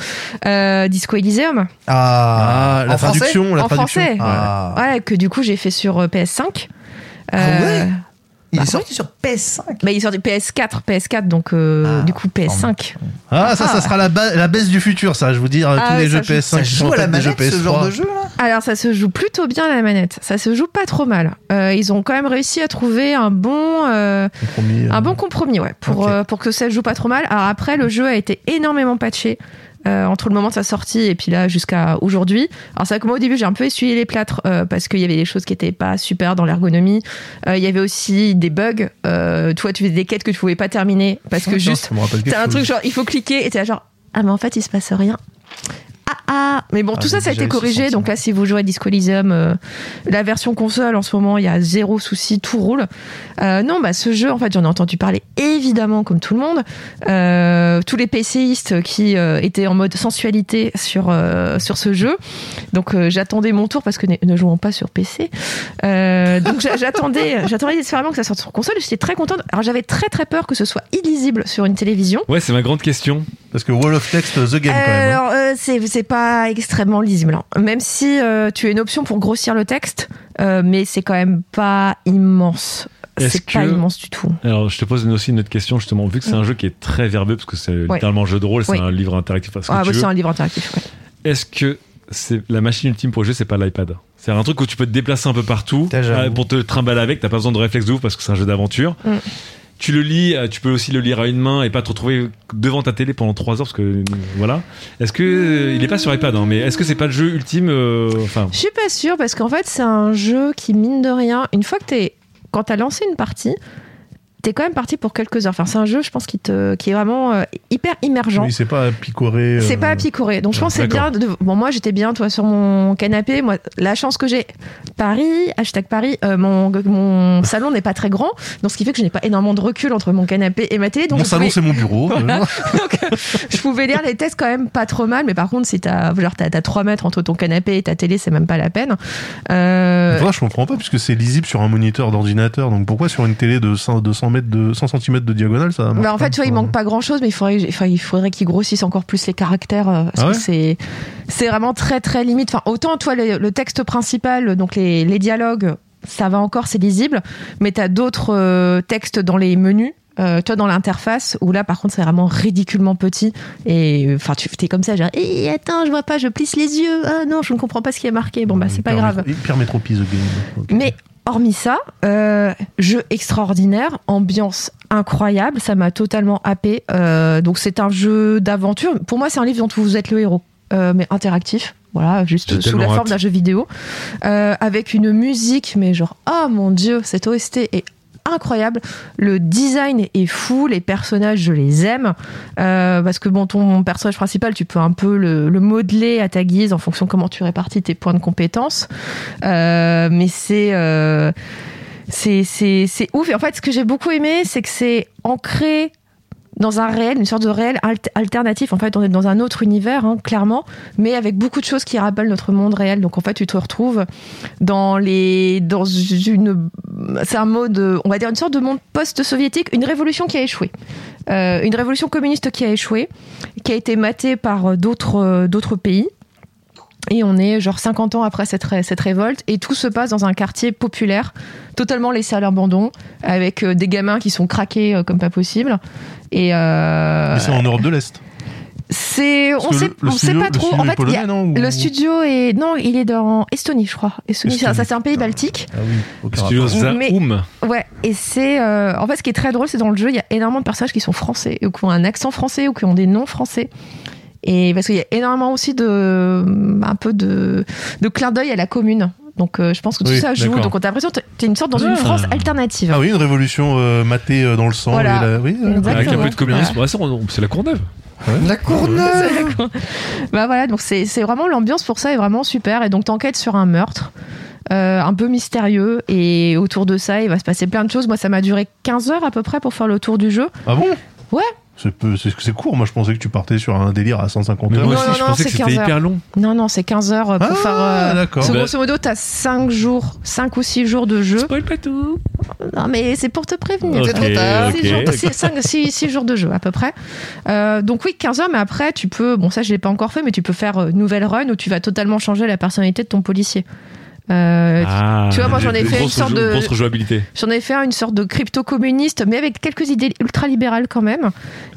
Speaker 3: Euh, Disco Elysium,
Speaker 1: Ah,
Speaker 4: Ah, la
Speaker 1: en français
Speaker 4: traduction, la
Speaker 3: en
Speaker 4: traduction.
Speaker 3: français.
Speaker 1: Ah.
Speaker 3: Ouais, que du coup, j'ai fait sur euh, PS5.
Speaker 1: Ah ouais Il
Speaker 3: bah,
Speaker 1: est sorti sur PS5.
Speaker 3: Euh, bah, il sort du PS4, PS4, donc euh,
Speaker 1: Ah,
Speaker 3: du coup PS5.
Speaker 4: Ah, ça, ça sera la, ba- la baisse du futur, ça. Je vous dire,
Speaker 3: Ah
Speaker 4: tous
Speaker 3: ouais,
Speaker 4: les
Speaker 3: ça
Speaker 4: jeux
Speaker 3: joue-
Speaker 4: PS5
Speaker 1: Ça
Speaker 4: qui sont
Speaker 1: joue
Speaker 4: en
Speaker 1: à la
Speaker 4: fait des jeux
Speaker 1: manette
Speaker 4: PS3.
Speaker 1: ce genre de jeu là
Speaker 3: Alors ça se joue plutôt bien à la manette, ça se joue pas trop mal. Euh, ils ont quand même réussi à trouver un bon, euh,
Speaker 4: Compromis, euh,
Speaker 3: un bon compromis, ouais, pour
Speaker 1: Ok.
Speaker 3: euh, pour que ça se joue pas trop mal. Alors après, le jeu a été énormément patché. euh, entre le moment de sa sortie et puis là jusqu'à aujourd'hui. Alors c'est vrai que moi au début j'ai un peu essuyé les plâtres euh, parce qu'il y avait des choses qui étaient pas super dans l'ergonomie. Euh, Il y avait aussi des bugs. Euh, toi tu faisais des quêtes que tu pouvais pas terminer parce que
Speaker 4: Putain,
Speaker 3: juste
Speaker 4: ça me rappelle quelque
Speaker 3: T'as un
Speaker 4: chose.
Speaker 3: truc genre, il faut cliquer et t'es là genre, ah mais en fait il se passe rien. Ah ah Mais bon,
Speaker 4: Ah,
Speaker 3: tout ça,
Speaker 4: j'ai
Speaker 3: ça a été
Speaker 4: déjà eu ce
Speaker 3: corrigé.
Speaker 4: sentiment.
Speaker 3: Donc là, si vous jouez à Disco Elysium, euh, la version console en ce moment, il y a zéro souci, tout roule. Euh, non, bah ce jeu, en fait, j'en ai entendu parler évidemment comme tout le monde. Euh, tous les PCistes qui euh, étaient en mode sensualité sur euh, sur ce jeu. Donc euh, j'attendais mon tour parce que ne, ne jouons pas sur PC. Euh, donc j'a- j'attendais, *laughs* j'attendais désespérément que ça sorte sur console. et J'étais très contente. Alors j'avais très très peur que ce soit illisible sur une télévision.
Speaker 2: Ouais, c'est ma grande question.
Speaker 4: Parce que Wall of Text, The Game, quand même. hein.
Speaker 3: Alors, euh, c'est c'est pas extrêmement lisible. hein. Même si euh, tu as une option pour grossir le texte, euh, mais c'est quand même pas immense.
Speaker 2: Est-ce
Speaker 3: C'est pas
Speaker 2: que-
Speaker 3: immense du tout.
Speaker 2: Alors, je te pose une- aussi une autre question, justement, vu que
Speaker 4: Mm.
Speaker 2: c'est un jeu qui est très verbeux, parce que c'est littéralement un jeu de rôle, c'est
Speaker 3: Oui.
Speaker 2: un livre interactif. enfin, ce que
Speaker 3: Ah,
Speaker 2: tu
Speaker 3: bah,
Speaker 2: veux.
Speaker 3: c'est un livre interactif. ouais.
Speaker 2: Est-ce que c'est la machine ultime pour le jeu, c'est pas l'iPad C'est un truc où tu peux te déplacer un peu partout
Speaker 1: Putain, j'avoue.
Speaker 2: euh, pour te trimballer avec, t'as pas besoin de réflexe de ouf parce que c'est un jeu d'aventure.
Speaker 3: Mm.
Speaker 2: Tu le lis, euh, tu peux aussi le lire à une main et pas te retrouver devant ta télé pendant 3 heures parce que euh, voilà. Est-ce que euh, il est pas sur iPad hein, mais est-ce que c'est pas le jeu ultime euh, enfin
Speaker 3: Je suis pas sûre parce qu'en fait, c'est un jeu qui, mine de rien, une fois que t'es. Quand t'as lancé une partie, t'es quand même parti pour quelques heures. Enfin, c'est un jeu, je pense, qui, te... qui est vraiment euh, hyper immergent.
Speaker 4: Oui, c'est pas à picorer. euh,
Speaker 3: C'est pas à picorer. Donc je pense que c'est bien.
Speaker 2: D'accord.
Speaker 3: De... Bon, moi j'étais bien, toi, sur mon canapé. Moi, la chance que j'ai, Paris, hashtag Paris, euh, mon, mon salon n'est pas très grand. Donc ce qui fait que je n'ai pas énormément de recul entre mon canapé et ma télé. Donc
Speaker 4: Mon
Speaker 3: je
Speaker 4: salon,
Speaker 3: pouvais-
Speaker 4: c'est
Speaker 3: *laughs*
Speaker 4: mon bureau.
Speaker 3: Voilà. Donc, euh, je pouvais lire les tests quand même pas trop mal, mais par contre, si t'as genre t'as, t'as 3 mètres entre ton canapé et ta télé, c'est même pas la peine. Euh,
Speaker 4: Moi, je comprends pas, puisque c'est lisible sur un moniteur d'ordinateur. Donc pourquoi sur une télé de 100, de 100 mètres de 100 cm de diagonale, ça marche
Speaker 3: Bah, en
Speaker 4: pas, euh,
Speaker 3: fait, tu vois, il
Speaker 4: quoi.
Speaker 3: manque pas grand chose, mais il faudrait, enfin, il faudrait qu'ils grossissent encore plus les caractères. euh, Parce
Speaker 4: Ah ouais
Speaker 3: que c'est, c'est vraiment très, très limite. Enfin, autant, toi, le, le texte principal, donc les, les dialogues, ça va encore, c'est lisible. Mais t'as d'autres euh, textes dans les menus. Euh, toi dans l'interface où là par contre c'est vraiment ridiculement petit et euh, enfin tu t'es comme ça genre Eh, attends je vois pas je plisse les yeux ah non je ne comprends pas ce qui est marqué bon bah c'est pas
Speaker 4: Hyper
Speaker 3: grave
Speaker 4: métro- Hyper métropie, The Game. Ok.
Speaker 3: mais hormis ça, euh, jeu extraordinaire, ambiance incroyable, ça m'a totalement happé. Euh, donc c'est un jeu d'aventure. Pour moi, c'est un livre dont vous êtes le héros, euh, mais interactif. Voilà,
Speaker 2: J'ai
Speaker 3: juste sous la
Speaker 2: tellement
Speaker 3: forme
Speaker 2: hâte.
Speaker 3: d'un jeu vidéo, Euh, avec une musique, mais genre, oh mon dieu, cette OST est incroyable. Le design est fou, les personnages, je les aime. Euh, parce que bon, ton personnage principal, tu peux un peu le, le modeler à ta guise en fonction de comment tu répartis tes points de compétences. Euh, mais c'est euh, c'est c'est c'est ouf. Et en fait, ce que j'ai beaucoup aimé, c'est que c'est ancré dans un réel, une sorte de réel alt- alternatif. En fait, on est dans un autre univers, hein, clairement, mais avec beaucoup de choses qui rappellent notre monde réel. Donc, en fait, tu te retrouves dans les, dans une, c'est un mode, euh, on va dire une sorte de monde post-soviétique, une révolution qui a échoué, Euh, une révolution communiste qui a échoué, qui a été matée par euh, d'autres, euh, d'autres pays. Et on est genre 50 ans après cette, ré- cette révolte, et tout se passe dans un quartier populaire, totalement laissé à l'abandon, avec euh, des gamins qui sont craqués euh, comme pas possible. Et euh,
Speaker 4: Mais c'est en Europe de l'Est.
Speaker 3: c'est, euh, on
Speaker 4: Parce que
Speaker 3: sait,
Speaker 4: le- le
Speaker 3: on sait
Speaker 4: studio-
Speaker 3: pas
Speaker 4: le
Speaker 3: trop.
Speaker 4: studio
Speaker 3: En fait,
Speaker 4: est
Speaker 3: il y a-
Speaker 4: polonais, non, ou-
Speaker 3: le studio est, non, il est dans Estonie, je crois. Estonie, ça- ça
Speaker 4: Estonie,
Speaker 3: c'est un pays
Speaker 4: putain.
Speaker 3: baltique.
Speaker 4: Ah oui, aucun
Speaker 2: Studio
Speaker 4: rapport.
Speaker 3: Mais-
Speaker 2: Zaoum.
Speaker 3: Ouais, et c'est. euh, en fait, ce qui est très drôle, c'est dans le jeu, il y a énormément de personnages qui sont français, ou qui ont un accent français, ou qui ont des noms français. Et parce qu'il y a énormément aussi de. un peu de, de clin d'œil à la commune. Donc euh, je pense que tout
Speaker 4: Oui,
Speaker 3: ça joue.
Speaker 4: d'accord.
Speaker 3: Donc t'as l'impression que t'es une sorte dans
Speaker 2: Ah.
Speaker 3: une France alternative.
Speaker 4: Ah oui, une révolution euh, matée euh, dans le sang.
Speaker 3: Voilà.
Speaker 4: et la- oui, voilà.
Speaker 3: Exactement.
Speaker 2: Avec un peu
Speaker 3: ouais.
Speaker 2: de communisme, Ouais, ça, on- c'est la Courneuve.
Speaker 1: La Courneuve
Speaker 3: Bah voilà, donc c'est c'est vraiment l'ambiance pour ça est vraiment super. Et donc t'enquêtes sur un meurtre, euh, un peu mystérieux, et autour de ça, il va se passer plein de choses. Moi, ça m'a duré 15 heures à peu près pour faire le tour du jeu.
Speaker 4: Ah bon
Speaker 3: Ouais.
Speaker 4: C'est peu- c'est c'est court, moi je pensais que tu partais sur un délire à 150
Speaker 2: Mais
Speaker 4: euros.
Speaker 2: moi
Speaker 3: non,
Speaker 2: aussi,
Speaker 3: non,
Speaker 2: je
Speaker 3: non,
Speaker 2: pensais
Speaker 3: c'est
Speaker 2: que c'était
Speaker 3: 15 heures.
Speaker 2: hyper long.
Speaker 3: Non, non, c'est 15 heures pour
Speaker 4: Ah,
Speaker 3: faire. euh,
Speaker 4: d'accord.
Speaker 3: parce que
Speaker 2: Bah-
Speaker 3: grosso modo, t'as 5 jours, 5 ou 6 jours de jeu.
Speaker 2: Spoil pas tout.
Speaker 3: Non, mais c'est pour te prévenir.
Speaker 2: Ok,
Speaker 3: C'est Hein trop tard.
Speaker 2: ok.
Speaker 3: Six jours, six- cinq- six- six jours de jeu, à peu près. Euh, donc, oui, 15 heures, mais après, tu peux. Bon, ça, je l'ai pas encore fait, mais tu peux faire euh, nouvelle run où tu vas totalement changer la personnalité de ton policier. Euh,
Speaker 2: Ah,
Speaker 3: tu vois, moi,
Speaker 2: des-
Speaker 3: j'en ai
Speaker 2: des
Speaker 3: fait une
Speaker 2: grosses
Speaker 3: sorte
Speaker 2: rejou-
Speaker 3: de-
Speaker 2: Grosse rejouabilité.
Speaker 3: J'en ai fait un, une sorte de crypto-communiste, mais avec quelques idées ultra-libérales quand même.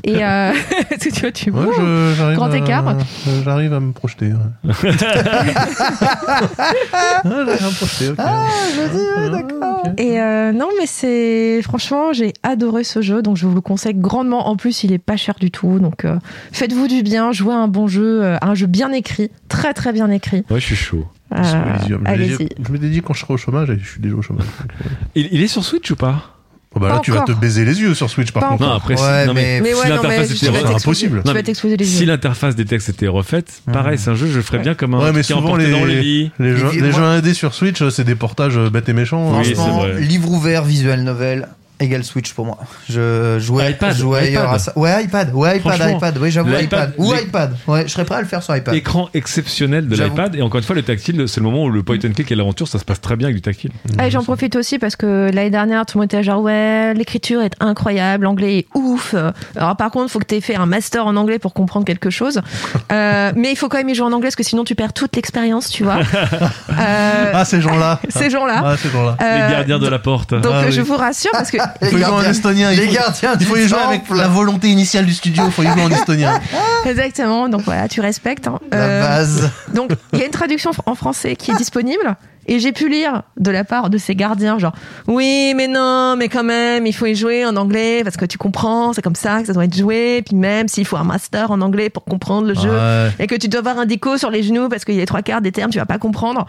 Speaker 3: Et euh, *laughs* parce que tu vois, tu
Speaker 4: Ouais,
Speaker 3: vois.
Speaker 4: je- j'arrive
Speaker 3: Grand
Speaker 4: à-
Speaker 3: écart.
Speaker 4: je- J'arrive à me projeter. ouais.
Speaker 2: *laughs*
Speaker 4: Ah, j'arrive à me projeter, ok.
Speaker 1: Ah, je dis, ouais, d'accord.
Speaker 3: Et euh, non, mais c'est franchement, j'ai adoré ce jeu, donc je vous le conseille grandement. En plus, il est pas cher du tout, donc euh, faites-vous du bien, jouez à un bon jeu, euh, à un jeu bien écrit, très très bien écrit.
Speaker 2: Ouais, je suis chaud.
Speaker 3: Euh,
Speaker 4: Sous Elysium. Je m'étais
Speaker 3: Allez-y.
Speaker 4: dit- Je m'étais dit quand je serai au chômage et je suis déjà au chômage.
Speaker 2: Il, il est sur Switch ou pas
Speaker 4: Oh, bah
Speaker 3: Pas
Speaker 4: là, tu vas te
Speaker 3: encore.
Speaker 4: baiser les yeux sur Switch par
Speaker 3: Pas
Speaker 4: contre.
Speaker 2: Non, après, si-
Speaker 1: Ouais,
Speaker 2: non,
Speaker 1: mais-
Speaker 3: Mais ouais, non, mais
Speaker 2: l'interface
Speaker 3: je-
Speaker 2: était
Speaker 3: je vais
Speaker 2: refaite-
Speaker 4: C'est
Speaker 3: t'expliquer.
Speaker 4: impossible.
Speaker 3: Tu
Speaker 2: Non, mais
Speaker 3: vas t'exploser les
Speaker 2: si
Speaker 3: yeux.
Speaker 2: l'interface des textes était refaite, pareil, c'est un jeu, je ferais bien comme un
Speaker 4: Ouais,
Speaker 2: qui
Speaker 4: mais
Speaker 2: est
Speaker 4: souvent
Speaker 2: emporté
Speaker 4: les,
Speaker 2: dans le lit.
Speaker 4: les, jeux,
Speaker 1: Et moi-
Speaker 4: les jeux indés sur Switch, euh, c'est des portages euh, bêtes et méchants.
Speaker 2: Oui,
Speaker 4: euh,
Speaker 1: Franchement,
Speaker 2: c'est vrai.
Speaker 1: livre ouvert, visuel novel, égale Switch pour moi. Je jouais,
Speaker 2: Ah, iPad,
Speaker 1: jouais
Speaker 2: iPad.
Speaker 1: ailleurs à ça. Ouais, iPad, ouais, iPad,
Speaker 2: Franchement,
Speaker 1: iPad, oui, j'avoue,
Speaker 2: l'iPad,
Speaker 1: iPad. Ou
Speaker 2: les-
Speaker 1: iPad, ouais, je serais prêt à le faire sur iPad.
Speaker 2: Écran exceptionnel de
Speaker 1: J'avoue.
Speaker 2: l'iPad et encore une fois le tactile c'est le moment où le point and click et l'aventure ça se passe très bien avec du tactile.
Speaker 3: Ah, et j'en profite aussi parce que l'année dernière, tout le monde était genre ouais, l'écriture est incroyable, l'anglais est ouf. Alors par contre, faut que t'aies fait un master en anglais pour comprendre
Speaker 2: *laughs*
Speaker 3: quelque chose. Euh, mais il faut quand même y jouer en anglais parce que sinon tu perds toute l'expérience, tu
Speaker 2: *laughs*
Speaker 3: vois. Euh,
Speaker 4: Ah, ces gens-là.
Speaker 3: ces gens-là.
Speaker 4: Ah, ces gens-là.
Speaker 3: Euh,
Speaker 2: les gardiens de la porte.
Speaker 3: Donc
Speaker 4: Ah,
Speaker 3: je
Speaker 4: oui.
Speaker 3: vous rassure parce
Speaker 2: *laughs*
Speaker 3: que
Speaker 4: Il faut y jouer en estonien. il
Speaker 1: les
Speaker 4: faut-
Speaker 1: gardiens
Speaker 4: Il faut
Speaker 1: du
Speaker 4: y jouer avec
Speaker 1: temple.
Speaker 4: la volonté initiale du studio. Il faut y jouer en estonien.
Speaker 3: exactement. Donc voilà, tu respectes. hein.
Speaker 1: *laughs* La
Speaker 3: Euh,
Speaker 1: base.
Speaker 3: Donc, il y a une traduction en français qui est disponible. Et j'ai pu lire de la part de ses gardiens, genre, oui, mais non, mais quand même, il faut y jouer en anglais parce que tu comprends, c'est comme ça que ça doit être joué. Puis même s'il faut un master en anglais pour comprendre le jeu
Speaker 4: Ouais.
Speaker 3: et que tu dois avoir un dico sur les genoux parce qu'il y a les trois quarts des termes, tu vas pas comprendre.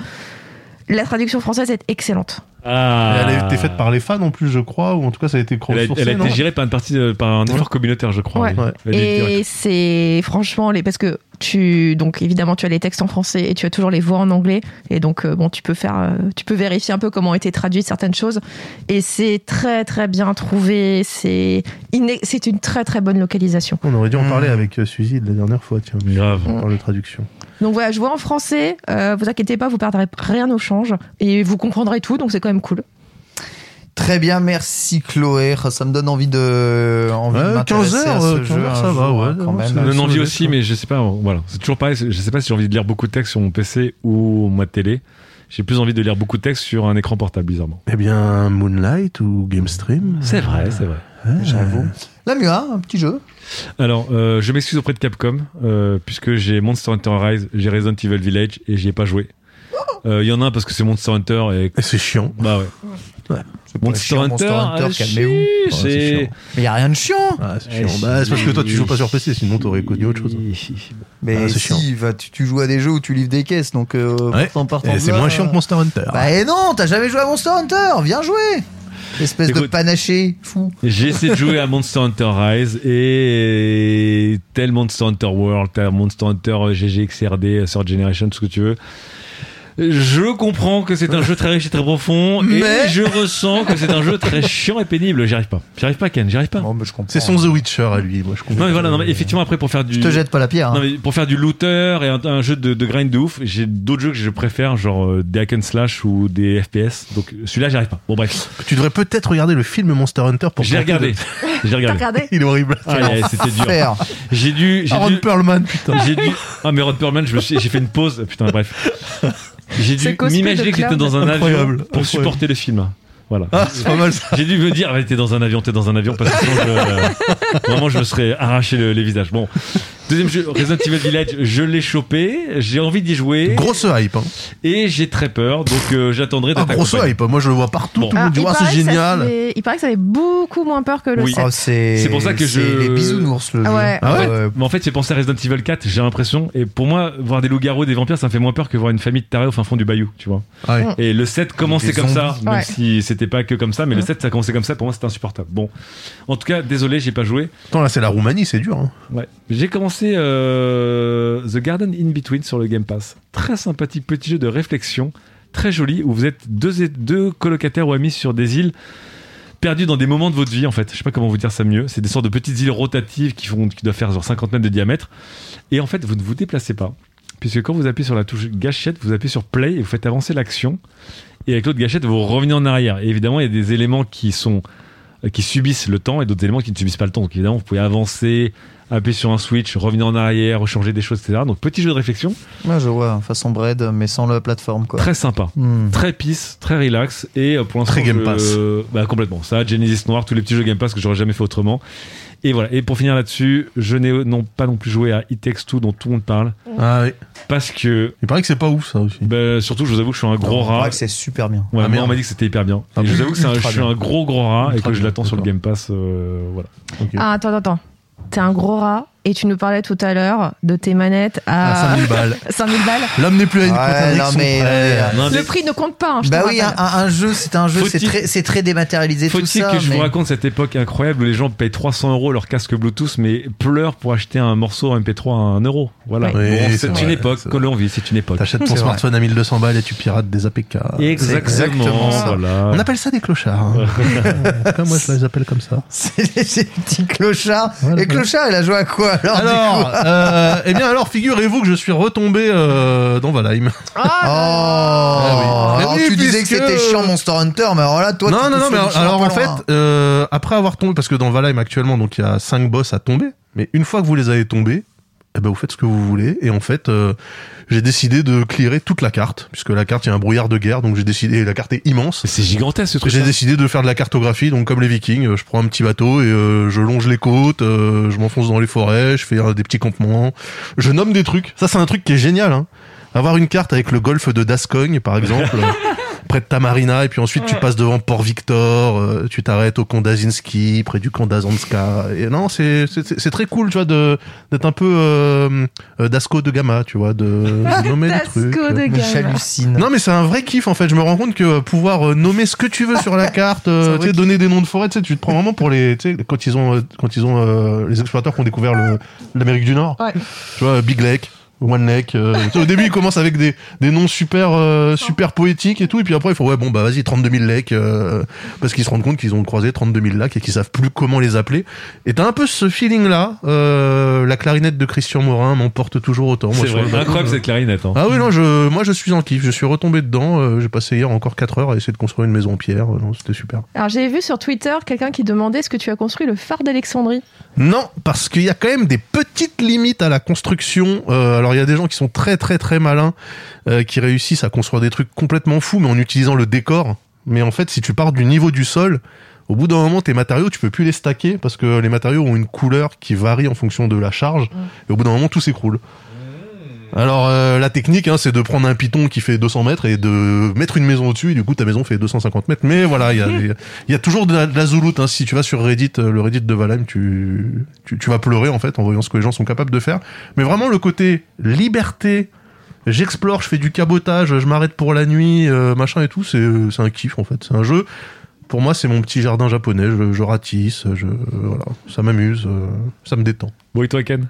Speaker 3: La traduction française est excellente.
Speaker 2: Ah.
Speaker 4: Elle a été faite par les fans en plus, je crois, ou en tout cas, ça a été
Speaker 2: Elle a,
Speaker 4: crowdsourcé.
Speaker 2: elle a
Speaker 4: non
Speaker 2: été gérée par, une partie, de- par un effort communautaire, je crois.
Speaker 3: Ouais.
Speaker 2: oui.
Speaker 4: Ouais.
Speaker 2: Elle a été-
Speaker 3: Et c'est franchement les parce que tu donc évidemment tu as les textes en français et tu as toujours les voix en anglais et donc euh, bon tu peux faire euh, tu peux vérifier un peu comment ont été traduites certaines choses et c'est très très bien trouvé c'est iné- c'est une très très bonne localisation
Speaker 4: On aurait dû en
Speaker 1: Hmm.
Speaker 4: parler avec euh, Suzy la dernière fois, tiens.
Speaker 2: Grave.
Speaker 4: On parle de traduction.
Speaker 3: donc voilà je vois en français euh, vous inquiétez pas vous perdrez rien au change et vous comprendrez tout donc c'est quand même cool
Speaker 1: Très bien, merci Chloé. Ça me donne envie de. Envie de
Speaker 4: Ouais, 15
Speaker 1: m'intéresser à
Speaker 4: Euh, heures,
Speaker 1: ce
Speaker 4: 15
Speaker 1: jeu,
Speaker 4: heures,
Speaker 1: un
Speaker 4: ça va,
Speaker 1: jour, hein,
Speaker 4: ouais,
Speaker 1: quand
Speaker 4: non,
Speaker 1: même.
Speaker 4: ça-
Speaker 2: Non, non,
Speaker 4: sur
Speaker 2: envie
Speaker 4: le
Speaker 2: aussi,
Speaker 4: desktop.
Speaker 2: mais je sais pas. Voilà, c'est toujours pareil. Je sais pas si j'ai envie de lire beaucoup de texte sur mon PC ou ma télé. J'ai plus envie de lire beaucoup de texte sur un écran portable, bizarrement.
Speaker 4: Eh bien, Moonlight ou GameStream
Speaker 2: C'est vrai, c'est vrai.
Speaker 1: J'avoue. La Mua, un petit jeu.
Speaker 2: Alors, euh, je m'excuse auprès de Capcom, euh, puisque j'ai Monster Hunter Rise, j'ai Resident Evil Village et j'y ai pas joué. Euh, Il y en a un parce que c'est Monster Hunter
Speaker 4: *laughs*
Speaker 2: et.
Speaker 4: Et C'est chiant.
Speaker 2: Bah ouais.
Speaker 1: C'est pas
Speaker 2: Monster,
Speaker 1: chiant,
Speaker 2: Hunter,
Speaker 1: Monster Hunter,
Speaker 2: ah,
Speaker 1: calmez-vous.
Speaker 2: chiche,
Speaker 4: Ouais, c'est
Speaker 2: et-
Speaker 4: chiant.
Speaker 1: Mais y a rien de chiant.
Speaker 4: Ah, c'est chiant. Bah, c'est parce
Speaker 2: Eh,
Speaker 4: que toi, tu joues pas sur PC, sinon t'aurais connu autre chose.
Speaker 1: Mais
Speaker 4: Ah,
Speaker 1: si,
Speaker 4: c'est chiant.
Speaker 1: va, tu, tu joues à des jeux où tu livres des caisses, donc euh,
Speaker 4: Ouais.
Speaker 1: partant, partant
Speaker 4: Et
Speaker 1: de
Speaker 4: Eh, c'est
Speaker 1: là,
Speaker 4: moins chiant que Monster Hunter.
Speaker 1: Bah et non, t'as jamais joué à Monster Hunter, viens jouer. Espèce de
Speaker 2: Écoute.
Speaker 1: panaché fou.
Speaker 2: J'ai essayé de jouer à Monster Hunter Rise et tel Monster Hunter World, tel Monster Hunter GGXRD, Third Generation, tout ce que tu veux. Je comprends que c'est un jeu très riche et très profond,
Speaker 1: Mais-
Speaker 2: et je ressens que c'est un jeu très chiant et pénible. J'y arrive pas. J'y arrive pas, Ken. J'y arrive pas.
Speaker 1: Bon, Oh, mais je comprends.
Speaker 4: Ah. C'est son The Witcher à lui, moi je comprends.
Speaker 2: Non mais voilà, non mais effectivement après pour faire du,
Speaker 1: Je te jette pas la pierre. hein.
Speaker 2: non mais pour faire du looter et un, un jeu de, de grind de ouf, j'ai d'autres jeux que je préfère, genre euh, des hack and slash ou des FPS. Donc celui-là j'y arrive pas. Bon bref,
Speaker 4: Tu devrais peut-être regarder le film Monster Hunter pour.
Speaker 2: j'ai
Speaker 4: tenter de-
Speaker 2: regardé, j'ai regardé.
Speaker 4: *laughs*
Speaker 3: regardez
Speaker 4: Il est horrible.
Speaker 2: Ah, ouais, c'était dur.
Speaker 4: *laughs*
Speaker 1: Faire.
Speaker 2: J'ai dû, j'ai
Speaker 4: Aaron
Speaker 2: dû,
Speaker 4: Perlman, putain.
Speaker 2: J'ai dû. Ah, mais Rod Perlman, je me suis- j'ai fait une pause. Putain, bref. J'ai
Speaker 3: Ce
Speaker 2: dû
Speaker 3: cosplay
Speaker 2: m'imaginer
Speaker 3: de
Speaker 2: que j'étais
Speaker 3: Cloud.
Speaker 2: dans un
Speaker 4: Incroyable,
Speaker 2: avion pour
Speaker 4: incroyable.
Speaker 2: supporter le film. Voilà.
Speaker 4: Ah, c'est pas mal ça.
Speaker 2: J'ai dû me dire, ah, t'es dans un avion, t'es dans un avion, parce que sinon, je, euh, vraiment, je me serais arraché le- les visages. Bon. Deuxième jeu, Resident Evil Village, je l'ai chopé, j'ai envie d'y jouer,
Speaker 4: Grosse hype. Hein.
Speaker 2: et j'ai très peur, donc euh, j'attendrai
Speaker 4: Ah,
Speaker 2: d'être
Speaker 4: grosse
Speaker 2: accompagné.
Speaker 4: hype. Moi je le vois partout.
Speaker 2: Bon.
Speaker 4: Tout le monde dit
Speaker 3: il,
Speaker 4: Ah,
Speaker 3: paraît
Speaker 4: c'est
Speaker 3: que ça
Speaker 4: génial.
Speaker 3: fait- il paraît que ça fait beaucoup moins peur que le
Speaker 2: Oui.
Speaker 3: set.
Speaker 1: Oh, c'est
Speaker 2: C'est pour ça que
Speaker 1: c'est
Speaker 2: je-
Speaker 1: les bisounours le Euh,
Speaker 3: Ah
Speaker 1: jeu.
Speaker 3: ouais.
Speaker 4: Ah ouais
Speaker 2: Mais en fait, j'ai pensé à Resident Evil 4, j'ai l'impression, et pour moi, voir des loups-garous, des vampires, ça me fait moins peur que voir une famille de tarés au fin fond du bayou, tu vois.
Speaker 4: Ah ouais.
Speaker 2: Et le 7 commençait
Speaker 1: Des
Speaker 2: comme ça,
Speaker 1: zombies.
Speaker 2: même
Speaker 3: Ouais.
Speaker 2: si c'était pas que comme ça, mais le 7 ça commençait comme ça, pour moi c'était insupportable. Bon, en tout cas, désolé, j'ai pas joué.
Speaker 4: Attends, là c'est la Roumanie, c'est dur. Hein.
Speaker 2: Ouais. J'ai commencé euh, The Garden in Between sur le Game Pass. Très sympathique petit jeu de réflexion, très joli, où vous êtes deux, deux colocataires ou amis sur des îles perdus dans des moments de votre vie en fait. Je sais pas comment vous dire ça mieux. C'est des sortes de petites îles rotatives qui, font, qui doivent faire genre 50 mètres de diamètre. Et en fait, vous ne vous déplacez pas. Puisque quand vous appuyez sur la touche gâchette, vous appuyez sur play et vous faites avancer l'action. Et avec l'autre gâchette, vous revenez en arrière. Et évidemment, il y a des éléments qui sont euh, qui subissent le temps et d'autres éléments qui ne subissent pas le temps. Donc évidemment, vous pouvez avancer, appuyer sur un switch, revenir en arrière, changer des choses, etc. Donc petit jeu de réflexion,
Speaker 1: Moi je vois façon bread mais sans la plateforme quoi.
Speaker 2: très sympa.
Speaker 1: Hmm.
Speaker 2: Très peace, très relax et euh, pour l'instant
Speaker 4: Très Game
Speaker 2: je-
Speaker 4: Pass.
Speaker 2: bah, complètement. Ça, Genesis Noir, tous les petits jeux Game Pass que j'aurais jamais fait autrement. Et voilà. Et pour finir là-dessus, je n'ai non pas non plus joué à It Takes Two dont tout le monde parle
Speaker 4: Ah oui.
Speaker 2: parce que
Speaker 4: Il paraît que c'est pas ouf ça aussi.
Speaker 2: bah, surtout, je vous avoue, que je suis un gros
Speaker 1: Non,
Speaker 2: rat.
Speaker 1: bref, c'est super bien.
Speaker 2: Ouais, moi,
Speaker 4: Ah,
Speaker 2: on
Speaker 4: merde.
Speaker 2: m'a dit que c'était hyper bien.
Speaker 4: Ah
Speaker 2: Et je
Speaker 4: bon
Speaker 2: vous avoue que c'est un- je
Speaker 4: Ultra
Speaker 2: suis
Speaker 4: bien.
Speaker 2: un gros gros rat et
Speaker 4: Ultra
Speaker 2: que je
Speaker 4: bien,
Speaker 2: l'attends sur le
Speaker 4: d'accord.
Speaker 2: Game Pass. euh, voilà.
Speaker 4: Ok.
Speaker 3: Ah, attends, attends. T'es un gros rat et tu nous parlais tout à l'heure de tes manettes
Speaker 4: À
Speaker 2: Ah,
Speaker 3: à *laughs*
Speaker 4: 5000 balles.
Speaker 3: 5000 balles.
Speaker 4: L'homme n'est plus à une
Speaker 1: Ouais,
Speaker 4: contrerie,
Speaker 1: non,
Speaker 4: ils sont
Speaker 1: mais-
Speaker 4: prêts.
Speaker 1: non,
Speaker 2: Non, mais
Speaker 3: Le prix ne compte pas. hein, je te
Speaker 1: Bah oui, un,
Speaker 3: rappelle.
Speaker 1: un- un jeu, c'est un jeu, c'est
Speaker 2: Faut-il-
Speaker 1: très, c'est très dématérialisé tout
Speaker 2: Faut-il
Speaker 1: ça.
Speaker 2: que je
Speaker 1: mais-
Speaker 2: vous raconte cette époque incroyable où les gens payent 300 euros leur casque Bluetooth mais pleurent pour acheter un morceau MP3 à 1 euro. Voilà.
Speaker 4: Oui,
Speaker 2: Bon,
Speaker 4: c'est
Speaker 2: c'est une
Speaker 4: vrai,
Speaker 2: époque
Speaker 4: c'est
Speaker 2: que l'on vit, c'est une époque.
Speaker 4: T'achètes ton
Speaker 1: C'est vrai.
Speaker 4: smartphone à 1200 balles et tu pirates des APK.
Speaker 2: Exactement.
Speaker 1: exactement ça.
Speaker 2: voilà.
Speaker 4: On appelle ça des clochards. hein. Comme moi, je les appelle comme ça.
Speaker 1: *laughs* C'est des- ces petits clochards.
Speaker 4: Voilà.
Speaker 1: Et clochard, il a joué à quoi alors, du coup
Speaker 4: Alors, euh, eh bien, alors, figurez-vous que je suis retombé euh, dans Valheim.
Speaker 3: Ah,
Speaker 1: Oh
Speaker 4: oui.
Speaker 1: Alors,
Speaker 4: Mais oui,
Speaker 1: tu disais que
Speaker 4: puisque-
Speaker 1: c'était chiant Monster Hunter, mais alors là, toi,
Speaker 4: non,
Speaker 1: tu
Speaker 4: non,
Speaker 1: pousses
Speaker 4: non, mais
Speaker 1: le
Speaker 4: alors,
Speaker 1: bouchon
Speaker 4: alors,
Speaker 1: pas
Speaker 4: en fait,
Speaker 1: loin.
Speaker 4: euh, après avoir tombé, parce que dans Valheim actuellement, donc il y a 5 boss à tomber, mais une fois que vous les avez tombés, eh ben, vous faites ce que vous voulez, et en fait, euh, j'ai décidé de clearer toute la carte, puisque la carte, il y a un brouillard de guerre, donc j'ai décidé, et la carte est immense.
Speaker 2: C'est gigantesque ce truc.
Speaker 4: J'ai décidé de faire de la cartographie, donc comme les Vikings, euh, je prends un petit bateau et euh, je longe les côtes, euh, je m'enfonce dans les forêts, je fais euh, des petits campements, je nomme des trucs. Ça, c'est un truc qui est génial. Hein. Avoir une carte avec le golfe de Dascogne, par exemple, euh, près de Tamarina, et puis ensuite tu passes devant Port Victor, euh, tu t'arrêtes au Kondazinski, près du Kondazanska. Et non, c'est c'est- c'est très cool, tu vois, de- d'être un peu euh, euh, Dasco de Gama, tu vois, de, de nommer des
Speaker 3: Dasco
Speaker 4: trucs. euh,
Speaker 3: de
Speaker 1: Mais
Speaker 3: Gaël.
Speaker 1: J'hallucine.
Speaker 4: Non mais c'est un vrai kiff en fait. Je me rends compte que euh, pouvoir euh, nommer ce que tu veux sur la carte, euh,
Speaker 1: C'est un vrai
Speaker 4: tu sais,
Speaker 1: kiff.
Speaker 4: donner des noms de forêts, tu sais, tu te prends vraiment pour les, tu sais, quand ils ont, euh, quand ils ont euh, les explorateurs qui ont découvert le- l'Amérique du Nord.
Speaker 3: Ouais.
Speaker 4: Tu vois, euh, Big Lake. One Lake. euh, tu sais, au début, ils commencent avec des, des noms super euh, super poétiques et tout, et puis après, ils font ouais bon bah vas-y 32 000 lacs euh, parce qu'ils se rendent compte qu'ils ont croisé 32 000 lacs et qu'ils savent plus comment les appeler. Et t'as un peu ce feeling là. la clarinette de Christian Morin m'emporte toujours autant. moi,
Speaker 2: C'est
Speaker 4: sur
Speaker 2: vrai.
Speaker 4: le balcon,
Speaker 2: Incroyable
Speaker 4: euh.
Speaker 2: cette clarinette. hein.
Speaker 4: Ah oui, non, je, moi je suis en kiff, je suis retombé dedans, euh, j'ai passé hier encore 4 heures à essayer de construire une maison en pierre, euh, non, c'était super.
Speaker 3: Alors j'ai vu sur Twitter quelqu'un qui demandait est-ce que tu as construit le phare d'Alexandrie
Speaker 4: Non, parce qu'il y a quand même des petites limites à la construction. Euh, alors il y a des gens qui sont très très très malins, euh, qui réussissent à construire des trucs complètement fous, mais en utilisant le décor. Mais en fait, si tu pars du niveau du sol, au bout d'un moment, tes matériaux, tu peux plus les stacker parce que les matériaux ont une couleur qui varie en fonction de la charge. Et au bout d'un moment, tout s'écroule. Alors euh, la technique, hein, c'est de prendre un piton qui fait 200 mètres et de mettre une maison au-dessus. Et du coup, ta maison fait 250 mètres. Mais voilà, il y a, il y a- il y a toujours de la, de la zouloute. hein. Si tu vas sur Reddit, euh, le Reddit de Valheim, tu, tu, tu vas pleurer en fait en voyant ce que les gens sont capables de faire. Mais vraiment le côté liberté, j'explore, je fais du cabotage, je m'arrête pour la nuit, euh, machin et tout, c'est c'est un kiff en fait. C'est un jeu. Pour moi, c'est mon petit jardin japonais. Je, je ratisse, je euh, voilà, ça m'amuse, euh, ça me détend.
Speaker 2: Bon et toi Ken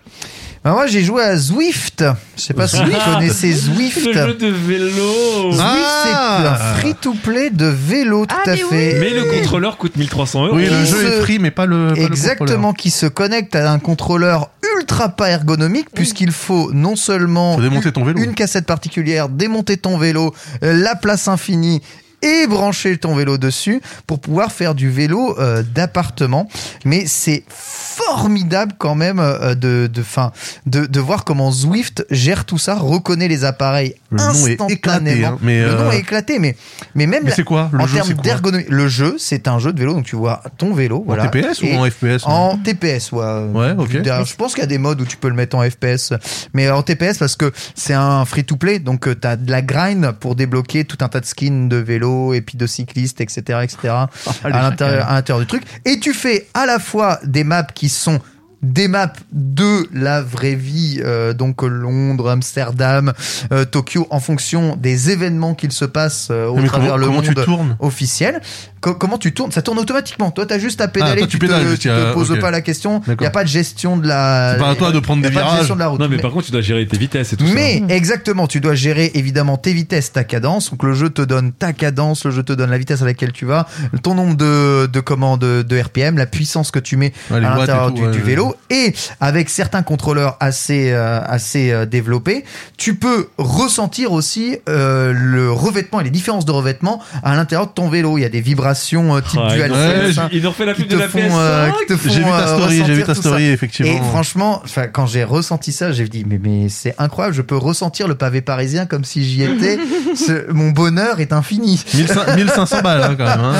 Speaker 1: Bah, moi, j'ai joué à Zwift. Je sais pas si vous connaissez Zwift.
Speaker 2: de vélo.
Speaker 1: Zwift,
Speaker 4: Ah.
Speaker 1: c'est un free-to-play de vélo, tout
Speaker 3: Ah,
Speaker 1: à
Speaker 3: mais oui.
Speaker 1: fait.
Speaker 2: Mais le contrôleur coûte 1300 euros.
Speaker 4: Oui, le
Speaker 1: Et
Speaker 4: jeu
Speaker 1: ce-
Speaker 4: est free, mais pas le. hein. pas le
Speaker 1: Exactement, qui se connecte à un contrôleur ultra pas ergonomique, puisqu'il faut non seulement
Speaker 4: Faut démonter ton vélo.
Speaker 1: une cassette particulière, démonter ton vélo, euh, la place infinie et brancher ton vélo dessus pour pouvoir faire du vélo euh, d'appartement. Mais c'est formidable quand même euh, de, de, fin, de, de voir comment Zwift gère tout ça, reconnaît les appareils
Speaker 4: Le nom est
Speaker 1: instantanément.
Speaker 4: éclaté, hein, mais,
Speaker 1: Le nom
Speaker 4: euh,
Speaker 1: est éclaté, mais, mais même
Speaker 4: Mais
Speaker 1: la-
Speaker 4: c'est quoi le
Speaker 1: en
Speaker 4: jeu
Speaker 1: termes
Speaker 4: C'est quoi
Speaker 1: d'ergonomie, le jeu, c'est un jeu de vélo, donc tu vois ton vélo.
Speaker 4: En
Speaker 1: voilà,
Speaker 4: TPS
Speaker 1: et-
Speaker 4: ou en FPS hein
Speaker 1: en TPS, ouais.
Speaker 4: Ouais, ok.
Speaker 1: Derrière, Je pense qu'il y a des modes où tu peux le mettre en FPS, mais en TPS parce que c'est un free-to-play, donc euh, t'as de la grind pour débloquer tout un tas de skins de vélo et puis de cyclistes, etc., etc.
Speaker 4: *laughs* Ah,
Speaker 1: à l'intérieur, à l'intérieur du truc. Et tu fais à la fois des maps qui sont des maps de la vraie vie, euh, donc Londres, Amsterdam, euh, Tokyo, en fonction des événements qu'il se passe euh, au
Speaker 4: Mais
Speaker 1: travers
Speaker 4: comment,
Speaker 1: le
Speaker 4: comment
Speaker 1: monde
Speaker 4: tu tournes
Speaker 1: officiel. Co- comment tu tournes Ça tourne automatiquement. Toi, t'as juste à pédaler.
Speaker 4: Ah, toi,
Speaker 1: tu,
Speaker 4: tu pédales,
Speaker 1: te,
Speaker 4: juste,
Speaker 1: tu
Speaker 4: y a-
Speaker 1: te poses
Speaker 4: ok.
Speaker 1: pas la question. Il
Speaker 4: D'accord.
Speaker 1: n'y a pas de gestion de la.
Speaker 4: C'est pas à toi de prendre
Speaker 1: y a
Speaker 4: des
Speaker 1: pas de
Speaker 4: virages.
Speaker 1: gestion de la route.
Speaker 2: Non mais
Speaker 1: Mais-
Speaker 2: par contre tu dois gérer tes vitesses et tout
Speaker 1: mais
Speaker 2: ça.
Speaker 1: exactement, tu dois gérer évidemment tes vitesses, ta cadence. Donc le jeu te donne ta cadence, le jeu te donne la vitesse à laquelle tu vas, ton nombre de de commandes de, de RPM, la puissance que tu mets
Speaker 4: Ouais, les
Speaker 1: à
Speaker 4: watts et
Speaker 1: l'intérieur
Speaker 4: tout,
Speaker 1: du,
Speaker 4: ouais,
Speaker 1: du
Speaker 4: je-
Speaker 1: vélo. Nintendo et avec certains contrôleurs assez euh, assez euh, développés, tu peux ressentir aussi euh, le revêtement et les différences de revêtement à l'intérieur de ton vélo. Il y a des vibrations euh, type
Speaker 2: Ah, ils,
Speaker 1: DualSense,
Speaker 2: ont fait,
Speaker 1: hein,
Speaker 2: ils ont fait la
Speaker 1: qui
Speaker 2: pub
Speaker 1: te
Speaker 2: de la
Speaker 1: font,
Speaker 2: PS5
Speaker 1: euh, qui te font,
Speaker 4: J'ai vu ta
Speaker 1: euh,
Speaker 4: story, j'ai vu
Speaker 1: ressentir
Speaker 4: ta
Speaker 1: tout ça.
Speaker 4: story,
Speaker 1: Et
Speaker 4: *laughs* effectivement.
Speaker 1: franchement, enfin, quand j'ai ressenti ça, j'ai dit mais mais c'est incroyable, je peux ressentir le pavé parisien comme si j'y étais. Ce- mon bonheur est infini.
Speaker 4: 1500 1500 balles, hein, quand même. hein.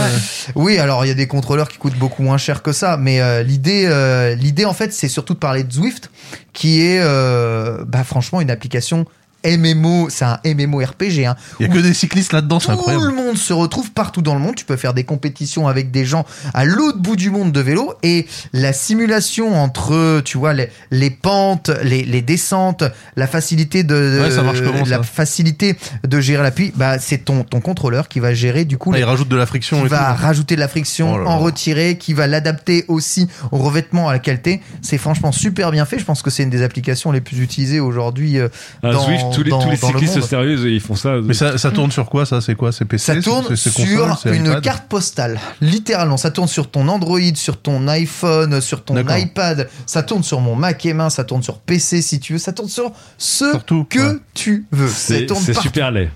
Speaker 1: Oui, alors il y a des contrôleurs qui coûtent beaucoup moins cher que ça, mais euh, l'idée, euh, l'idée en fait, c'est surtout de parler de Zwift, qui est, euh, bah franchement, une application MMO, c'est un MMORPG, hein,
Speaker 4: Il y a que des cyclistes là-dedans, c'est
Speaker 1: tout
Speaker 4: incroyable.
Speaker 1: le monde se retrouve partout dans le monde. Tu peux faire des compétitions avec des gens à l'autre bout du monde de vélo et la simulation entre, tu vois, les, les pentes, les, les descentes, la facilité de,
Speaker 4: Ouais, ça marche comment,
Speaker 1: la
Speaker 4: ça
Speaker 1: facilité de gérer l'appui, bah c'est ton ton contrôleur qui va gérer du coup
Speaker 4: Ah,
Speaker 1: les-
Speaker 4: ils rajoutent de la friction
Speaker 1: qui
Speaker 4: et tout.
Speaker 1: va rajouter de la friction,
Speaker 4: Oh là là.
Speaker 1: en retirer, qui va l'adapter aussi au revêtement, à la qualité. C'est franchement super bien fait. Je pense que c'est une des applications les plus utilisées aujourd'hui. euh,
Speaker 2: Ah,
Speaker 1: dans-
Speaker 2: Zwift, tous les,
Speaker 1: dans-
Speaker 2: tous les
Speaker 1: dans le
Speaker 2: cyclistes
Speaker 1: monde.
Speaker 2: sérieux, ils font ça.
Speaker 4: Mais ça, ça tourne sur quoi, ça C'est quoi C'est PC
Speaker 1: Ça
Speaker 4: c'est-
Speaker 1: tourne
Speaker 4: c'est- c'est console,
Speaker 1: sur
Speaker 4: c'est
Speaker 1: une
Speaker 4: iPad
Speaker 1: carte postale, littéralement. Ça tourne sur ton Android, sur ton iPhone, sur ton
Speaker 4: D'accord.
Speaker 1: iPad. Ça tourne sur mon Mac et main. Ça tourne sur PC si tu veux. Ça tourne sur ce
Speaker 4: Surtout,
Speaker 1: que
Speaker 4: ouais.
Speaker 1: tu veux. Ça
Speaker 2: c'est
Speaker 1: tourne
Speaker 2: c'est
Speaker 1: partout.
Speaker 2: super laid.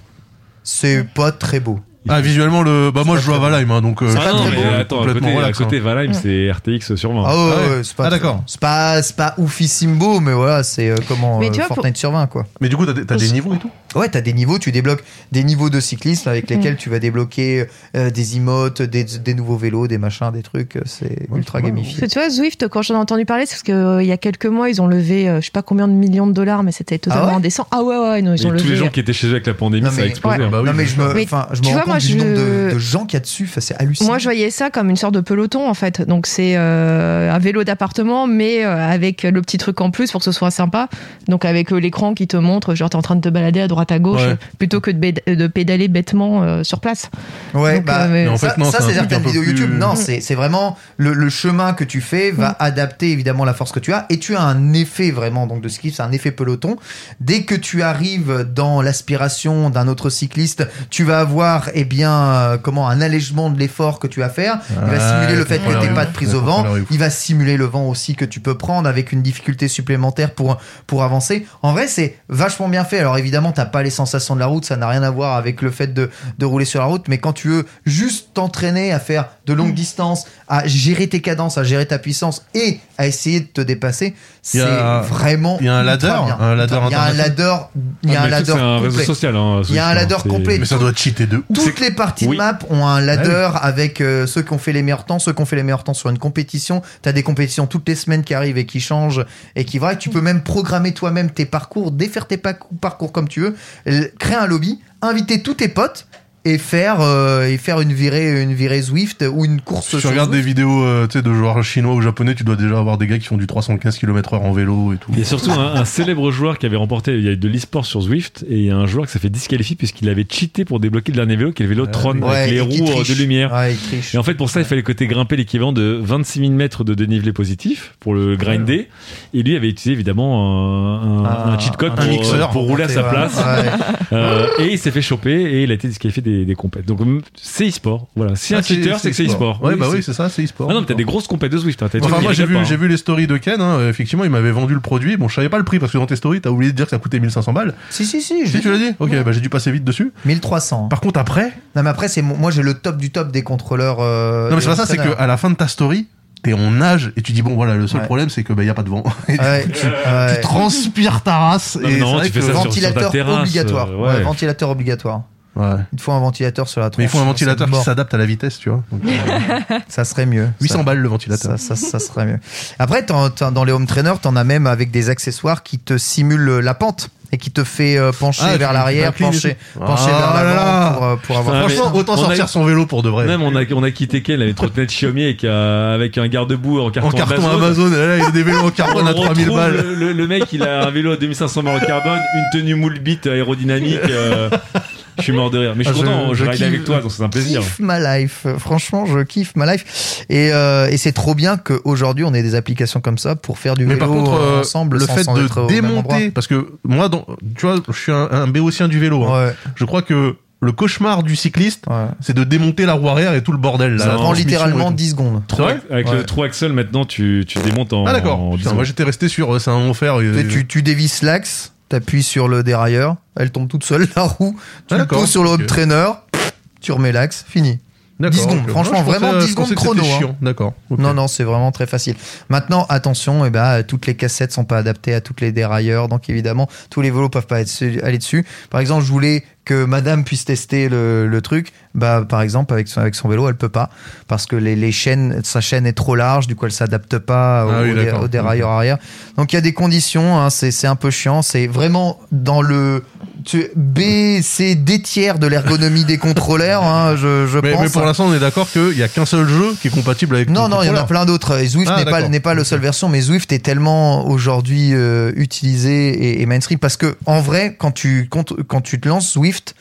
Speaker 1: C'est pas très beau.
Speaker 4: Ah, visuellement, le... bah, moi je joue à Valheim, hein, donc. euh,
Speaker 1: C'est
Speaker 2: Ah
Speaker 1: pas
Speaker 2: non,
Speaker 1: très
Speaker 2: mais
Speaker 1: beau.
Speaker 2: attends, à
Speaker 4: complètement
Speaker 2: côté, à
Speaker 4: relax, hein.
Speaker 2: côté Valheim, c'est RTX sûrement.
Speaker 1: Ah, ouais,
Speaker 4: Ah ouais.
Speaker 1: ouais, c'est pas
Speaker 4: Ah,
Speaker 1: très-
Speaker 4: d'accord.
Speaker 1: C'est pas, c'est pas oufissime beau, mais voilà, c'est euh, comment
Speaker 3: Mais tu
Speaker 1: euh,
Speaker 3: vois, pour-
Speaker 1: Fortnite sur 20, quoi.
Speaker 4: hein. Mais du coup, t'as des, t'as des niveaux et tout
Speaker 1: Ouais, t'as des niveaux, tu débloques des niveaux de cyclisme avec
Speaker 3: Mm.
Speaker 1: lesquels tu vas débloquer euh, des emotes, des, des nouveaux vélos, des machins, des trucs. euh, C'est ultra
Speaker 3: Parce
Speaker 1: gamifié.
Speaker 3: que tu vois, Zwift, quand j'en ai entendu parler, c'est parce qu'il y a quelques mois, ils ont levé, euh, je sais pas combien de millions de dollars, mais c'était totalement
Speaker 1: ouais
Speaker 3: indécent. Ah ouais, ouais, non, ils
Speaker 2: Et
Speaker 3: ont
Speaker 2: tous les
Speaker 3: levé.
Speaker 2: gens qui étaient chez eux avec la pandémie,
Speaker 1: Non,
Speaker 2: ça a
Speaker 1: mais-
Speaker 2: explosé.
Speaker 3: Ouais.
Speaker 2: hein.
Speaker 4: Bah oui,
Speaker 1: non mais je me,
Speaker 3: Mais
Speaker 1: enfin, je me
Speaker 3: tu
Speaker 1: rends
Speaker 3: vois,
Speaker 1: compte
Speaker 3: moi,
Speaker 1: du
Speaker 3: je-
Speaker 1: nombre de, de gens qu'il y a dessus, Enfin, c'est hallucinant.
Speaker 3: Moi, je voyais ça comme une sorte de peloton, en fait. Donc, c'est euh, un vélo d'appartement, mais euh, avec le petit truc en plus pour que ce soit sympa. Donc, avec euh, l'écran qui te montre, genre, t'es en train de te balader à droite, à gauche,
Speaker 4: Ouais.
Speaker 3: euh, plutôt que de, béd- euh, de pédaler bêtement euh, sur place.
Speaker 1: Ouais,
Speaker 3: Donc,
Speaker 1: bah,
Speaker 3: euh, mais-
Speaker 4: mais en fait,
Speaker 1: ça,
Speaker 4: non,
Speaker 1: ça,
Speaker 4: c'est un
Speaker 1: c'est
Speaker 4: truc
Speaker 1: certaines
Speaker 4: un peu
Speaker 1: vidéos
Speaker 4: plus- Hmm.
Speaker 1: YouTube. Non, c'est c'est vraiment le, le chemin que tu fais va adapter évidemment la force que tu as et tu as un effet vraiment donc de ski, c'est un effet peloton. Dès que tu arrives dans l'aspiration d'un autre cycliste, tu vas avoir eh bien euh, comment un allègement de l'effort que tu vas faire. Il va
Speaker 4: Ah,
Speaker 1: simuler le
Speaker 4: le
Speaker 1: fait que
Speaker 4: contrôleur
Speaker 1: t'aies
Speaker 4: est
Speaker 1: pas
Speaker 4: ouf,
Speaker 1: de prise
Speaker 4: le
Speaker 1: au vent.
Speaker 4: contrôleur est ouf.
Speaker 1: Il va simuler le vent aussi que tu peux prendre avec une difficulté supplémentaire pour pour avancer. En vrai, c'est vachement bien fait. Alors évidemment, t'as pas les sensations de la route, ça n'a rien à voir avec le fait de de rouler sur la route, mais quand tu veux juste t'entraîner à faire de
Speaker 4: Mm.
Speaker 1: longues distances, à gérer tes cadences, à gérer ta puissance et à essayer de te dépasser,
Speaker 4: Il
Speaker 1: c'est
Speaker 4: y a-
Speaker 1: vraiment
Speaker 4: il y a un
Speaker 1: ultra
Speaker 4: ladder,
Speaker 1: bien.
Speaker 4: un ladder
Speaker 1: Il y a un
Speaker 4: internet.
Speaker 1: ladder, il y a un
Speaker 2: Ah, mais tout,
Speaker 1: ladder
Speaker 2: C'est un réseau
Speaker 1: complet.
Speaker 2: social. hein,
Speaker 1: Il y a un
Speaker 2: Zwift,
Speaker 1: ladder
Speaker 2: hein, c'est-
Speaker 1: complet.
Speaker 4: Mais ça doit être cheaté de ouf.
Speaker 1: Toutes les parties
Speaker 2: Oui.
Speaker 1: de map ont un ladder avec euh, ceux qui ont fait les meilleurs temps, ceux qui ont fait les meilleurs temps sur une compétition. T'as des compétitions toutes les semaines qui arrivent et qui changent et qui vrai. Tu peux même programmer toi-même tes parcours, défaire tes pac- parcours comme tu veux, l- créer un lobby, inviter tous tes potes et faire euh, et faire une virée une virée Zwift ou une course.
Speaker 4: Si tu
Speaker 1: sur
Speaker 4: regardes des
Speaker 1: Zwift.
Speaker 4: vidéos euh, tu sais, de joueurs chinois ou japonais, tu dois déjà avoir des gars qui font du 315 km/h en vélo et tout.
Speaker 2: Il y a surtout un, un célèbre joueur qui avait remporté, il y a eu de l'e-sport sur Zwift, et il y a un joueur qui s'est fait disqualifier puisqu'il avait cheaté pour débloquer le dernier vélo, qui est le vélo Tron,
Speaker 1: Ah Ouais,
Speaker 2: avec les
Speaker 1: et qui
Speaker 2: roues euh,
Speaker 1: triche. Ah,
Speaker 2: de lumière.
Speaker 1: Ouais, il triche.
Speaker 2: Et en fait, pour ça, il fallait côté grimper l'équivalent de 26 000 mètres de dénivelé positif pour le
Speaker 1: Ah,
Speaker 2: grinder. Et lui avait utilisé évidemment un, un-
Speaker 1: Ah,
Speaker 2: un cheat code
Speaker 4: un
Speaker 2: pour, euh,
Speaker 4: mixeur.
Speaker 2: pour rouler à sa
Speaker 1: Ouais,
Speaker 2: place. *laughs*
Speaker 1: ouais.
Speaker 2: Euh, et il s'est fait choper et il a été disqualifié des, des compètes. Donc mm, c'est e-sport. Voilà. Si un
Speaker 4: Ah,
Speaker 2: cheater, c'est que c'est e-sport.
Speaker 4: Ouais, bah
Speaker 2: c'est-
Speaker 4: oui, c'est ça, c'est e-sport.
Speaker 2: Ah non, mais t'as des grosses compètes de Zwift. hein. T'as des
Speaker 4: Enfin,
Speaker 2: trucs
Speaker 4: moi
Speaker 2: qui
Speaker 4: j'ai vu,
Speaker 2: rigolent pas,
Speaker 4: j'ai
Speaker 2: hein.
Speaker 4: vu les stories de Ken, hein, euh, effectivement il m'avait vendu le produit, bon je savais pas le prix parce que dans tes stories t'as oublié de dire que ça coûtait
Speaker 1: *laughs*
Speaker 4: 1500 balles.
Speaker 1: Si si si. je
Speaker 4: Si tu l'as dit Ok, bah j'ai dû passer vite dessus.
Speaker 1: 1300.
Speaker 4: Par contre après,
Speaker 1: Non mais après c'est mon- moi j'ai le top du top des contrôleurs. euh,
Speaker 4: non mais
Speaker 1: des
Speaker 4: c'est pas ça, c'est
Speaker 1: entraîneurs.
Speaker 4: que à la fin de ta story, t'es en nage et tu dis bon voilà, le seul
Speaker 1: Ouais.
Speaker 4: problème c'est que bah y a pas de vent. *laughs* Et tu-
Speaker 1: Ouais,
Speaker 4: tu,
Speaker 1: ouais.
Speaker 4: tu transpires ta race
Speaker 2: Non, mais
Speaker 4: et
Speaker 2: non,
Speaker 4: c'est vrai
Speaker 2: tu fais
Speaker 4: que-
Speaker 2: ça sur-
Speaker 1: ventilateur
Speaker 2: ta terrasse,
Speaker 1: obligatoire.
Speaker 2: euh,
Speaker 1: ouais.
Speaker 2: ouais.
Speaker 1: ventilateur obligatoire.
Speaker 4: Ouais.
Speaker 1: Il te faut un ventilateur sur la tronche.
Speaker 4: Mais il faut un
Speaker 1: sinon
Speaker 4: ventilateur
Speaker 1: c'est
Speaker 4: qui
Speaker 1: mort.
Speaker 4: s'adapte à la vitesse, tu vois. Donc,
Speaker 1: Ça serait mieux.
Speaker 4: 800
Speaker 1: Ça-
Speaker 4: balles le ventilateur.
Speaker 1: Ça, ça, ça serait mieux. Après, t'en- t'en- dans les home trainers, t'en as même avec des accessoires qui te simulent la pente et qui te fait euh, pencher
Speaker 4: Ah,
Speaker 1: vers
Speaker 4: tu-
Speaker 1: l'arrière,
Speaker 4: tu t'inclines
Speaker 1: pencher,
Speaker 4: et tout.
Speaker 1: pencher
Speaker 4: Ah
Speaker 1: vers
Speaker 4: là
Speaker 1: l'avant
Speaker 4: là.
Speaker 1: pour, euh, pour avoir.
Speaker 2: Ah, mais-
Speaker 4: Franchement, autant
Speaker 2: on a
Speaker 4: sortir
Speaker 2: eu-
Speaker 4: son vélo pour de vrai.
Speaker 2: Même on a, on a quitté Ken, il avait une trottinette Xiaomi avec, euh, avec un garde-boue en carton,
Speaker 4: en carton Amazon, et là, il y a des vélos
Speaker 2: *laughs*
Speaker 4: en
Speaker 2: On
Speaker 4: carbone à 3000
Speaker 2: retrouve
Speaker 4: balles.
Speaker 2: Le, le- le mec, il a un vélo à 2500 balles en carbone, une tenue moule bite aérodynamique. euh, je suis mort de rire. Mais je suis
Speaker 1: Ah, je-
Speaker 2: content, je,
Speaker 1: je
Speaker 2: ride avec
Speaker 1: kiffe-
Speaker 2: toi, donc c'est un
Speaker 1: Je
Speaker 2: plaisir.
Speaker 1: kiffe ma life. Euh, Franchement, je kiffe ma life. Et, euh, et c'est trop bien qu'aujourd'hui, on ait des applications comme ça pour faire du
Speaker 4: Mais
Speaker 1: vélo
Speaker 4: par contre,
Speaker 1: euh,
Speaker 4: euh,
Speaker 1: ensemble
Speaker 4: le
Speaker 1: sans,
Speaker 4: fait
Speaker 1: sans être
Speaker 4: de
Speaker 1: au même endroit.
Speaker 4: démonter, parce que moi, dans, tu vois, je suis un, un béotien du vélo. hein.
Speaker 1: Ouais.
Speaker 4: Je crois que le cauchemar du cycliste,
Speaker 1: Ouais.
Speaker 4: c'est de démonter la roue arrière et tout le bordel. là,
Speaker 2: Ça
Speaker 4: la
Speaker 1: Prends
Speaker 2: prend
Speaker 4: transmission et
Speaker 1: littéralement
Speaker 4: tout.
Speaker 1: 10 secondes. Oh,
Speaker 4: C'est vrai
Speaker 2: Avec
Speaker 1: Ouais.
Speaker 2: le trou axle, maintenant, tu, tu démontes en.
Speaker 4: Ah
Speaker 2: en
Speaker 4: d'accord. Putain,
Speaker 2: disant-
Speaker 4: Moi j'étais resté sur euh, c'est un enfer. euh,
Speaker 1: Tu, tu, tu dévisses l'axe, t'appuies sur le dérailleur, elle tombe toute seule, *laughs* la roue, tu le
Speaker 4: Ah, d'accord.
Speaker 1: poses sur le hub
Speaker 4: Ok.
Speaker 1: trainer, tu remets l'axe, fini.
Speaker 4: D'accord,
Speaker 1: 10 secondes,
Speaker 4: ok.
Speaker 1: franchement,
Speaker 4: Non, je pensais-
Speaker 1: vraiment 10
Speaker 4: je pensais
Speaker 1: secondes
Speaker 4: que c'était
Speaker 1: chrono, hein.
Speaker 4: chiant. D'accord. ok.
Speaker 1: Non, non, c'est vraiment très facile. Maintenant, attention, eh ben, toutes les cassettes sont pas adaptées à toutes les dérailleurs, donc évidemment, tous les vélos peuvent pas être su- aller dessus. Par exemple, je voulais que madame puisse tester le, le truc. Bah, par exemple, avec son, avec son vélo, elle peut pas, parce que les, les chaînes, sa chaîne est trop large, du coup, elle s'adapte pas au,
Speaker 4: Ah oui,
Speaker 1: au dé-
Speaker 4: d'accord.
Speaker 1: au dérailleur arrière. Donc, il y a des conditions, hein, c'est c'est un peu chiant, c'est vraiment dans le tu- B, C, D tiers de l'ergonomie des contrôleurs, hein, je, je
Speaker 4: Mais,
Speaker 1: pense.
Speaker 4: mais pour l'instant, on est d'accord qu'il y a qu'un seul jeu qui est compatible avec.
Speaker 1: Non,
Speaker 4: ton
Speaker 1: non, il y en a
Speaker 4: contrôleur.
Speaker 1: plein d'autres. Et Zwift
Speaker 4: Ah,
Speaker 1: n'est pas,
Speaker 4: d'accord.
Speaker 1: n'est pas le seul version, mais Zwift est tellement aujourd'hui euh, utilisé et, et mainstream parce que en vrai, quand tu comptes- quand tu te lances Zwift,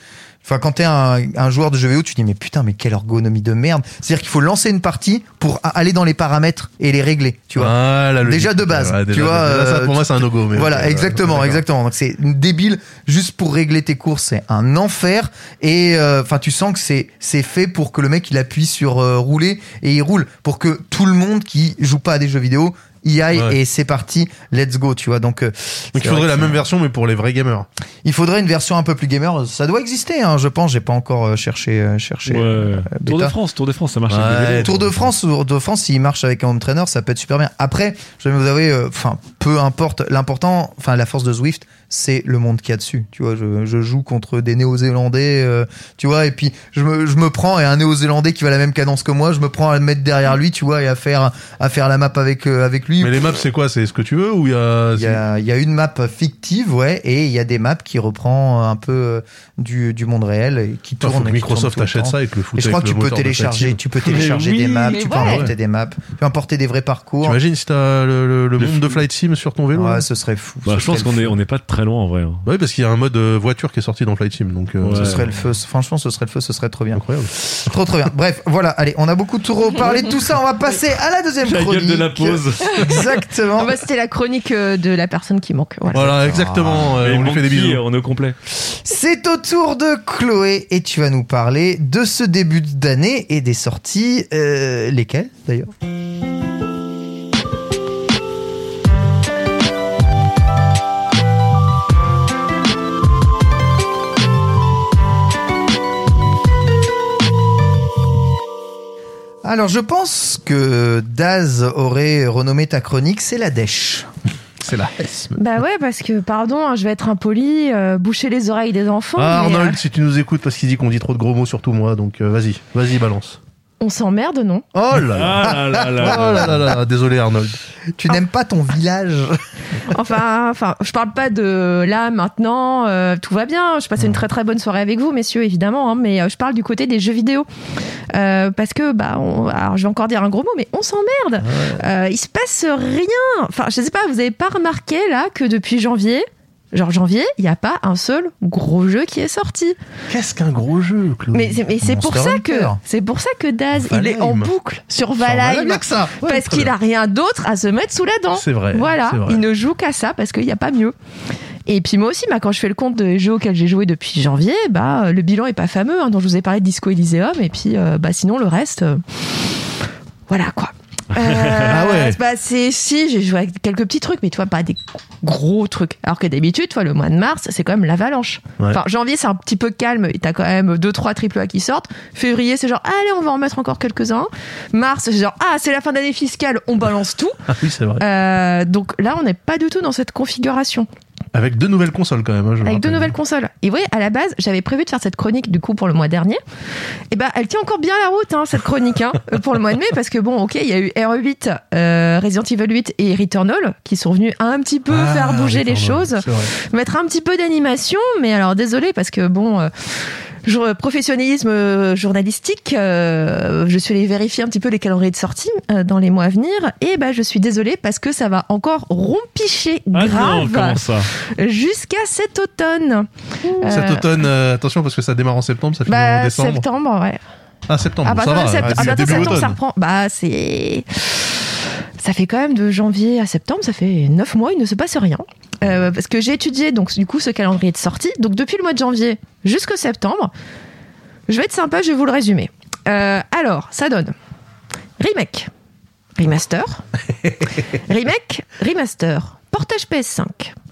Speaker 1: enfin quand t'es un, un joueur de jeux vidéo, tu dis mais putain, mais quelle ergonomie de merde. C'est-à-dire qu'il faut lancer une partie pour a- aller dans les paramètres et les régler, tu vois.
Speaker 4: Ah, la logique.
Speaker 1: Déjà de base,
Speaker 4: Ouais,
Speaker 1: tu
Speaker 4: déjà,
Speaker 1: vois,
Speaker 4: déjà, ça,
Speaker 1: euh,
Speaker 4: pour moi, c'est un no-go. Oh, mais
Speaker 1: Voilà,
Speaker 4: ok, ouais,
Speaker 1: exactement,
Speaker 4: d'accord.
Speaker 1: exactement. Donc c'est débile juste pour régler tes courses, c'est un enfer. Et euh, enfin, tu sens que c'est c'est fait pour que le mec il appuie sur euh, rouler et il roule pour que tout le monde qui joue pas à des jeux vidéo y aille
Speaker 4: Ouais.
Speaker 1: et c'est parti, let's go, tu vois. Donc euh,
Speaker 4: Donc
Speaker 1: c'est
Speaker 4: il faudrait
Speaker 1: vrai
Speaker 4: la
Speaker 1: que
Speaker 4: même
Speaker 1: c'est-
Speaker 4: version, mais pour les vrais gamers.
Speaker 1: Il faudrait une version un peu plus gamer. Ça doit exister, hein, je pense. J'ai pas encore euh, cherché euh, cherché.
Speaker 2: Ouais.
Speaker 1: euh,
Speaker 2: Tour de
Speaker 1: bêta.
Speaker 2: France, Tour de France, ça marche.
Speaker 4: Ouais.
Speaker 2: avec des vélos.
Speaker 1: Tour de France, Tour de France, s'il marche avec un home trainer, ça peut être super bien. Après, je vais vous avouer, euh, enfin, peu importe. L'important, enfin, la force de Zwift, c'est le monde qu'il y a dessus. Tu vois, je, je joue contre des Néo-Zélandais, euh, tu vois, et puis je me, je me prends et un Néo-Zélandais qui va à la même cadence que moi, je me prends à le mettre derrière lui, tu vois, et à faire à faire la map avec euh, avec lui.
Speaker 4: Mais les maps, c'est quoi C'est ce que tu veux ou il y a.
Speaker 1: Il y, a, il y a une map fictive, ouais, et il y a des maps qui reprend un peu euh, du, du monde réel et qui
Speaker 4: Putain,
Speaker 1: tourne.
Speaker 4: faut que
Speaker 1: et qui tourne
Speaker 4: Microsoft
Speaker 1: tout le
Speaker 4: achète
Speaker 1: temps.
Speaker 4: ça et que le foot.
Speaker 1: Et je crois que tu peux télécharger, tu peux télécharger
Speaker 2: oui,
Speaker 1: des maps,
Speaker 3: mais
Speaker 1: tu peux
Speaker 3: ouais.
Speaker 1: importer des maps, tu peux importer des vrais parcours.
Speaker 4: T'imagines si t'as le, le, le
Speaker 2: Le
Speaker 4: monde de Flight Sim sur ton vélo
Speaker 1: Ouais,
Speaker 4: là
Speaker 1: ce serait fou.
Speaker 2: Bah,
Speaker 1: ce
Speaker 2: je pense
Speaker 1: serait
Speaker 2: qu'on
Speaker 1: le
Speaker 2: est,
Speaker 1: feu.
Speaker 2: on est pas très loin en vrai. hein.
Speaker 4: Ouais, parce qu'il y a un mode euh, voiture qui est sorti dans Flight Sim, donc euh,
Speaker 2: Ouais.
Speaker 4: ça
Speaker 1: Ce
Speaker 4: serait
Speaker 1: serait le feu. Franchement, ce serait le feu, ce serait trop bien.
Speaker 4: incroyable.
Speaker 1: Trop, trop bien.
Speaker 2: *laughs*
Speaker 1: Bref, voilà, allez, on a beaucoup trop parlé de tout ça. On va passer à la deuxième
Speaker 2: La
Speaker 1: chronique.
Speaker 2: gueule de la pause.
Speaker 1: *laughs* Exactement.
Speaker 3: Bon, bah, C'était la chronique euh, de la personne qui manque. Voilà.
Speaker 4: Voilà, exactement. euh,
Speaker 2: Et
Speaker 4: on lui fait des
Speaker 2: Monkey,
Speaker 4: bisous.
Speaker 2: On est au complet.
Speaker 1: C'est au tour de Chloé et tu vas nous parler de ce début d'année et des sorties. euh, lesquelles d'ailleurs Alors je pense que Daz aurait renommé ta chronique C'est la dèche.
Speaker 4: C'est là.
Speaker 3: Bah ouais, parce que, pardon, hein, je vais être impoli, euh, boucher les oreilles des enfants.
Speaker 4: Ah,
Speaker 3: mais, euh,
Speaker 4: Arnold, si tu nous écoutes, parce qu'il dit qu'on dit trop de gros mots, surtout moi, donc euh, vas-y, vas-y, balance.
Speaker 3: on s'emmerde, non
Speaker 4: Oh là là
Speaker 2: Ah là là
Speaker 4: Oh
Speaker 2: là là.
Speaker 4: là là là, désolé Arnold.
Speaker 1: Tu n'aimes pas ton village
Speaker 3: Enfin, enfin, je parle pas de là maintenant, euh, tout va bien. Je passais une très très bonne soirée avec vous, messieurs, évidemment. hein, mais euh, je parle du côté des jeux vidéo Euh, parce que bah, on- alors, je vais encore dire un gros mot, mais on s'emmerde. Euh, il se passe rien. Enfin, je sais pas, vous avez pas remarqué là que depuis janvier. Genre janvier, il n'y a pas un seul gros jeu qui est sorti.
Speaker 4: Ah, Qu'est-ce qu'un gros jeu, Claude
Speaker 3: Mais c'est mais c'est pour
Speaker 1: Monster
Speaker 3: ça que
Speaker 1: Hunter.
Speaker 3: c'est pour ça que Daz il est en
Speaker 4: Valheim.
Speaker 3: boucle sur
Speaker 4: Sur Valheim,
Speaker 3: Valheim
Speaker 4: rien que ça. Ouais,
Speaker 3: parce
Speaker 4: très
Speaker 3: qu'il
Speaker 4: bien.
Speaker 3: a rien d'autre à se mettre sous la dent.
Speaker 4: C'est vrai.
Speaker 3: Voilà,
Speaker 4: c'est vrai.
Speaker 3: il ne joue qu'à ça parce qu'il n'y a pas mieux. Et puis moi aussi, bah, quand je fais le compte des jeux auxquels j'ai joué depuis janvier, bah, euh, le bilan est pas fameux, hein, dont je vous ai parlé de Disco Elysium, et puis euh, bah, sinon le reste, euh, voilà
Speaker 4: *laughs*
Speaker 3: quoi. Euh,
Speaker 4: Ah ouais.
Speaker 3: bah, c'est si j'ai joué avec quelques petits trucs, mais tu vois pas des gros trucs. Alors que d'habitude, tu vois, le mois de mars, c'est quand même l'avalanche.
Speaker 4: Ouais.
Speaker 3: Enfin, janvier, c'est un petit peu calme et t'as quand même deux trois triple A qui sortent. Février, c'est genre allez, on va en mettre encore quelques uns. Mars, c'est genre ah, c'est la fin d'année fiscale, on balance tout.
Speaker 4: Ah oui, c'est vrai.
Speaker 3: Euh, donc là, on n'est pas du tout dans cette configuration.
Speaker 4: Avec deux nouvelles consoles quand même. hein, je le
Speaker 3: avec deux
Speaker 4: rappelle.
Speaker 3: nouvelles consoles. Et vous voyez, à la base, j'avais prévu de faire cette chronique du coup pour le mois dernier. Et ben, elle tient encore bien la route, hein, cette chronique, hein, *laughs* pour le mois de mai, parce que bon, ok, il y a eu RE8, euh, Resident Evil 8 et Returnal qui sont venus un petit peu
Speaker 4: Ah,
Speaker 3: faire bouger
Speaker 4: oui,
Speaker 3: les
Speaker 4: pardon,
Speaker 3: choses
Speaker 4: c'est vrai.
Speaker 3: mettre un petit peu d'animation, mais alors désolé parce que bon. euh, jour- professionnalisme euh, journalistique, euh, je suis allée vérifier un petit peu les calendriers de sortie euh, dans les mois à venir, et bah je suis désolée parce que ça va encore rompicher
Speaker 2: Ah non,
Speaker 3: grave
Speaker 2: comment ça
Speaker 3: jusqu'à cet automne.
Speaker 4: Cet
Speaker 3: Euh,
Speaker 4: automne, euh, attention parce que ça démarre en septembre, ça finit en
Speaker 3: bah,
Speaker 4: décembre.
Speaker 3: septembre, ouais.
Speaker 4: Ah septembre,
Speaker 3: Ah, bah,
Speaker 4: ça
Speaker 3: attends,
Speaker 4: va.
Speaker 3: sept- ah,
Speaker 4: ouais, c'est
Speaker 3: bah, attends,
Speaker 4: début
Speaker 3: septembre, ça
Speaker 4: automne.
Speaker 3: reprend. Bah, c'est. Ça fait quand même de janvier à septembre, ça fait 9 mois, il ne se passe rien. Euh, parce que j'ai étudié donc du coup ce calendrier de sortie. Donc depuis le mois de janvier jusqu'au septembre, Je vais être sympa, je vais vous le résumer. Euh, alors, ça donne remake, remaster,
Speaker 4: *laughs*
Speaker 3: remake, remaster, portage PS5,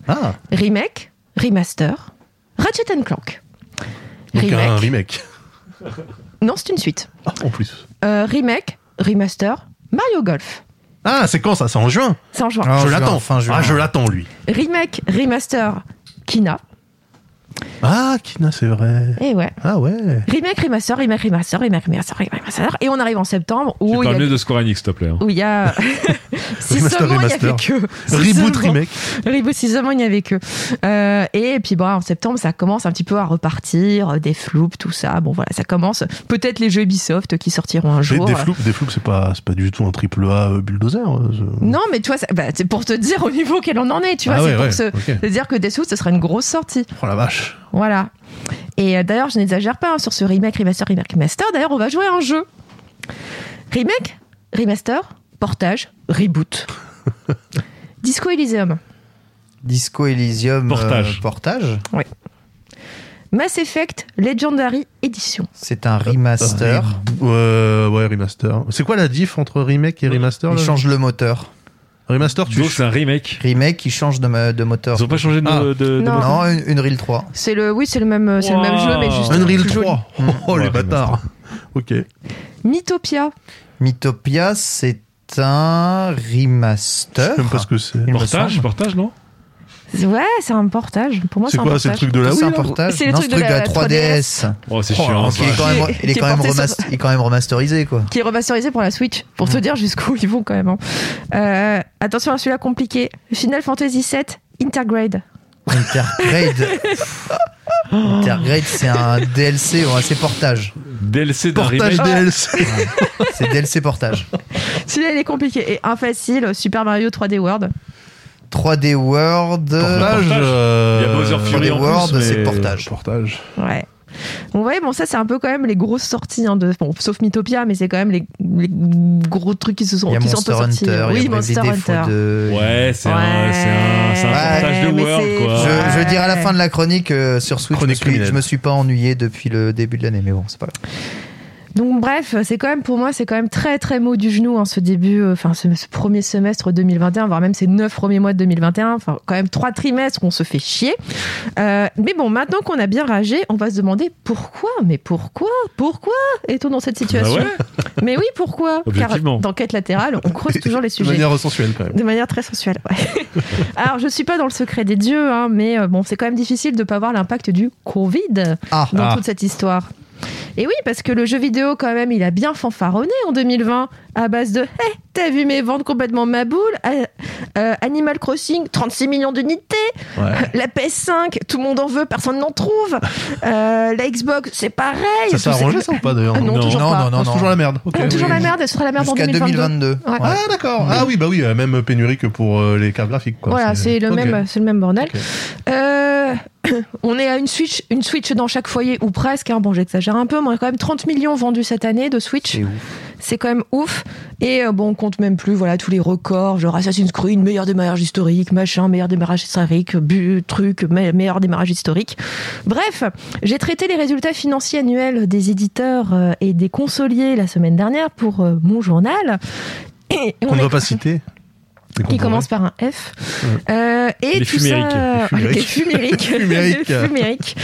Speaker 4: Ah,
Speaker 3: remake, remaster, Ratchet and Clank.
Speaker 4: donc un
Speaker 3: Remake.
Speaker 4: remake.
Speaker 3: Non, c'est une suite.
Speaker 4: Ah, en plus.
Speaker 3: Euh, remake, remaster, Mario Golf.
Speaker 4: Ah, c'est quand ça C'est en juin
Speaker 3: C'est en juin.
Speaker 1: Ah, en
Speaker 4: Je
Speaker 1: juin,
Speaker 4: l'attends.
Speaker 1: fin juin.
Speaker 4: Ah, je l'attends, lui.
Speaker 3: Remake, remaster, Kina.
Speaker 4: Ah, Kina, c'est vrai.
Speaker 3: Et ouais.
Speaker 4: Ah ouais.
Speaker 3: Remake, remaster, remake, remaster, remake, remaster, remake, remaster. Et on arrive en septembre
Speaker 2: Tu
Speaker 3: où Oh, il y
Speaker 2: parles
Speaker 3: a
Speaker 2: mieux de Square Enix, s'il te plaît. hein.
Speaker 3: où il y
Speaker 4: *laughs*
Speaker 3: a. si
Speaker 4: Remaster,
Speaker 3: seulement il y
Speaker 4: remaster.
Speaker 3: avait que. Si
Speaker 4: Reboot,
Speaker 3: seulement-
Speaker 4: remake.
Speaker 3: Reboot, si seulement il y avait que. Euh, et puis bon, en septembre, ça commence un petit peu à repartir, euh, des floops, tout ça. Bon voilà, ça commence. Peut-être les jeux Ubisoft qui sortiront un
Speaker 4: Des,
Speaker 3: jour.
Speaker 4: des floops, des floops, c'est pas, c'est pas du tout un triple A euh, bulldozer. euh, ce-
Speaker 3: Non, mais tu vois, ça- bah, c'est pour te dire au niveau qu'elle en en est, tu vois.
Speaker 4: Ah
Speaker 3: c'est
Speaker 4: ouais,
Speaker 3: pour
Speaker 4: ouais,
Speaker 3: se,
Speaker 4: ok.
Speaker 3: se dire que Deathloop, ce sera une grosse sortie.
Speaker 4: Oh la vache.
Speaker 3: Voilà. Et euh, d'ailleurs, je n'exagère pas hein, sur ce remake, remaster, remake, remaster. D'ailleurs, on va jouer à un jeu. Remake, remaster, portage, reboot.
Speaker 4: *laughs*
Speaker 3: Disco Elysium,
Speaker 1: Disco Elysium. euh,
Speaker 2: Portage.
Speaker 1: portage.
Speaker 3: Mass Effect Legendary Edition.
Speaker 1: C'est un remaster.
Speaker 4: Euh, ouais, remaster. C'est quoi la diff entre remake et remaster
Speaker 1: Il
Speaker 4: là
Speaker 1: change le moteur.
Speaker 4: Remaster, tu
Speaker 2: Donc c'est un remake.
Speaker 1: Remake, il change de, ma- de moteur.
Speaker 2: Ils ont pas changé de,
Speaker 4: Ah.
Speaker 2: de- de-
Speaker 3: Non.
Speaker 2: de-
Speaker 1: Non, une- Unreal 3.
Speaker 3: C'est le, oui, c'est le même, euh, c'est le
Speaker 2: Wow.
Speaker 3: même jeu, mais juste
Speaker 4: Unreal
Speaker 3: plus joli.
Speaker 4: 3. Oh
Speaker 2: Ouais,
Speaker 4: les bâtards. Ok.
Speaker 3: Mythopia,
Speaker 1: Mythopia, c'est un
Speaker 4: Je
Speaker 1: remaster.
Speaker 4: sais *laughs* même pas ce que c'est.
Speaker 1: Il me
Speaker 2: Portage,
Speaker 1: semble.
Speaker 2: portage, non
Speaker 3: ouais, c'est un portage. Pour moi,
Speaker 4: C'est
Speaker 3: un Ah,
Speaker 4: quoi
Speaker 3: portage.
Speaker 4: C'est le truc de la
Speaker 1: C'est
Speaker 4: Wii
Speaker 1: un
Speaker 4: là
Speaker 1: portage.
Speaker 3: C'est le
Speaker 1: Non,
Speaker 3: truc
Speaker 1: ce
Speaker 3: de la- la 3DS.
Speaker 2: Oh, c'est
Speaker 1: Oh,
Speaker 2: chiant.
Speaker 1: donc il, est
Speaker 2: ça.
Speaker 1: quand même,
Speaker 3: *laughs* Qui est-
Speaker 1: il est
Speaker 3: qui est
Speaker 1: quand même
Speaker 3: porté sur-
Speaker 1: remas- il est quand même remasterisé, quoi.
Speaker 3: qui est remasterisé pour la Switch, pour te dire jusqu'où ils vont quand même. hein. Euh, attention à celui-là compliqué. Final Fantasy VII Intergrade.
Speaker 1: Intergrade. Intergrade, c'est un DLC, ouais, c'est portage.
Speaker 2: DLC d'un
Speaker 4: Portage
Speaker 2: remake.
Speaker 4: DLC.
Speaker 1: C'est DLC portage.
Speaker 3: Celui-là, il est compliqué. Et un facile, Super Mario 3D World.
Speaker 1: 3D World.
Speaker 4: Portage.
Speaker 2: Portage.
Speaker 4: euh,
Speaker 2: Il y a Bowser Fury.
Speaker 1: 3D
Speaker 2: en plus,
Speaker 1: World,
Speaker 2: mais-
Speaker 1: c'est portage.
Speaker 4: Portage.
Speaker 3: Ouais. Bon, ouais, bon, ça, c'est un peu quand même les grosses sorties, hein, de, bon, sauf Mythopia, mais c'est quand même les, les gros trucs qui se sont,
Speaker 1: Il y a
Speaker 3: qui
Speaker 1: Monster
Speaker 3: sont sortis. euh,
Speaker 1: Hunter, il y
Speaker 3: oui,
Speaker 1: a Bravely
Speaker 3: Monster
Speaker 1: Default
Speaker 3: Hunter.
Speaker 1: deux.
Speaker 2: Ouais, c'est un,
Speaker 3: Ouais.
Speaker 2: c'est un, c'est un
Speaker 1: Ouais,
Speaker 2: portage de
Speaker 3: mais
Speaker 2: World,
Speaker 3: c'est-
Speaker 1: Je,
Speaker 2: quoi.
Speaker 1: je dirai à la fin de la chronique euh, sur Switch.
Speaker 4: Chronique
Speaker 1: je, me suis,
Speaker 4: criminelle.
Speaker 1: je me suis pas ennuyé depuis le début de l'année, mais bon, c'est pas grave.
Speaker 3: Donc, bref, c'est quand même, pour moi, c'est quand même très, très mot du genou, hein, ce début, euh, enfin, ce, ce premier semestre 2021, voire même ces neuf premiers mois de 2021. Enfin, quand même trois trimestres où on se fait chier. Euh, mais bon, maintenant qu'on a bien ragé, on va se demander pourquoi, mais pourquoi, pourquoi est-on dans cette situation?
Speaker 2: Ah bah ouais.
Speaker 3: Mais oui, pourquoi? Car
Speaker 2: Objectivement.
Speaker 3: dans Quête latérale,
Speaker 2: *laughs*
Speaker 3: on creuse toujours les
Speaker 4: De
Speaker 3: sujets.
Speaker 4: manière sensuelle quand même.
Speaker 3: De manière très sensuelle.
Speaker 4: *laughs*
Speaker 3: ouais. Alors, je suis pas dans le secret des dieux, hein, mais euh, bon, c'est quand même difficile de pas voir l'impact du Covid dans
Speaker 1: Ah,
Speaker 4: Ah.
Speaker 3: toute cette histoire. Et oui, parce que le jeu vidéo, quand même, il a bien fanfaronné en 2020 à base de Hé, t'as vu mes ventes complètement ma boule Euh, euh, Animal Crossing, 36 millions d'unités
Speaker 4: Ouais.
Speaker 3: La PS5, tout le monde en veut, personne n'en trouve Euh, La Xbox, c'est pareil
Speaker 4: Ça s'est
Speaker 3: Tous ces
Speaker 4: arrangé
Speaker 3: jeux-
Speaker 4: ça ou pas d'ailleurs
Speaker 3: Ah non,
Speaker 2: Non.
Speaker 3: toujours
Speaker 1: non,
Speaker 3: pas.
Speaker 1: non, non,
Speaker 4: Ah, c'est
Speaker 1: non.
Speaker 4: toujours la merde. ok.
Speaker 3: Euh, toujours
Speaker 1: Oui,
Speaker 3: la
Speaker 1: oui.
Speaker 3: merde, et ce sera la merde en
Speaker 1: Jusqu'à
Speaker 3: 2022.
Speaker 1: 2022.
Speaker 3: Ouais.
Speaker 1: Ouais.
Speaker 4: Ah d'accord. Ah oui, bah oui, euh, même pénurie que pour euh, les cartes graphiques. Quoi. euh,
Speaker 3: Voilà, c'est le
Speaker 4: Ok.
Speaker 3: même, c'est le même bordel.
Speaker 4: Ok.
Speaker 3: Euh, *coughs* on est à une Switch, une Switch dans chaque foyer ou presque. hein. Bon, j'exagère un peu, mais on a quand même 30 millions vendus cette année de Switch.
Speaker 1: C'est ouf.
Speaker 3: C'est quand même ouf. Et euh, bon, on compte même plus voilà tous les records, genre Assassin's Creed, meilleur démarrage historique, machin, meilleur démarrage historique, but, truc, me- meilleur démarrage historique. Bref, j'ai traité les résultats financiers annuels des éditeurs euh, et des consoliers la semaine dernière pour euh, mon journal. Et on
Speaker 4: Qu'on ne
Speaker 3: est-
Speaker 4: va pas citer. mais qu'on
Speaker 3: *laughs* qui
Speaker 4: pourrait.
Speaker 3: commence par un F. Euh, et
Speaker 2: Les
Speaker 3: tout
Speaker 2: fumériques.
Speaker 3: *laughs* ça,
Speaker 4: Les
Speaker 3: fumériques. Les
Speaker 4: Fumériques.
Speaker 3: fumériques.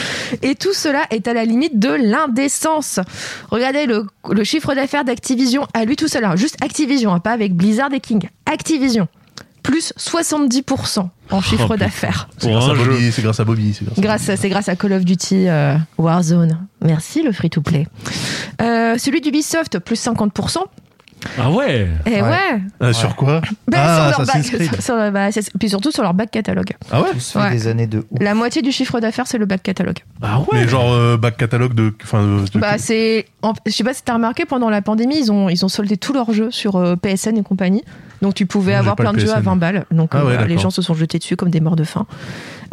Speaker 3: Et tout cela est à la limite de l'indécence. Regardez le, le chiffre d'affaires d'Activision à lui tout seul, hein, juste Activision, hein, pas avec Blizzard et King. Activision, plus 70% en chiffre
Speaker 2: putain.
Speaker 3: d'affaires.
Speaker 4: C'est
Speaker 2: Pour
Speaker 4: grâce, à
Speaker 2: un jeu.
Speaker 4: Bobby, c'est grâce à Bobby. C'est grâce à
Speaker 3: Grâce, à- c'est grâce à Call of Duty euh, Warzone. Merci le free-to-play. Euh, celui d'Ubisoft, plus 50%.
Speaker 2: Ah ouais
Speaker 3: Et Eh ouais,
Speaker 1: Ouais.
Speaker 4: Euh, Sur quoi
Speaker 3: Ben, sur
Speaker 4: Ah,
Speaker 3: leur
Speaker 4: Assassin's
Speaker 3: *laughs* back-
Speaker 4: Creed.
Speaker 3: sur leur- bah, c'est- puis surtout sur leur back catalogue.
Speaker 4: Ah ouais
Speaker 1: Tout se fait
Speaker 3: Ouais.
Speaker 1: des années de ouf.
Speaker 3: La moitié du chiffre d'affaires, c'est le back catalogue.
Speaker 2: Ah ouais
Speaker 4: Mais genre euh, back catalogue de. Enfin, de- de-
Speaker 3: Bah, c'est, en- je sais pas si t'as remarqué, pendant la pandémie, ils ont, ils ont soldé tous leurs jeux sur euh, PSN et compagnie. Donc tu pouvais
Speaker 4: Non, j'ai
Speaker 3: avoir
Speaker 4: pas le
Speaker 3: plein de jeux à
Speaker 4: PSN.
Speaker 3: 20 balles. Donc
Speaker 4: Ah
Speaker 3: euh,
Speaker 4: ouais,
Speaker 3: voilà, les
Speaker 4: d'accord.
Speaker 3: gens se sont jetés dessus comme des morts de faim.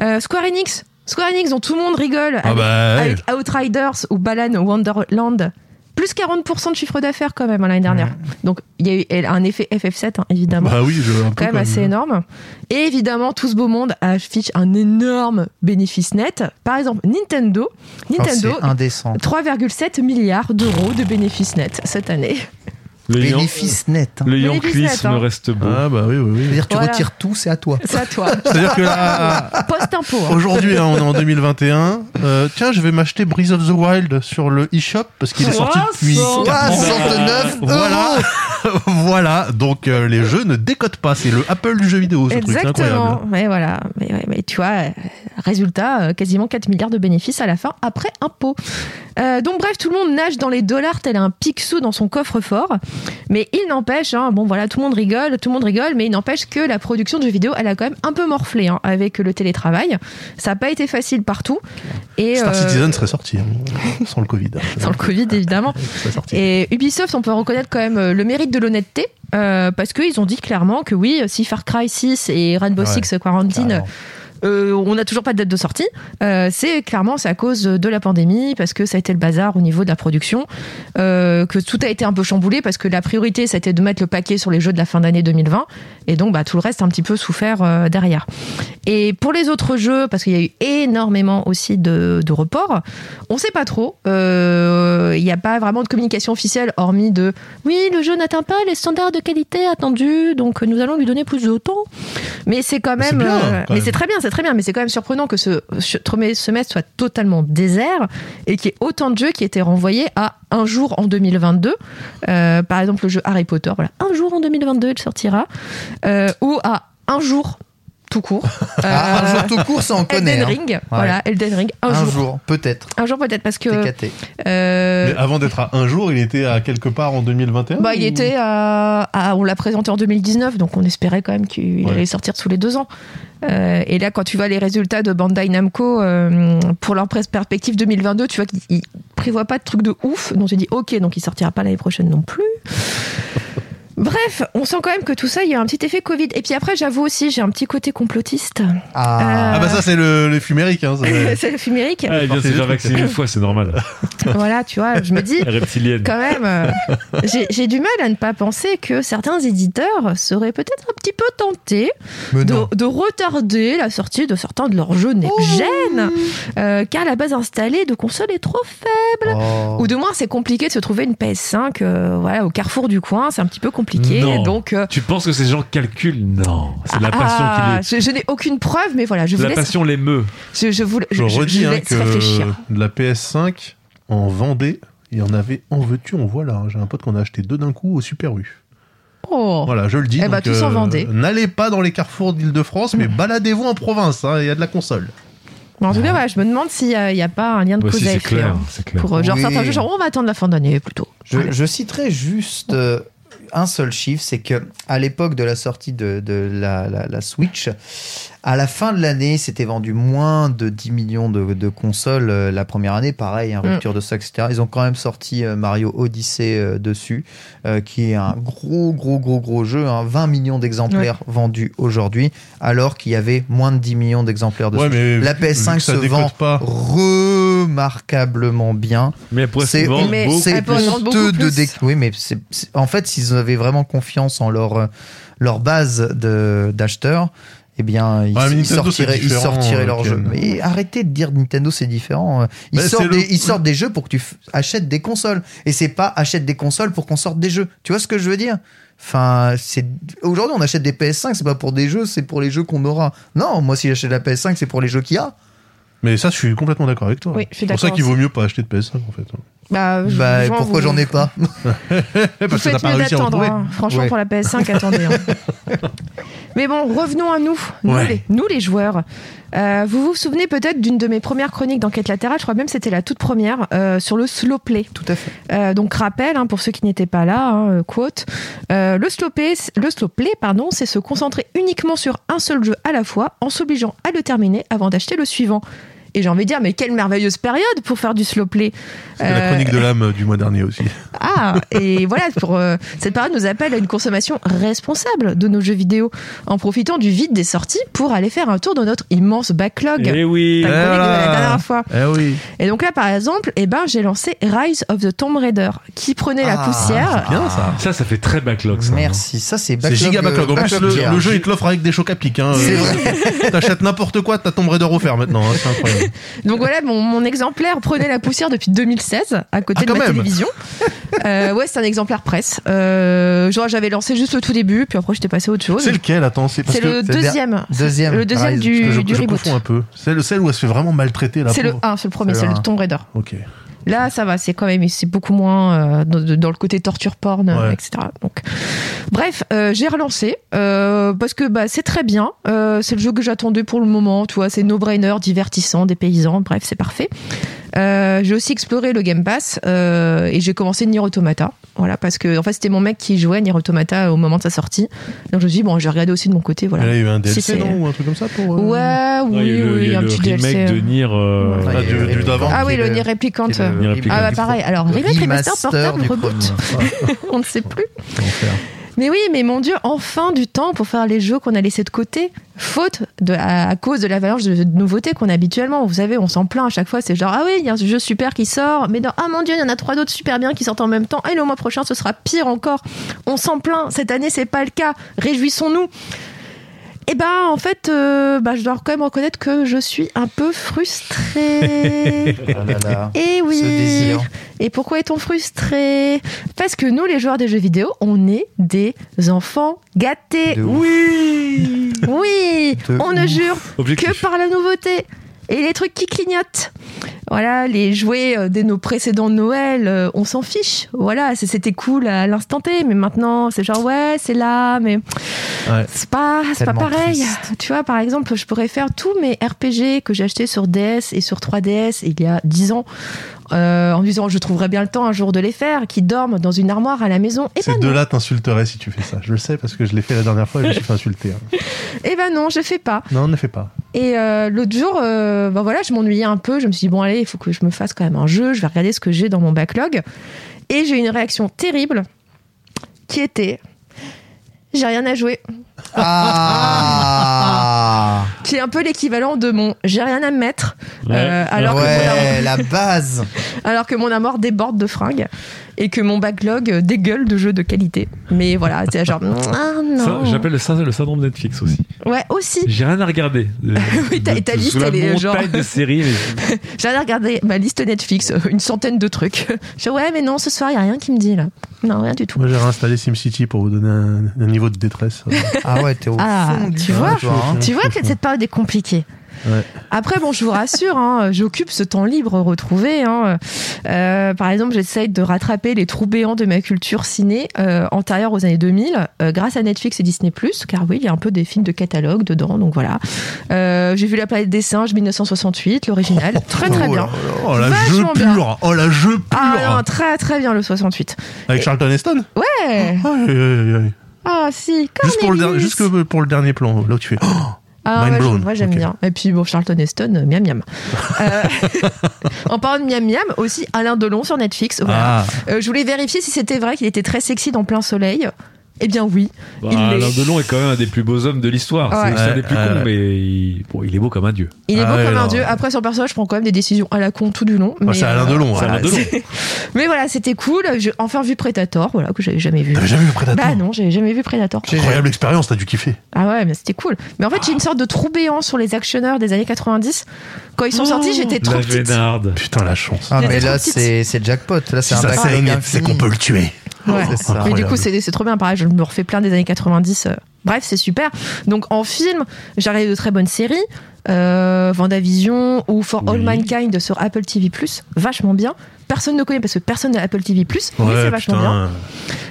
Speaker 3: Euh, Square Enix, Square Enix dont tout le monde rigole
Speaker 4: Ah
Speaker 3: avec,
Speaker 4: bah. ouais.
Speaker 3: avec Outriders ou Balan Wonderland, plus 40% de chiffre d'affaires quand même hein, l'année dernière. Donc il y a eu elle- un effet FF7 hein, évidemment.
Speaker 4: Bah oui, je, un peu
Speaker 3: quand même
Speaker 4: comme-
Speaker 3: assez énorme. Et évidemment, tout ce beau monde affiche un énorme bénéfice net. Par exemple, Nintendo,
Speaker 1: Enfin,
Speaker 3: Nintendo
Speaker 1: Oh, c'est indécent.
Speaker 3: 3,7 milliards d'euros de bénéfice net cette année. *laughs*
Speaker 2: Le yan-
Speaker 1: Bénéfice net. hein.
Speaker 2: le
Speaker 3: Bénéfice net,
Speaker 2: yanklisme
Speaker 3: hein.
Speaker 2: reste beau.
Speaker 4: Ah bah oui, oui, oui.
Speaker 1: C'est-à-dire tu
Speaker 3: Voilà.
Speaker 1: retires tout, c'est à toi.
Speaker 3: C'est à toi.
Speaker 4: C'est-à-dire que là,
Speaker 3: Post-impôt. hein.
Speaker 4: aujourd'hui, hein, on est en 2021. euh, tiens, je vais m'acheter Breath of the Wild sur le eShop parce qu'il est sorti depuis
Speaker 2: 300.
Speaker 4: 4 ans.
Speaker 1: 69 euros
Speaker 4: Voilà, *laughs* voilà. Donc euh, les jeux ne décotent pas. C'est le Apple du jeu vidéo. Ce truc, c'est incroyable. hein.
Speaker 3: Exactement. Mais voilà. Mais, ouais, mais tu vois, euh, résultat, euh, quasiment 4 milliards de bénéfices à la fin après impôt. Euh, donc bref, tout le monde nage dans les dollars tel un picsou dans son coffre-fort. Mais il n'empêche, hein, bon voilà, tout le monde rigole, tout le monde rigole, mais il n'empêche que la production de jeux vidéo, elle a quand même un peu morflé hein, avec le télétravail. Ça n'a pas été facile partout. Et,
Speaker 4: Star
Speaker 3: euh,
Speaker 4: Citizen serait sorti hein, sans le Covid. hein.
Speaker 3: *laughs* sans le Covid évidemment.
Speaker 4: Il serait sorti.
Speaker 3: Et euh, Ubisoft, on peut reconnaître quand même euh, le mérite de l'honnêteté. euh, parce qu'ils ont dit clairement que oui, si Far Cry 6 et Rainbow
Speaker 4: Ouais,
Speaker 3: Six Quarantine,
Speaker 4: carrément.
Speaker 3: euh, on n'a toujours pas de date de sortie, euh, c'est clairement c'est à cause de la pandémie, parce que ça a été le bazar au niveau de la production, euh, que tout a été un peu chamboulé, parce que la priorité, c'était de mettre le paquet sur les jeux de la fin d'année 2020, et donc bah, tout le reste a un petit peu souffert euh, derrière. Et pour les autres jeux, parce qu'il y a eu énormément aussi de, de reports, on ne sait pas trop. Euh, Il n'y a pas vraiment de communication officielle, hormis de oui, le jeu n'atteint pas les standards de qualité attendus, donc nous allons lui donner plus de temps. Mais c'est quand
Speaker 4: Mais c'est
Speaker 3: même.
Speaker 4: bien,
Speaker 3: euh,
Speaker 4: quand
Speaker 3: mais
Speaker 4: même.
Speaker 3: c'est très bien, c'est très bien. Mais c'est quand même surprenant que ce ce premier semestre soit totalement désert et qu'il y ait autant de jeux qui étaient renvoyés à un jour en 2022. Euh, par exemple, le jeu Harry Potter, voilà, un jour en 2022, il sortira. Euh, ou à un jour tout court.
Speaker 1: *laughs* Ah,
Speaker 3: Euh,
Speaker 1: un jour tout court, ça on connaît.
Speaker 3: Elden
Speaker 1: hein.
Speaker 3: Ring, voilà, Elden Ring, un,
Speaker 1: Un
Speaker 3: jour.
Speaker 1: jour, peut-être.
Speaker 3: Un jour peut-être parce
Speaker 1: T'es
Speaker 3: que
Speaker 1: caté.
Speaker 3: euh,
Speaker 4: Mais avant d'être à un jour, il était à quelque part en 2021.
Speaker 3: bah, il était à, à- on l'a présenté en 2019 donc on espérait quand même qu'il
Speaker 4: Ouais.
Speaker 3: allait sortir tous les deux ans. Euh, et là quand tu vois les résultats de Bandai Namco euh, pour leur pres- perspective 2022, tu vois qu'ils ils prévoient pas de trucs de ouf donc tu dis OK donc il sortira pas l'année prochaine non plus. Bref, on sent quand même que tout ça, il y a un petit effet Covid. Et puis après, j'avoue aussi, j'ai un petit côté complotiste.
Speaker 1: Ah,
Speaker 4: Ah bah ça c'est le, le fumérique. Hein, ça.
Speaker 3: *laughs* c'est fumérique.
Speaker 2: Ah, elle vient de se faire vacciner une fois, c'est normal.
Speaker 3: Voilà, tu vois, je me dis,
Speaker 2: Reptilienne.
Speaker 3: quand même, euh, j'ai- j'ai du mal à ne pas penser que certains éditeurs seraient peut-être un petit peu tentés
Speaker 1: mais non.
Speaker 3: de, de retarder la sortie de certains de leurs
Speaker 2: Oh
Speaker 3: jeux next-gen, euh, car la base installée de console est trop faible.
Speaker 1: Oh.
Speaker 3: Ou de moins, c'est compliqué de se trouver une PS5 euh, voilà, au carrefour du coin, c'est un petit peu compliqué.
Speaker 2: Non.
Speaker 3: Donc, euh,
Speaker 2: Tu penses que ces gens calculent Non, c'est la passion
Speaker 3: ah,
Speaker 2: qui
Speaker 3: je, je n'ai aucune preuve, mais voilà, je
Speaker 2: les.
Speaker 3: vous
Speaker 2: La
Speaker 3: laisse,
Speaker 2: passion les meut.
Speaker 3: je, je vous, je,
Speaker 4: Je
Speaker 3: je- je
Speaker 4: redis hein,
Speaker 3: laisse
Speaker 4: que
Speaker 3: réfléchir.
Speaker 4: de la PS5 en Vendée, il y en avait en veux-tu, en voilà. hein. J'ai un pote qu'on a acheté deux d'un coup au Super U.
Speaker 3: Oh.
Speaker 4: Voilà, je le dis.
Speaker 3: Eh ben,
Speaker 4: donc, euh,
Speaker 3: tous en Vendée. Hmm.
Speaker 4: N'allez pas dans les carrefours d'Île-de-France, mais baladez-vous en province. hein, Il y a de la console.
Speaker 3: Mais en tout cas, voilà, je me demande s'il n'y a, il y a pas un lien de
Speaker 2: Ah. Bah,
Speaker 3: cause
Speaker 2: si,
Speaker 3: à
Speaker 2: c'est
Speaker 3: effet.
Speaker 2: clair,
Speaker 3: hein.
Speaker 2: c'est clair.
Speaker 3: Pour euh, genre
Speaker 1: Oui.
Speaker 3: certains jeux, genre on va attendre la fin d'année plutôt.
Speaker 1: Je,
Speaker 3: Allez.
Speaker 1: je citerai juste euh, un seul chiffre, c'est que à l'époque de la sortie de, de la, la- la Switch, à la fin de l'année, c'était vendu moins de 10 millions de, de consoles euh, la première année, pareil, hein,
Speaker 3: Mm.
Speaker 1: rupture de stock, etc. Ils ont quand même sorti euh, Mario Odyssey euh, dessus, euh, qui est un gros, gros, gros, gros jeu, hein, 20 millions d'exemplaires vendus aujourd'hui, alors qu'il y avait moins de 10 millions d'exemplaires dessus.
Speaker 4: Ouais, mais
Speaker 1: la
Speaker 4: vu- vu
Speaker 1: PS5
Speaker 4: que ça
Speaker 1: se
Speaker 4: décote
Speaker 1: vend
Speaker 4: pas.
Speaker 1: remarquablement bien.
Speaker 2: Mais après,
Speaker 1: C'est
Speaker 2: souvent,
Speaker 3: Mais-
Speaker 2: beau-
Speaker 3: elle
Speaker 1: c'est
Speaker 3: pourrait vendre beaucoup
Speaker 1: honteux de
Speaker 3: plus.
Speaker 1: dé- Oui, mais c'est- c'est- en fait, s'ils avaient vraiment confiance en leur, euh, leur base de- d'acheteurs, eh bien, ils,
Speaker 4: Ouais, mais
Speaker 1: ils
Speaker 4: Nintendo,
Speaker 1: sortiraient,
Speaker 4: c'est
Speaker 1: ils
Speaker 4: différent,
Speaker 1: sortiraient
Speaker 4: euh,
Speaker 1: leur
Speaker 4: Ken.
Speaker 1: jeu. Mais arrêtez de dire Nintendo, c'est différent. Ils,
Speaker 4: Bah, c'est
Speaker 1: sortent
Speaker 4: le-
Speaker 1: des, ils sortent des jeux pour que tu f- achètes des consoles. Et c'est pas achète des consoles pour qu'on sorte des jeux. Tu vois ce que je veux dire Enfin, c'est aujourd'hui on achète des PS5, c'est pas pour des jeux, c'est pour les jeux qu'on aura. Non, moi si j'achète la PS5, c'est pour les jeux qu'il y a.
Speaker 4: Mais ça, je suis complètement d'accord avec toi.
Speaker 3: Oui, je suis
Speaker 4: C'est pour ça
Speaker 3: d'accord
Speaker 4: qu'il vaut mieux pas acheter de PS5 en fait.
Speaker 3: Bah, je-
Speaker 1: Bah,
Speaker 3: genre,
Speaker 1: pourquoi
Speaker 3: vous-
Speaker 1: j'en ai pas
Speaker 4: Eh,
Speaker 3: Vous
Speaker 4: parce que t'as
Speaker 3: faites
Speaker 4: pas
Speaker 3: mieux
Speaker 4: réussi à en
Speaker 3: d'attendre,
Speaker 4: trouver.
Speaker 3: hein. franchement,
Speaker 1: Ouais.
Speaker 3: pour la PS5, attendez.
Speaker 4: *laughs*
Speaker 3: hein. Mais bon, revenons à nous, nous,
Speaker 4: Ouais.
Speaker 3: les, nous, les joueurs. Euh, vous vous souvenez peut-être d'une de mes premières chroniques d'enquête latérale, je crois même que c'était la toute première, euh, sur le slow play.
Speaker 1: Tout à fait.
Speaker 3: Euh, donc rappel hein, pour ceux qui n'étaient pas là, hein, quote, euh, le slow play, le slow play, pardon, c'est se concentrer uniquement sur un seul jeu à la fois en s'obligeant à le terminer avant d'acheter le suivant. Et j'ai envie de dire, mais quelle merveilleuse période pour faire du slow play.
Speaker 4: C'est la
Speaker 3: Euh,
Speaker 4: chronique de l'âme euh, du mois dernier aussi.
Speaker 3: ah, et voilà, pour, euh, cette période nous appelle à une consommation responsable de nos jeux vidéo, en profitant du vide des sorties pour aller faire un tour dans notre immense backlog.
Speaker 2: Eh oui.
Speaker 3: Ta
Speaker 4: Eh
Speaker 3: chronique de la
Speaker 4: voilà.
Speaker 3: dernière fois.
Speaker 4: Eh oui.
Speaker 3: Et donc là, par exemple, eh ben, j'ai lancé Rise of the Tomb Raider, qui prenait la
Speaker 1: Ah,
Speaker 3: poussière.
Speaker 4: Bien ça.
Speaker 2: Ça, ça fait très backlog. Ça,
Speaker 1: Merci, ça c'est
Speaker 4: hein. C'est
Speaker 1: backlog. euh,
Speaker 4: giga backlog. En plus,
Speaker 1: backlog
Speaker 4: le,
Speaker 1: tier.
Speaker 4: le jeu, il te l'offre avec des chocs à pic. Hein.
Speaker 1: C'est
Speaker 4: Euh, T'achètes n'importe quoi, t'as ton Raider offert maintenant. hein. C'est incroyable.
Speaker 3: Donc voilà, mon, mon exemplaire prenait la poussière depuis 2016 à côté
Speaker 4: Ah,
Speaker 3: de
Speaker 4: quand
Speaker 3: ma
Speaker 4: même.
Speaker 3: télévision. Euh, ouais, c'est un exemplaire presse. Euh, genre, j'avais lancé juste le tout début, puis après, j'étais passé à autre chose.
Speaker 4: C'est lequel Attends, c'est parce
Speaker 3: C'est
Speaker 4: que
Speaker 3: le
Speaker 1: le der-
Speaker 3: deuxième.
Speaker 1: deuxième. Ah,
Speaker 3: Le deuxième
Speaker 1: Rise,
Speaker 4: parce que
Speaker 3: du,
Speaker 4: je,
Speaker 3: du
Speaker 4: je
Speaker 3: reboot.
Speaker 4: confonds un peu. C'est le- celle où elle se fait vraiment maltraiter la
Speaker 3: C'est le
Speaker 4: pauvre.
Speaker 3: 1, c'est le premier,
Speaker 4: C'est
Speaker 3: c'est
Speaker 4: le
Speaker 3: le
Speaker 4: un.
Speaker 3: Tomb Raider.
Speaker 4: Ok.
Speaker 3: Là, ça va, c'est quand même, c'est beaucoup moins euh, dans, dans le côté torture porn, euh,
Speaker 4: Ouais.
Speaker 3: etc. Donc, bref, euh, j'ai relancé euh, parce que bah, c'est très bien. Euh, c'est le jeu que j'attendais pour le moment. Tu vois, c'est no-brainer, divertissant, des paysans. Bref, c'est parfait. Euh, j'ai aussi exploré le Game Pass euh, et j'ai commencé Nier Automata. Voilà, parce que en fait, c'était mon mec qui jouait à Nier Automata au moment de sa sortie. Donc, je me suis dit, bon, je vais regarder aussi de mon côté. Voilà.
Speaker 4: Elle a eu un
Speaker 3: Si
Speaker 4: DLC,
Speaker 3: c'est-
Speaker 4: non Ou un truc comme ça pour. euh,
Speaker 3: Ouais,
Speaker 2: Ah, il y a
Speaker 3: oui,
Speaker 2: le, il y
Speaker 3: oui,
Speaker 2: a
Speaker 3: un
Speaker 2: le
Speaker 3: petit
Speaker 2: remake
Speaker 3: DLC.
Speaker 2: de Nier. euh,
Speaker 4: Ouais. Ah, du- du d'avant.
Speaker 3: Ah oui, le
Speaker 1: Qui est
Speaker 3: Nier réplicante.
Speaker 1: qui est le
Speaker 2: Nier
Speaker 1: remake
Speaker 3: Ah bah
Speaker 2: du
Speaker 3: pareil, alors
Speaker 1: pro-
Speaker 3: remake, remaster,
Speaker 1: remaster
Speaker 3: portable,
Speaker 1: du
Speaker 3: reboot,
Speaker 1: premier.
Speaker 3: *laughs* on ne sait plus.
Speaker 4: comment faire
Speaker 3: Mais oui, mais mon dieu, enfin du temps pour faire les jeux qu'on a laissés de côté, faute de, à, à cause de l'avalanche de, de nouveautés qu'on a habituellement. Vous savez, on s'en plaint à chaque fois, c'est genre, ah oui, il y a un jeu super qui sort, mais dans, ah mon dieu, il y en a trois d'autres super bien qui sortent en même temps, et le mois prochain, ce sera pire encore. On s'en plaint, cette année, c'est pas le cas, réjouissons-nous. Et ben, en fait, euh, bah, je dois quand même reconnaître que je suis un peu frustrée.
Speaker 1: Ah là
Speaker 4: *laughs*
Speaker 1: là.
Speaker 3: Eh oui
Speaker 1: Ce désir.
Speaker 3: Et pourquoi est-on frustré Parce que nous, les joueurs de jeux vidéo, on est des enfants gâtés.
Speaker 1: De ouf.
Speaker 2: Oui.
Speaker 3: Oui
Speaker 1: De
Speaker 3: On ne
Speaker 1: ouf.
Speaker 3: jure
Speaker 2: Objectif.
Speaker 3: que par la nouveauté et les trucs qui clignotent. Voilà, les jouets euh, des nos précédents Noël, euh, on s'en fiche. Voilà, c'est- c'était cool à l'instant T, mais maintenant, c'est genre, ouais, c'est là, mais
Speaker 4: Ouais.
Speaker 3: c'est pas, c'est pas
Speaker 1: Tellement
Speaker 3: pareil.
Speaker 1: triste.
Speaker 3: Tu vois, par exemple, je pourrais faire tous mes RPG que j'ai achetés sur DS et sur 3DS il y a 10 ans, euh, en disant, je trouverai bien le temps un jour de les faire, qui dorment dans une armoire à la maison. Eh ben Et
Speaker 4: Ces deux-là t'insulteraient si tu fais ça. Je le sais parce que je l'ai fait la dernière fois et je me suis fait insulter.
Speaker 3: *laughs*
Speaker 4: hein.
Speaker 3: Eh ben non, je fais pas.
Speaker 4: Non, ne fais pas.
Speaker 3: Et euh, l'autre jour, euh, ben voilà, je m'ennuyais un peu. Je me suis dit, bon, allez, il faut que je me fasse quand même un jeu. Je vais regarder ce que j'ai dans mon backlog. Et j'ai eu une réaction terrible qui était J'ai rien à jouer.
Speaker 1: Ah
Speaker 3: Qui est un peu l'équivalent de mon J'ai rien à me mettre.
Speaker 2: Ouais.
Speaker 3: Euh, alors, que mon armoire,
Speaker 1: Ouais, la base.
Speaker 3: alors que mon armoire déborde de fringues et que mon backlog euh, dégueule de jeux de qualité. Mais voilà, c'est genre
Speaker 2: *laughs*
Speaker 3: Ah
Speaker 2: Ça,
Speaker 3: non.
Speaker 2: J'appelle ça le syndrome Netflix
Speaker 3: *laughs*
Speaker 2: aussi.
Speaker 3: ouais, aussi.
Speaker 2: J'ai rien à regarder. Euh,
Speaker 3: *laughs* Oui, ta-
Speaker 2: de-
Speaker 3: ta
Speaker 2: de-
Speaker 3: liste,
Speaker 2: sous la
Speaker 3: elle est genre-
Speaker 2: montagne de séries.
Speaker 3: *laughs*
Speaker 2: mais-
Speaker 3: J'allais regarder ma liste Netflix, euh, une centaine de trucs. *laughs* Je dis, ouais, mais non, ce soir, il n'y a rien qui me dit là. Non, rien du tout.
Speaker 4: Moi, j'ai réinstallé SimCity pour vous donner un, un niveau de détresse.
Speaker 1: Ah ouais, t'es au
Speaker 3: Ah,
Speaker 1: fond du
Speaker 3: tu vois,
Speaker 1: truc, toi, hein.
Speaker 3: Tu vois que cette période est compliquée.
Speaker 4: Ouais.
Speaker 3: Après, bon, je vous rassure, hein, j'occupe ce temps libre retrouvé. hein. Euh, par exemple, j'essaye de rattraper les trous béants de ma culture ciné euh, antérieure aux années 2000 euh, grâce à Netflix et Disney+, car oui, il y a un peu des films de catalogue dedans, donc voilà. Euh, J'ai vu La planète des singes 1968, l'original, *laughs* très très
Speaker 1: Oh là
Speaker 3: bien.
Speaker 1: là.
Speaker 4: Oh, la jeu
Speaker 3: Vachement bien.
Speaker 4: pur Oh, la jeu pur
Speaker 3: Ah non, très très bien le 68.
Speaker 4: Avec Charlton Heston
Speaker 3: Ouais
Speaker 4: Aïe, aïe, aïe, aïe.
Speaker 3: Ah si,
Speaker 4: Juste, pour le dernier,
Speaker 3: Cornelius.
Speaker 4: juste que pour le dernier plan, là où tu fais. Oh
Speaker 3: Ah,
Speaker 4: Mind
Speaker 3: moi,
Speaker 4: blown.
Speaker 3: j'aime- Moi, j'aime
Speaker 4: Ok.
Speaker 3: bien. Et puis, bon, Charlton Heston, euh, miam miam. Euh, *laughs* en parlant de miam miam, aussi Alain Delon sur Netflix. Voilà.
Speaker 4: Ah,
Speaker 3: Euh, je voulais vérifier si c'était vrai qu'il était très sexy dans plein soleil. Eh bien, oui.
Speaker 2: Bah,
Speaker 3: Il l'est.
Speaker 2: Alain Delon est quand même un des plus beaux hommes de l'histoire.
Speaker 3: Ouais.
Speaker 2: C'est c'est un des plus
Speaker 4: Ouais,
Speaker 2: cons,
Speaker 4: ouais.
Speaker 2: mais il... bon, il est beau comme un dieu.
Speaker 3: Il est
Speaker 4: Ah
Speaker 3: beau
Speaker 4: ouais,
Speaker 3: comme un
Speaker 4: non.
Speaker 3: dieu. Après, son personnage prend quand même des décisions à la con tout du long.
Speaker 4: bah,
Speaker 3: mais,
Speaker 4: c'est Alain
Speaker 3: euh,
Speaker 4: Delon.
Speaker 2: C'est Alain
Speaker 4: voilà.
Speaker 2: Delon.
Speaker 3: Mais voilà, c'était cool. J'ai enfin vu Predator, voilà, que j'avais jamais vu.
Speaker 4: T'avais jamais vu Predator
Speaker 3: Bah non, j'avais jamais vu Predator.
Speaker 4: Incroyable expérience, t'as dû kiffer.
Speaker 3: Ah ouais, mais c'était cool. Mais en fait, j'ai une sorte de trou béant sur les actionneurs des années 90. Quand
Speaker 4: Oh,
Speaker 3: ils sont sortis, j'étais trop
Speaker 2: La
Speaker 3: petite.
Speaker 2: vénarde.
Speaker 4: Putain, la chance.
Speaker 1: Ah,
Speaker 3: J'étais
Speaker 1: mais
Speaker 3: trop
Speaker 1: là,
Speaker 3: petite.
Speaker 1: c'est c'est jackpot. Là, c'est
Speaker 4: Si
Speaker 1: un
Speaker 4: ça
Speaker 1: backlog
Speaker 4: saigne,
Speaker 1: infini.
Speaker 4: c'est qu'on peut le tuer.
Speaker 3: Ouais.
Speaker 1: C'est ça.
Speaker 3: Mais du coup,
Speaker 4: Incroyable.
Speaker 3: c'est c'est trop bien. Pareil, je me refais plein des années 90. euh, Bref, c'est super. Donc, en film, j'ai regardé de très bonnes séries. Euh, Vendavision ou For All
Speaker 2: Oui.
Speaker 3: Mankind sur Apple TV+. Vachement bien. Personne ne connaît parce que personne n'a Apple TV+. mais c'est vachement bien.
Speaker 4: Moi,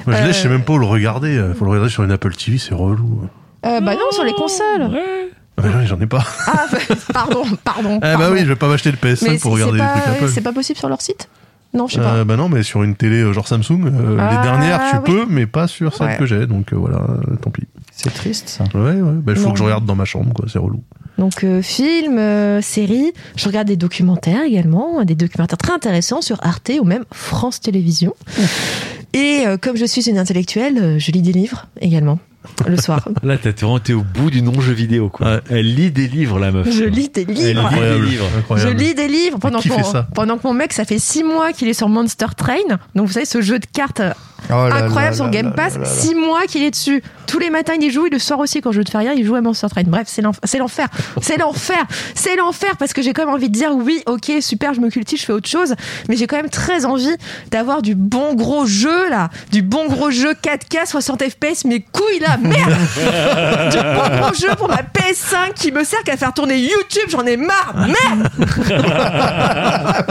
Speaker 4: je
Speaker 3: Euh,
Speaker 4: l'ai, je sais même pas où le regarder. euh, Faut le regarder sur une Apple TV, c'est relou.
Speaker 3: Euh, bah non, sur les consoles.
Speaker 2: Ouais.
Speaker 4: Ah, bah, j'en
Speaker 3: *laughs*
Speaker 4: ai pas.
Speaker 3: Ah, bah, pardon, pardon.
Speaker 4: Eh bah
Speaker 3: pardon.
Speaker 4: oui, je vais pas m'acheter le
Speaker 3: mais
Speaker 4: PS5
Speaker 3: c'est
Speaker 4: pour regarder
Speaker 3: c'est
Speaker 4: des
Speaker 3: pas,
Speaker 4: trucs Apple.
Speaker 3: c'est pas possible sur leur site Non, je sais pas.
Speaker 4: Euh, bah non, mais sur une télé euh, genre Samsung, euh,
Speaker 3: Ah,
Speaker 4: les dernières tu
Speaker 3: oui.
Speaker 4: peux, mais pas sur celle
Speaker 3: Ouais.
Speaker 4: que j'ai, donc euh, voilà, euh, tant pis.
Speaker 1: C'est triste, ça.
Speaker 4: Ouais, ouais, bah il faut
Speaker 3: Non.
Speaker 4: que je regarde dans ma chambre, quoi, c'est relou.
Speaker 3: Donc euh, films, euh, séries, je regarde des documentaires également, des documentaires très intéressants sur Arte ou même France Télévisions. Et euh, comme je suis une intellectuelle, euh, je lis des livres également le soir.
Speaker 2: Là, t'as t'es vraiment t'es au bout du non-jeu vidéo, quoi. Elle lit des livres, la meuf.
Speaker 3: je lis des
Speaker 2: Elle
Speaker 3: livres.
Speaker 2: lit
Speaker 4: Incroyable.
Speaker 2: des livres.
Speaker 3: Je
Speaker 4: Incroyable.
Speaker 3: lis des livres pendant
Speaker 4: Qui
Speaker 3: que,
Speaker 4: fait
Speaker 3: mon,
Speaker 4: ça
Speaker 3: pendant que mon mec, ça fait six mois qu'il est sur Monster Train. Donc, vous savez, ce jeu de cartes euh,
Speaker 1: Oh
Speaker 2: Oh
Speaker 3: incroyable sur Game Pass. Six mois qu'il est dessus. Tous les matins, il y joue. Et le soir aussi, quand je ne fais rien, il joue à Monster Train. Bref, c'est l'enf- c'est l'enfer. C'est l'enfer. C'est l'enfer parce que j'ai quand même envie de dire oui, ok, super, je me cultive, je fais autre chose. Mais j'ai quand même très envie d'avoir du bon gros jeu, là. Du bon gros jeu 4K, 60 FPS. Mes couilles, là.
Speaker 2: *laughs*
Speaker 3: Merde! du bon gros jeu pour ma PS5 qui me sert qu'à faire tourner YouTube. J'en ai marre. Merde!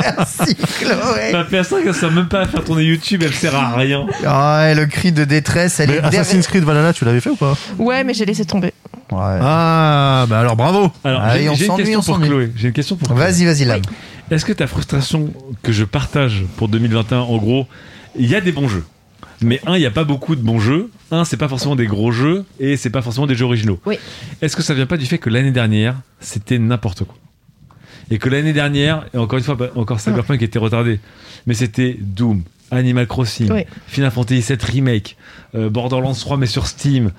Speaker 1: Merci Chloé.
Speaker 2: Ma PS5, elle sert même pas à faire tourner YouTube, elle sert à rien.
Speaker 1: Ah ouais, le cri de détresse, elle
Speaker 4: Mais
Speaker 1: est
Speaker 4: Assassin's Creed Valhalla, tu l'avais fait ou pas
Speaker 3: Ouais, mais j'ai laissé tomber.
Speaker 1: derrière. Ouais.
Speaker 4: Ah, bah alors bravo
Speaker 2: Alors,
Speaker 1: Ah,
Speaker 2: j'ai,
Speaker 1: et on
Speaker 2: j'ai une
Speaker 1: s'ennuie,
Speaker 2: question
Speaker 1: on
Speaker 2: pour
Speaker 1: s'ennuie.
Speaker 2: Chloé. J'ai une question pour Chloé.
Speaker 1: Vas-y, vas-y, Lab.
Speaker 2: Est-ce que ta frustration que je partage pour 2021, en gros, il y a des bons jeux mais un, il n'y a pas beaucoup de bons jeux. Un, c'est pas forcément des gros jeux et c'est pas forcément des jeux originaux.
Speaker 3: Oui.
Speaker 2: Est-ce que ça vient pas du fait que l'année dernière, c'était n'importe quoi Et que l'année dernière, et encore une fois, bah, encore Cyberpunk était retardé, mais c'était Doom, Animal Crossing,
Speaker 3: Oui.
Speaker 2: Final Fantasy VII Remake, euh, Borderlands 3 mais sur Steam.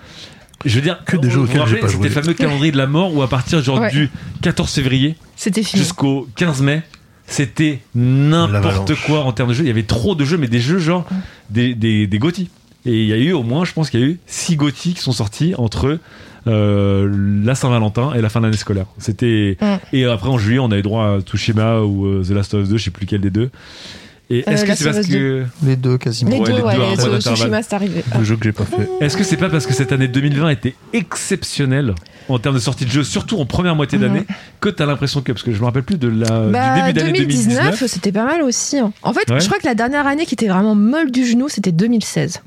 Speaker 2: Je veux dire,
Speaker 4: Que des
Speaker 2: vous
Speaker 4: jeux
Speaker 2: vous
Speaker 4: auxquels j'ai
Speaker 2: rappelez,
Speaker 4: pas
Speaker 2: C'était
Speaker 4: joué.
Speaker 2: le fameux calendrier de la mort où à partir genre
Speaker 3: Ouais.
Speaker 2: du 14 février,
Speaker 3: C'était fini.
Speaker 2: jusqu'au 15 mai. C'était n'importe
Speaker 4: L'avalanche.
Speaker 2: quoi en termes de jeux. Il y avait trop de jeux, mais des jeux genre des, des, des GOTY. Et il y a eu au moins, je pense qu'il y a eu 6 GOTY qui sont sortis entre euh, la Saint-Valentin et la fin de l'année scolaire. C'était
Speaker 3: Mm.
Speaker 2: Et après, en juillet, on avait droit à Tsushima ou euh, The Last of Us 2, je sais plus quel des deux. Et
Speaker 3: Euh,
Speaker 2: est-ce que
Speaker 3: Last
Speaker 2: c'est
Speaker 3: of
Speaker 2: parce
Speaker 3: Us
Speaker 2: que.
Speaker 1: Les deux quasiment.
Speaker 3: Les
Speaker 2: Ouais,
Speaker 3: deux,
Speaker 2: les
Speaker 3: ouais,
Speaker 2: deux,
Speaker 3: les
Speaker 2: un
Speaker 3: deux,
Speaker 2: bon
Speaker 3: Tsushima,
Speaker 2: intervalle.
Speaker 3: c'est arrivé.
Speaker 4: Le jeu que j'ai pas fait.
Speaker 2: Est-ce que c'est pas parce que cette année 2020 était exceptionnelle en termes de sortie de jeux, surtout en première moitié d'année, que t'as l'impression que. Parce que je me rappelle plus de la,
Speaker 3: Mm. Bah,
Speaker 2: Euh, du début d'année
Speaker 3: 2019,
Speaker 2: 2019.
Speaker 3: c'était pas mal aussi. hein. En fait,
Speaker 2: Ouais.
Speaker 3: je crois que la dernière année qui était vraiment molle du genou, c'était 2016.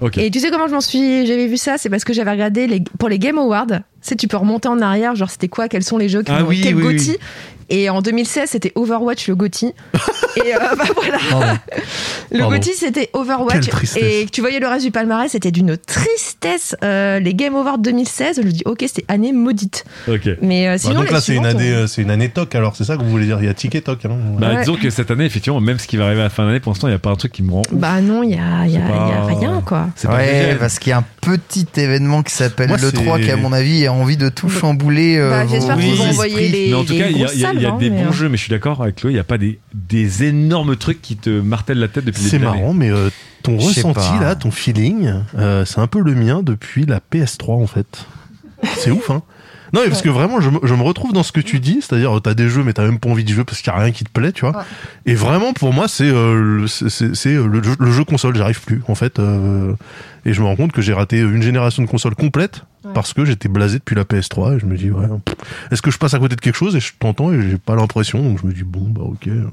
Speaker 2: Ok.
Speaker 3: Et tu sais comment je m'en suis, j'avais vu ça, c'est parce que j'avais regardé les, pour les Game Awards. Tu sais, tu peux remonter en arrière, genre c'était quoi, quels sont les jeux qui
Speaker 2: Ah
Speaker 3: ont
Speaker 2: oui,
Speaker 3: quel
Speaker 2: oui,
Speaker 3: GOTY.
Speaker 2: oui.
Speaker 3: Et en 2016, c'était Overwatch le GOTY. et euh, bah voilà.
Speaker 4: Pardon.
Speaker 3: Le
Speaker 4: Pardon.
Speaker 3: GOTY, c'était Overwatch.
Speaker 4: Quelle tristesse.
Speaker 3: Et tu voyais le reste du palmarès, c'était d'une tristesse. Euh, les Game Awards 2016, je me dis, ok, c'était année maudite.
Speaker 2: Ok.
Speaker 3: Mais euh,
Speaker 4: Bah,
Speaker 3: sinon,
Speaker 4: donc
Speaker 3: la
Speaker 4: là, c'est une,
Speaker 3: suivante,
Speaker 4: année, euh, c'est une année toc, alors c'est ça que vous voulez dire Il y a ticket toc. hein
Speaker 2: Bah,
Speaker 3: Ouais.
Speaker 2: Disons que cette année, effectivement, même ce qui va arriver à la fin d'année, pour l'instant, il n'y a pas un truc qui me rend. ouf.
Speaker 3: Bah non, il y a, y a- y a
Speaker 2: euh, pas-
Speaker 3: rien, quoi.
Speaker 2: C'est pas
Speaker 1: Ouais,
Speaker 2: génial.
Speaker 1: parce qu'il y a un petit événement qui s'appelle
Speaker 4: Moi,
Speaker 1: le 3
Speaker 4: c'est-
Speaker 1: qui, à mon avis, a envie de tout chambouler. euh,
Speaker 3: Bah, J'espère
Speaker 1: vos
Speaker 3: qu'ils
Speaker 2: oui.
Speaker 3: vont
Speaker 1: esprits.
Speaker 3: envoyer les.
Speaker 2: mais en tout
Speaker 3: les
Speaker 2: cas, il y a,
Speaker 3: grosses
Speaker 2: il y a- il y a
Speaker 3: salles,
Speaker 2: des
Speaker 3: hein, mais,
Speaker 2: bons
Speaker 3: euh,
Speaker 2: jeux, mais je suis d'accord avec Chloé, il n'y a pas des, des énormes trucs qui te martèlent la tête depuis le
Speaker 4: C'est
Speaker 2: début. de
Speaker 4: marrant, mais euh, ton
Speaker 1: Je sais
Speaker 4: ressenti,
Speaker 1: pas.
Speaker 4: là, ton feeling, euh, c'est un peu le mien depuis la PS3, en fait. C'est ouf, hein non, mais parce que vraiment, je me, je me retrouve dans ce que tu dis, c'est-à-dire, euh, t'as des jeux, mais t'as même pas envie de jouer parce qu'il y a rien qui te plaît, tu vois. Et vraiment, pour moi, c'est euh, le, c'est- c'est- c'est, euh, le, jeu- le jeu console, j'arrive plus, en fait. euh, et je me rends compte que j'ai raté une génération de consoles complète parce que j'étais blasé depuis la PS3. Et je me dis, ouais, pff, est-ce que je passe à côté de quelque chose Et je t'entends et j'ai pas l'impression. Donc je me dis, bon, bah ok, euh,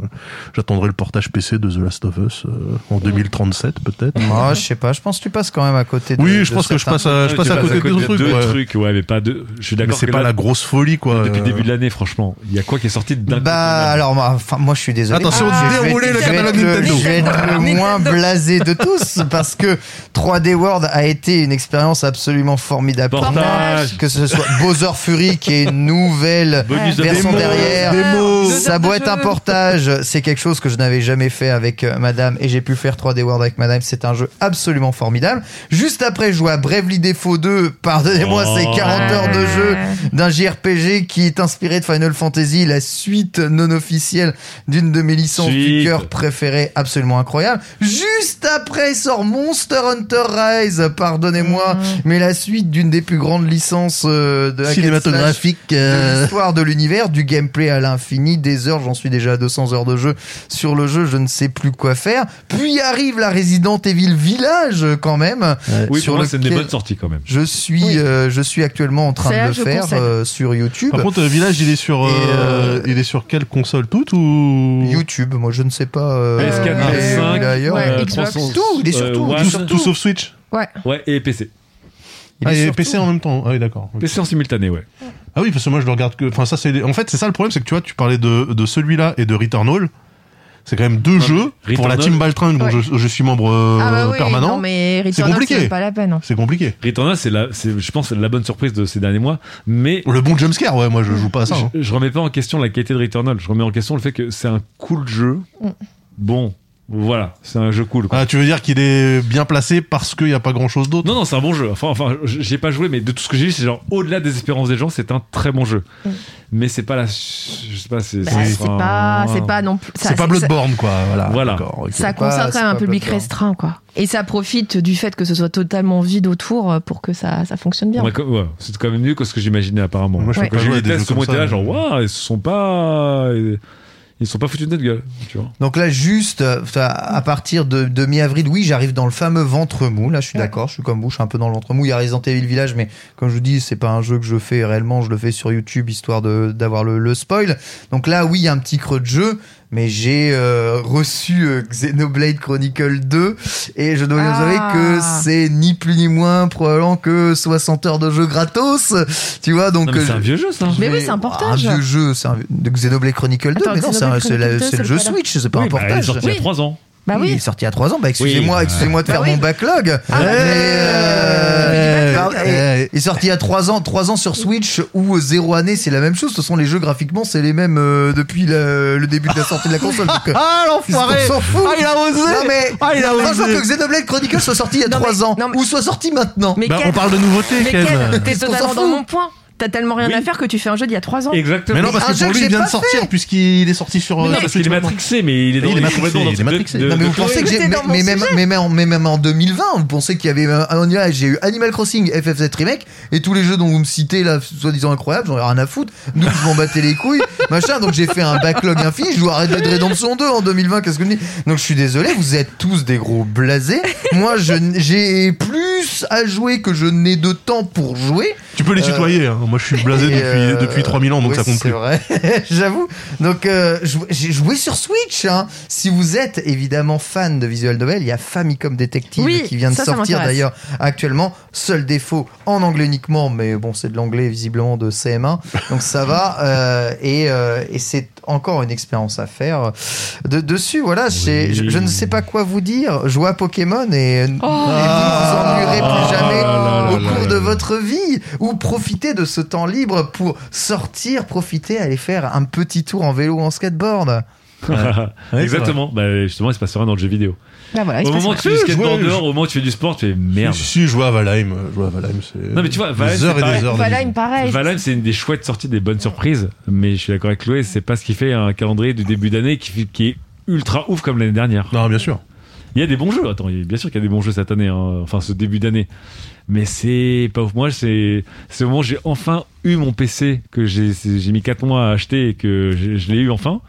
Speaker 4: j'attendrai le portage PC de The Last of Us euh, en 2037, peut-être.
Speaker 1: Ah, je sais pas, je pense que tu passes quand même à côté de.
Speaker 4: Oui, je
Speaker 1: de
Speaker 4: pense que je
Speaker 1: certains
Speaker 4: passe à,
Speaker 2: l'année.
Speaker 4: je passe
Speaker 2: Tu
Speaker 4: à
Speaker 2: passes
Speaker 4: côté de trucs.
Speaker 2: deux
Speaker 4: ouais.
Speaker 2: trucs, ouais, mais pas deux. Je suis
Speaker 4: Mais
Speaker 2: d'accord.
Speaker 4: c'est
Speaker 2: que
Speaker 4: pas
Speaker 2: là,
Speaker 4: la grosse folie, quoi.
Speaker 2: Depuis le
Speaker 4: Euh,
Speaker 2: début de l'année, franchement, il y a quoi qui est sorti d'un
Speaker 1: Bah alors, moi, enfin, moi je suis désolé.
Speaker 4: Attention,
Speaker 1: Je vais être-
Speaker 4: déroulez le
Speaker 1: je vais
Speaker 4: catalogue
Speaker 1: être le-
Speaker 4: Nintendo.
Speaker 1: Je vais être le
Speaker 3: Nintendo.
Speaker 1: moins blasé de tous parce que 3D World a été une expérience absollement formidable. pour moi.
Speaker 2: Portage.
Speaker 1: Que ce soit Bowser Fury qui est une nouvelle
Speaker 2: Bonus de
Speaker 1: version
Speaker 2: démo.
Speaker 1: derrière.
Speaker 3: Démo.
Speaker 1: Ça doit être un portage. C'est quelque chose que je n'avais jamais fait avec euh, madame et j'ai pu faire 3D World avec madame. C'est un jeu absolument formidable. Juste après, je joue à Bravely Default 2. Pardonnez-moi,
Speaker 2: Oh.
Speaker 1: c'est 40 heures de jeu
Speaker 3: Ah.
Speaker 1: d'un JRPG qui est inspiré de Final Fantasy, la suite non officielle d'une de mes licences du
Speaker 2: Suite.
Speaker 1: cœur préférées, absolument incroyable. Juste après sort Monster Hunter Rise, pardonnez-moi, mais la suite d'une des plus grandes licences euh, de hack and slash
Speaker 4: Cinématographique.
Speaker 1: de
Speaker 4: euh,
Speaker 1: l'histoire de l'univers, du gameplay à l'infini, des heures, j'en suis déjà à 200 heures de jeu sur le jeu, je ne sais plus quoi faire. Puis arrive la Resident Evil Village quand même.
Speaker 2: Oui,
Speaker 1: sur
Speaker 2: pour moi,
Speaker 1: lequel
Speaker 2: c'est une des bonnes sorties quand même.
Speaker 1: Je suis,
Speaker 3: Oui.
Speaker 1: euh, je suis actuellement en train
Speaker 3: C'est
Speaker 1: de
Speaker 3: là
Speaker 1: le
Speaker 3: que je
Speaker 1: faire
Speaker 3: conseille.
Speaker 1: euh, sur YouTube.
Speaker 4: Par contre, euh, Village, il est sur,
Speaker 1: Et,
Speaker 4: euh,
Speaker 1: euh,
Speaker 4: il est sur quelle console toute ou
Speaker 1: YouTube, moi je ne sais pas. euh,
Speaker 2: PS4,
Speaker 1: euh,
Speaker 2: PS5,
Speaker 1: d'ailleurs.
Speaker 3: ouais,
Speaker 2: euh,
Speaker 3: Xbox.
Speaker 2: 300,
Speaker 1: Tout, il est sur
Speaker 2: euh,
Speaker 1: tout, il est
Speaker 2: One,
Speaker 1: sur
Speaker 4: tout, tout sauf Switch.
Speaker 3: Ouais.
Speaker 2: Ouais, et PC.
Speaker 1: Il
Speaker 4: ah,
Speaker 1: est
Speaker 4: et
Speaker 1: sur
Speaker 4: PC
Speaker 1: tout.
Speaker 4: en même temps. Ah oui, d'accord. ok.
Speaker 2: PC en simultané, ouais.
Speaker 4: Ah oui, parce que moi je le regarde que. Enfin, ça c'est. En fait, c'est ça le problème, c'est que tu vois, tu parlais de, de celui-là et de Returnal. c'est quand même deux
Speaker 2: Ouais.
Speaker 4: jeux
Speaker 2: Return
Speaker 4: pour la
Speaker 2: of-
Speaker 4: team Baltrin dont
Speaker 3: Ouais.
Speaker 4: je, je suis membre euh,
Speaker 3: ah bah oui,
Speaker 4: permanent.
Speaker 3: non mais
Speaker 4: c'est
Speaker 3: Return of,
Speaker 4: compliqué.
Speaker 3: c'est pas la peine. hein.
Speaker 4: C'est compliqué.
Speaker 2: Return of, c'est la, c'est, je pense, la bonne surprise de ces derniers mois. Mais
Speaker 4: Le bon jumpscare, ouais, moi je joue pas à ça. hein.
Speaker 2: je, je remets pas en question la qualité de Returnal. Je remets en question le fait que c'est un cool jeu.
Speaker 3: Mm.
Speaker 2: Bon, voilà, c'est un jeu cool. quoi.
Speaker 4: Ah, tu veux dire qu'il est bien placé parce qu'il n'y a pas grand chose d'autre
Speaker 2: Non, non, c'est un bon jeu. Enfin, enfin, j'ai pas joué, mais de tout ce que j'ai vu, c'est genre au-delà des espérances des gens, c'est un très bon jeu.
Speaker 3: Mm.
Speaker 2: Mais c'est pas la, je sais pas, c'est, hein,
Speaker 3: Bah,
Speaker 2: c'est-
Speaker 3: c'est pas, c'est pas non plus. ça-
Speaker 4: C'est pas
Speaker 3: ça-
Speaker 4: Bloodborne, quoi. Voilà.
Speaker 2: Voilà.
Speaker 4: D'accord, ok.
Speaker 3: Ça
Speaker 1: C'est pas-
Speaker 3: concerne quand
Speaker 1: c'est
Speaker 3: même un
Speaker 1: pas
Speaker 3: public
Speaker 1: Bloodborne.
Speaker 3: restreint, quoi. Et ça profite du fait que ce soit totalement vide autour euh, pour que ça, ça fonctionne bien.
Speaker 2: Ouais, comme- ouais, c'est quand même mieux que ce que j'imaginais apparemment.
Speaker 4: Moi, je
Speaker 3: Ouais.
Speaker 4: peux pas
Speaker 2: Quand
Speaker 4: jouer
Speaker 2: j'ai
Speaker 4: à des
Speaker 2: des
Speaker 4: jeux
Speaker 2: tests,
Speaker 4: comme
Speaker 2: moi,
Speaker 4: ça. euh,
Speaker 2: j'étais là, genre, waouh, ils se sont pas, ils se sont pas foutus de notre gueule, tu vois.
Speaker 1: Donc là, juste euh, à à partir de, de mi-avril, oui, j'arrive dans le fameux ventre mou. Là, je suis d'accord, je suis comme vous, je suis un peu dans le ventre mou. Il y a Resident Evil Village, mais comme je vous dis, c'est pas un jeu que je fais réellement, je le fais sur YouTube histoire de- d'avoir le, le spoil. Donc là, oui, il y a un petit creux de jeu, mais j'ai euh, reçu euh, Xenoblade Chronicle 2 et je dois
Speaker 3: Ah.
Speaker 1: vous avouer que c'est ni plus ni moins probablement que 60 heures de jeu gratos. Tu vois, donc.
Speaker 2: Non, mais
Speaker 1: euh,
Speaker 2: c'est un vieux jeu, ça.
Speaker 3: Mais
Speaker 1: je
Speaker 3: oui,
Speaker 1: vais-
Speaker 3: c'est un portage.
Speaker 1: Un vieux jeu, c'est un vieux- de Xenoblade Chronicle 2,
Speaker 3: Attends,
Speaker 1: mais non, c'est un-
Speaker 3: Xenoblade
Speaker 1: c'est la-
Speaker 3: Chronicle 2,
Speaker 1: c'est le
Speaker 3: c'est
Speaker 1: jeu
Speaker 3: le portage.
Speaker 1: Switch, c'est pas un
Speaker 2: Oui, bah, il est
Speaker 1: portage.
Speaker 2: sorti il y a 3 ans.
Speaker 3: Bah
Speaker 1: Il
Speaker 3: oui.
Speaker 1: est sorti à 3 ans. Bah, excusez-moi,
Speaker 2: Oui, bah,
Speaker 1: excusez-moi de
Speaker 3: bah
Speaker 1: faire
Speaker 3: oui.
Speaker 1: mon backlog.
Speaker 3: Ah, bah,
Speaker 1: Euh,
Speaker 3: bah,
Speaker 1: pardon,
Speaker 3: bah,
Speaker 1: et- Il est sorti à 3 ans, 3 ans sur Switch ou 0 année, c'est la même chose. Ce sont les jeux graphiquement, c'est les mêmes euh, depuis le, le début de la sortie de la console.
Speaker 4: *laughs*
Speaker 1: Donc, euh,
Speaker 4: Ah, l'enfoiré
Speaker 1: on s'en fout.
Speaker 4: Ah, il a osé
Speaker 1: Non, mais
Speaker 4: Ah, il a
Speaker 1: franchement,
Speaker 4: osé
Speaker 1: que Xenoblade Chronicles soit sorti il y a
Speaker 3: Non,
Speaker 1: 3
Speaker 3: mais-
Speaker 1: ans
Speaker 3: non, mais-
Speaker 1: ou soit sorti maintenant.
Speaker 3: Mais
Speaker 4: Bah,
Speaker 3: quel-
Speaker 4: on parle de nouveautés,
Speaker 3: mais
Speaker 4: Ken.
Speaker 3: quel- T'es
Speaker 1: qu'on
Speaker 3: totalement
Speaker 1: s'en
Speaker 3: dans
Speaker 1: fout
Speaker 3: mon point. T'as tellement rien
Speaker 2: Oui.
Speaker 3: à faire que tu fais un jeu d'il y a 3 ans.
Speaker 2: Exactement.
Speaker 4: Mais non, parce
Speaker 1: un
Speaker 4: que
Speaker 1: jeu que
Speaker 4: pour lui,
Speaker 1: j'ai
Speaker 4: il vient
Speaker 1: pas
Speaker 4: de sortir,
Speaker 1: fait.
Speaker 4: puisqu'il est sorti sur. euh,
Speaker 2: Non,
Speaker 4: sur
Speaker 2: parce
Speaker 4: Switch
Speaker 2: qu'il est
Speaker 4: maintenant.
Speaker 2: matrixé, mais il est dans
Speaker 4: Il est
Speaker 2: il est
Speaker 4: matrixé,
Speaker 2: complètement dans
Speaker 4: il est
Speaker 2: ce truc
Speaker 4: matrixé.
Speaker 2: de-
Speaker 1: Non mais
Speaker 2: de-
Speaker 1: vous pensez que
Speaker 3: Écoutez,
Speaker 1: j'ai- mais,
Speaker 3: dans mon
Speaker 1: mais même
Speaker 3: sujet.
Speaker 1: mais même, mais même en 2020 on pensait qu'il y avait un- on y va, j'ai eu Animal Crossing FF7 remake et tous les jeux dont vous me citez là soi-disant incroyables j'en ai rien à foutre nous je m'en battais les
Speaker 3: *laughs*
Speaker 1: couilles machin donc j'ai fait un backlog infini je dois arrêter de Redemption 2 en 2020 qu'est-ce que vous me dites donc je suis désolé vous êtes tous des gros blasés moi je n- j'ai plus à jouer que je n'ai de temps pour jouer
Speaker 4: Tu peux les
Speaker 1: Euh,
Speaker 4: tutoyer, hein. moi je suis blasé
Speaker 1: et,
Speaker 4: depuis,
Speaker 1: euh,
Speaker 4: depuis 3000 ans, donc
Speaker 1: ouais,
Speaker 4: ça compte
Speaker 1: c'est
Speaker 4: plus.
Speaker 1: vrai, *laughs* j'avoue. Donc, euh, jou- j'ai joué sur Switch. hein. Si vous êtes évidemment fan de Visual Novel, il y a Famicom Detective
Speaker 3: Oui,
Speaker 1: qui vient de
Speaker 3: ça, ça
Speaker 1: sortir
Speaker 3: m'intéresse.
Speaker 1: d'ailleurs actuellement. Seul défaut en anglais uniquement, mais bon, c'est de l'anglais visiblement de CM1, donc ça va. euh, et euh, et c'est encore une expérience à faire euh, de, dessus. Voilà, j'ai- je, je ne sais pas quoi vous dire. Jouez à Pokémon et, euh, et
Speaker 3: Oh.
Speaker 1: vous ne vous ennuierez
Speaker 2: Ah
Speaker 1: plus jamais
Speaker 2: là là
Speaker 1: au
Speaker 2: là
Speaker 1: cours
Speaker 2: là
Speaker 1: de
Speaker 2: là. *laughs*
Speaker 1: votre vie ou profitez de ce temps libre pour sortir, profiter, aller faire un petit tour en vélo ou en skateboard.
Speaker 4: Ouais,
Speaker 2: Exactement. Bah, justement, il se passe rien dans le jeu vidéo.
Speaker 3: Bah voilà, il se
Speaker 2: Au
Speaker 3: passe
Speaker 2: moment où
Speaker 3: rien.
Speaker 2: tu fais du
Speaker 4: Ouais,
Speaker 2: skateboard
Speaker 4: je-
Speaker 2: dehors, au moment où tu fais du sport, tu fais
Speaker 4: Si,
Speaker 2: merde.
Speaker 4: si, jouer à Valheim. euh, Jouer à Valheim, c'est.
Speaker 2: Non, mais tu vois, Valheim,
Speaker 4: Des
Speaker 2: c'est
Speaker 4: heures et
Speaker 2: pareil.
Speaker 4: des heures. de
Speaker 3: Valheim,
Speaker 4: vidéo.
Speaker 3: pareil.
Speaker 2: Valheim, c'est une des chouettes sorties, des bonnes surprises, mais je suis d'accord avec Chloé, c'est pas ce qui fait un calendrier du début d'année qui, fait- qui est ultra ouf comme l'année dernière.
Speaker 4: Non,
Speaker 1: *laughs*
Speaker 4: bien sûr.
Speaker 2: Il y a des bons jeux, attends, il y a- bien sûr qu'il y a des bons jeux cette année, hein, enfin ce début d'année, mais c'est pas ouf. Moi, c'est c'est au moment où j'ai enfin eu mon PC que j'ai j'ai mis 4 mois à acheter et que j'ai- je l'ai eu enfin.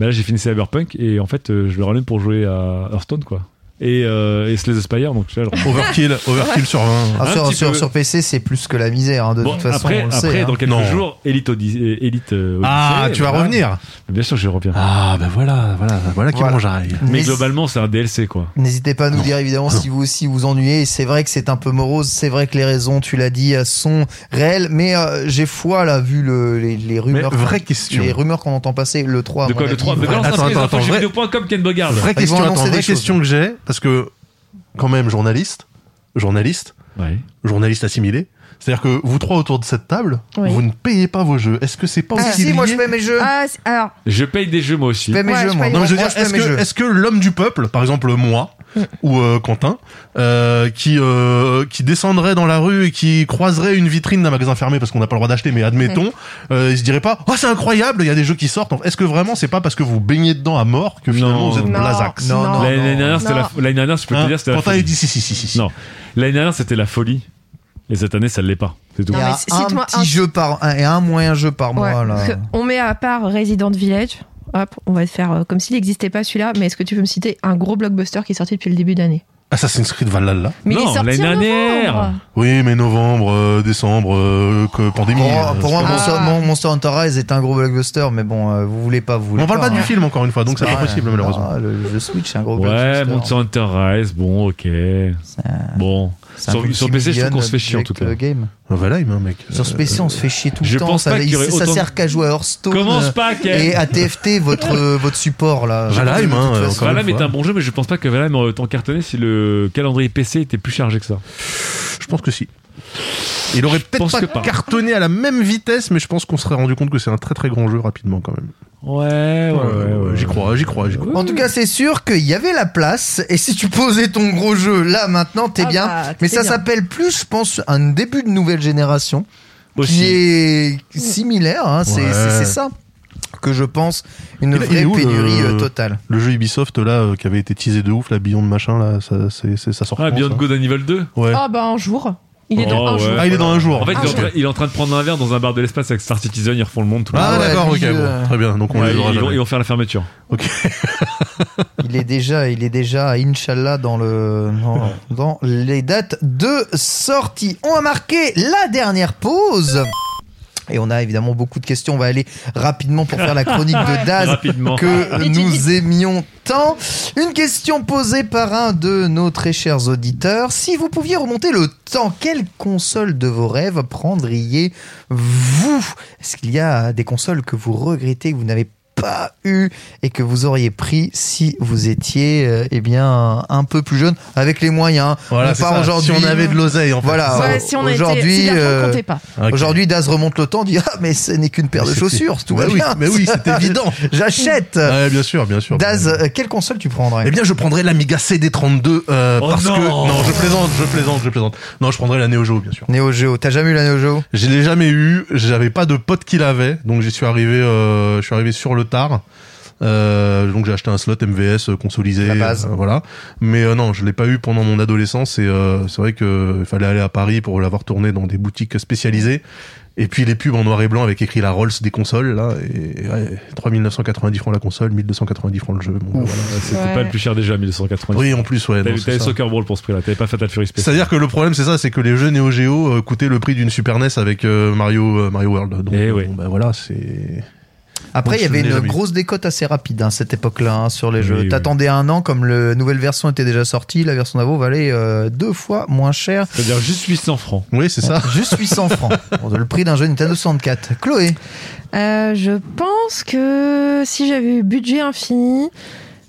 Speaker 2: Bah là, j'ai fini Cyberpunk et en fait, euh, je le rallume pour jouer à Hearthstone, quoi. Et, euh, et Slay the Spire, donc là, genre,
Speaker 4: Overkill, overkill sur 20.
Speaker 1: Ah,
Speaker 2: Un
Speaker 1: sur,
Speaker 2: petit
Speaker 1: sur-
Speaker 2: peu.
Speaker 1: sur PC, c'est plus que la misère. hein, de
Speaker 2: Bon,
Speaker 1: toute façon,
Speaker 2: après,
Speaker 1: on le
Speaker 2: après
Speaker 1: sait. hein.
Speaker 2: dans quelques
Speaker 4: Non.
Speaker 2: jours, Elite, Odyssey- euh, Elite euh,
Speaker 4: Ah,
Speaker 2: Odyssey,
Speaker 4: tu vas
Speaker 2: voilà.
Speaker 4: revenir.
Speaker 2: Bien sûr que je reviens.
Speaker 4: Ah, ben voilà, voilà, voilà qui
Speaker 1: Voilà.
Speaker 4: mange à règle.
Speaker 2: Mais
Speaker 1: N'hési-
Speaker 2: globalement, c'est un DLC, quoi.
Speaker 1: N'hésitez pas à nous
Speaker 4: Non.
Speaker 1: dire évidemment si vous aussi vous ennuyez. Et C'est vrai que c'est un peu morose. C'est vrai que les raisons, tu l'as dit, euh, sont réelles. Mais euh, j'ai foi là, vu le- les, les
Speaker 4: Mais
Speaker 1: rumeurs.
Speaker 4: vraie question.
Speaker 1: les rumeurs qu'on entend passer, le 3. à
Speaker 2: De
Speaker 1: mon
Speaker 2: quoi le
Speaker 1: avis,
Speaker 2: 3 Mais
Speaker 1: voilà.
Speaker 2: balance
Speaker 4: Attends,
Speaker 2: un peu les
Speaker 4: attends,
Speaker 2: infos
Speaker 4: attends, vrai-
Speaker 2: jeuxvideo.com, Ken Bogard.
Speaker 4: Vraie
Speaker 1: Ils vont
Speaker 4: question,
Speaker 1: annoncer
Speaker 4: attends,
Speaker 1: des
Speaker 4: vraie
Speaker 1: choses.
Speaker 4: question que j'ai, parce que, quand même, journaliste, journaliste,
Speaker 2: Ouais.
Speaker 4: journaliste assimilé, c'est-à-dire que vous trois autour de cette table,
Speaker 3: Oui.
Speaker 4: vous ne payez pas vos jeux. Est-ce que c'est pas
Speaker 1: Ah,
Speaker 4: aussi
Speaker 1: si, moi je
Speaker 4: lié
Speaker 1: paie mes jeux.
Speaker 3: Ah, c'est- alors,
Speaker 2: Je paye des jeux, moi aussi.
Speaker 1: je paie mes
Speaker 3: Ouais,
Speaker 1: jeux,
Speaker 3: je
Speaker 1: moi.
Speaker 3: paye.
Speaker 4: Non, mais je veux
Speaker 1: Moi,
Speaker 4: dire,
Speaker 1: paie
Speaker 4: est-ce
Speaker 1: mes jeux.
Speaker 4: que, est-ce que l'homme du peuple, par exemple moi ou euh, Quentin, euh, qui euh, qui descendrait dans la rue et qui croiserait une vitrine d'un magasin fermé parce qu'on n'a pas le droit d'acheter, mais admettons, euh, il se dirait pas, oh c'est incroyable, il y a des jeux qui sortent. Est-ce que vraiment c'est pas parce que vous baignez dedans à mort que finalement
Speaker 2: Non.
Speaker 4: vous êtes
Speaker 3: Non.
Speaker 4: blasax
Speaker 1: Non, Oh, non,
Speaker 2: L'année l'année dernière,
Speaker 3: non.
Speaker 2: c'était la, l'année dernière, je peux
Speaker 4: Hein
Speaker 2: te dire, c'était la
Speaker 4: Quentin
Speaker 2: folie.
Speaker 4: il dit si si si si. si.
Speaker 2: Non. L'année dernière, c'était la folie. Et cette année, ça ne l'est pas. C'est tout.
Speaker 1: Il y
Speaker 3: Non,
Speaker 1: a
Speaker 3: mais c-
Speaker 1: un
Speaker 3: cite-moi
Speaker 1: petit
Speaker 3: un-
Speaker 1: jeu par un, et un moyen jeu par
Speaker 3: Ouais,
Speaker 1: mois là.
Speaker 3: *laughs* parce que on met à part Resident Village. Hop, on va faire euh, comme s'il n'existait pas celui-là. Mais est-ce que tu peux me citer un gros blockbuster qui est sorti depuis le début d'année
Speaker 4: Assassin's Creed Valhalla.
Speaker 3: Mais il
Speaker 2: Non,
Speaker 3: est sorti
Speaker 2: l'année
Speaker 3: en
Speaker 2: dernière.
Speaker 3: novembre.
Speaker 4: Oui, mais novembre, euh, décembre, euh, que pandémie.
Speaker 1: Bon,
Speaker 4: euh,
Speaker 1: pour moi,
Speaker 4: c'est pas
Speaker 3: bon.
Speaker 1: Monster,
Speaker 3: Ah.
Speaker 1: mon- Monster Hunter Rise est un gros blockbuster, mais bon, euh, vous voulez pas, vous
Speaker 4: bon.
Speaker 1: voulez
Speaker 4: On parle pas du
Speaker 1: hein.
Speaker 4: film encore une fois, donc c'est pas
Speaker 1: Ouais,
Speaker 4: possible
Speaker 1: non,
Speaker 4: malheureusement.
Speaker 1: le, le Switch est
Speaker 4: Ah,
Speaker 1: un gros
Speaker 2: Ouais,
Speaker 1: blockbuster.
Speaker 2: Monster Hunter Rise, bon, ok. Bon.
Speaker 1: C'est un
Speaker 2: Sur, sur PC, je trouve qu'on se fait chier en tout cas.
Speaker 1: multi-million object, euh, Game.
Speaker 4: Ah, Valheim, hein, mec.
Speaker 1: Sur ce PC, on se fait chier tout le
Speaker 2: je
Speaker 1: temps.
Speaker 2: pense
Speaker 1: ça,
Speaker 2: pas
Speaker 1: il-
Speaker 2: qu'il y aurait
Speaker 1: ça
Speaker 2: autant de-
Speaker 1: sert qu'à jouer à Hearthstone.
Speaker 2: Commence
Speaker 1: euh,
Speaker 2: pas, Ken. Bah,
Speaker 1: Et à TFT,
Speaker 2: *laughs*
Speaker 1: votre, euh, votre support là.
Speaker 4: Valheim, hein,
Speaker 1: De toute façon.
Speaker 4: encore une
Speaker 2: Valheim est
Speaker 4: fois.
Speaker 2: un bon jeu, mais je pense pas que Valheim aurait autant cartonné si le calendrier PC était plus chargé que ça.
Speaker 4: Je pense que si. Il aurait peut-être
Speaker 2: pense
Speaker 4: pas,
Speaker 2: que pas.
Speaker 4: cartonné à la même vitesse, mais je pense qu'on serait rendu compte que c'est un très très grand jeu rapidement quand même. Euh,
Speaker 2: Ouais, ouais, ouais. ouais.
Speaker 4: J'y crois, j'y crois, j'y crois.
Speaker 1: En tout cas, c'est sûr qu'il y avait la place. Et si tu posais ton gros jeu là maintenant, t'es
Speaker 3: Ah
Speaker 1: bien.
Speaker 3: bah, t'es
Speaker 1: Mais ça
Speaker 3: bien.
Speaker 1: s'appelle plus, je pense, un début de nouvelle génération qui
Speaker 2: Aussi.
Speaker 1: est similaire. hein, c'est-
Speaker 4: Ouais.
Speaker 1: C'est c'est ça que je pense. Une
Speaker 4: Il est- il
Speaker 1: vraie
Speaker 4: est où, le-
Speaker 1: pénurie euh, totale.
Speaker 4: Le jeu Ubisoft là, euh, qui avait été teasé de ouf, la Beyond machin là, ça, c'est, c'est- ça sort.
Speaker 2: Ah,
Speaker 4: quand,
Speaker 2: Beyond
Speaker 4: ça
Speaker 2: Good and Evil 2.
Speaker 4: Ouais.
Speaker 3: Ah bah un jour. Il est dans
Speaker 2: Oh,
Speaker 3: un jour.
Speaker 2: ouais.
Speaker 4: Ah, il est dans un jour.
Speaker 2: En fait, il est en,
Speaker 4: Ok.
Speaker 2: train, il est en train de prendre un verre dans un bar de l'espace avec Star Citizen, ils refont le monde tout le
Speaker 4: Ah,
Speaker 1: Ah ouais,
Speaker 4: d'accord, ok,
Speaker 1: lui, euh,
Speaker 4: bon, très bien. Donc on
Speaker 2: Ouais,
Speaker 4: les aura
Speaker 2: ils, vont,
Speaker 4: jamais.
Speaker 2: ils vont faire la fermeture.
Speaker 4: Ok.
Speaker 1: Il est déjà, il est déjà, Inch'Allah, dans le, dans, dans les dates de sortie. On a marqué la dernière pause. Et on a évidemment beaucoup de questions. On va aller rapidement pour faire la chronique de Daz
Speaker 2: Rapidement.
Speaker 1: que
Speaker 3: Vite, vite,
Speaker 1: nous
Speaker 3: vite.
Speaker 1: aimions tant. Une question posée par un de nos très chers auditeurs. Si vous pouviez remonter le temps, quelle console de vos rêves prendriez-vous Est-ce qu'il y a des consoles que vous regrettez, que vous n'avez pas eu et que vous auriez pris si vous étiez euh, eh bien un peu plus jeune avec les moyens
Speaker 4: Voilà,
Speaker 1: on
Speaker 4: c'est
Speaker 1: part
Speaker 4: ça.
Speaker 1: aujourd'hui
Speaker 4: Si on avait de l'oseille, en fait.
Speaker 1: Voilà.
Speaker 3: Ouais,
Speaker 1: euh,
Speaker 3: si on a
Speaker 1: aujourd'hui,
Speaker 3: été, si l'argent
Speaker 1: euh,
Speaker 3: comptait pas.
Speaker 4: Ah, Ok.
Speaker 1: aujourd'hui Daz remonte le temps dit ah mais ce n'est qu'une paire de
Speaker 4: C'était-
Speaker 1: chaussures tout
Speaker 4: Bah
Speaker 1: va
Speaker 4: oui,
Speaker 1: bien
Speaker 4: mais oui,
Speaker 1: *laughs*
Speaker 4: c'est évident.
Speaker 1: j'achète
Speaker 4: Ouais, bien sûr, bien sûr.
Speaker 1: euh, Daz,
Speaker 4: Bien sûr.
Speaker 1: euh, quelle console tu prendrais
Speaker 4: Eh bien, je prendrais l'Amiga CD32 euh,
Speaker 2: Oh
Speaker 4: parce
Speaker 2: non.
Speaker 4: que non, je plaisante, je plaisante, je plaisante. Non, je prendrais la Neo Geo, bien sûr.
Speaker 1: Neo Geo, t'as jamais eu la Neo Geo
Speaker 4: Je l'ai jamais eu, j'avais pas de pote qui l'avait, donc j'y suis arrivé, euh, je suis arrivé sur le tard. Euh, donc j'ai acheté un slot MVS euh, consolisé,
Speaker 1: La base.
Speaker 4: euh, voilà. Mais euh, non, je l'ai pas eu pendant mon adolescence et euh, c'est vrai que euh, il fallait aller à Paris pour l'avoir tourné dans des boutiques spécialisées. Et puis les pubs en noir et blanc avec écrit la Rolls des consoles là, et ouais, 3990 francs la console, 1290 francs le jeu. Bon, bah, voilà.
Speaker 2: C'était
Speaker 3: Ouais.
Speaker 2: pas le plus cher déjà, 1190.
Speaker 4: Oui, en plus ouais. non,
Speaker 2: T'avais
Speaker 4: c'est
Speaker 2: t'avais
Speaker 4: ça.
Speaker 2: Soccer Brawl pour ce prix-là, t'avais pas Fatal Fury Space.
Speaker 4: C'est-à-dire que le problème c'est ça, c'est que les jeux Neo Geo euh, coûtaient le prix d'une Super NES avec euh, Mario euh, Mario World. Donc
Speaker 2: Eh
Speaker 4: euh,
Speaker 2: ouais.
Speaker 4: bon, bah, voilà, c'est
Speaker 1: Après, il y
Speaker 4: Moi, je
Speaker 1: avait
Speaker 4: n'ai
Speaker 1: une
Speaker 4: jamais eu.
Speaker 1: grosse décote assez rapide à cette époque-là hein, sur les
Speaker 2: Oui,
Speaker 1: jeux.
Speaker 2: oui.
Speaker 1: T'attendais un an, comme la nouvelle version était déjà sortie, la version d'avant valait euh, deux fois moins cher.
Speaker 2: C'est-à-dire juste 800 francs.
Speaker 4: Oui, c'est ça.
Speaker 1: Juste 800
Speaker 4: *laughs*
Speaker 1: francs. Bon, Le prix d'un jeu Nintendo 64. Chloé,
Speaker 3: Euh, je pense que si j'avais eu budget infini,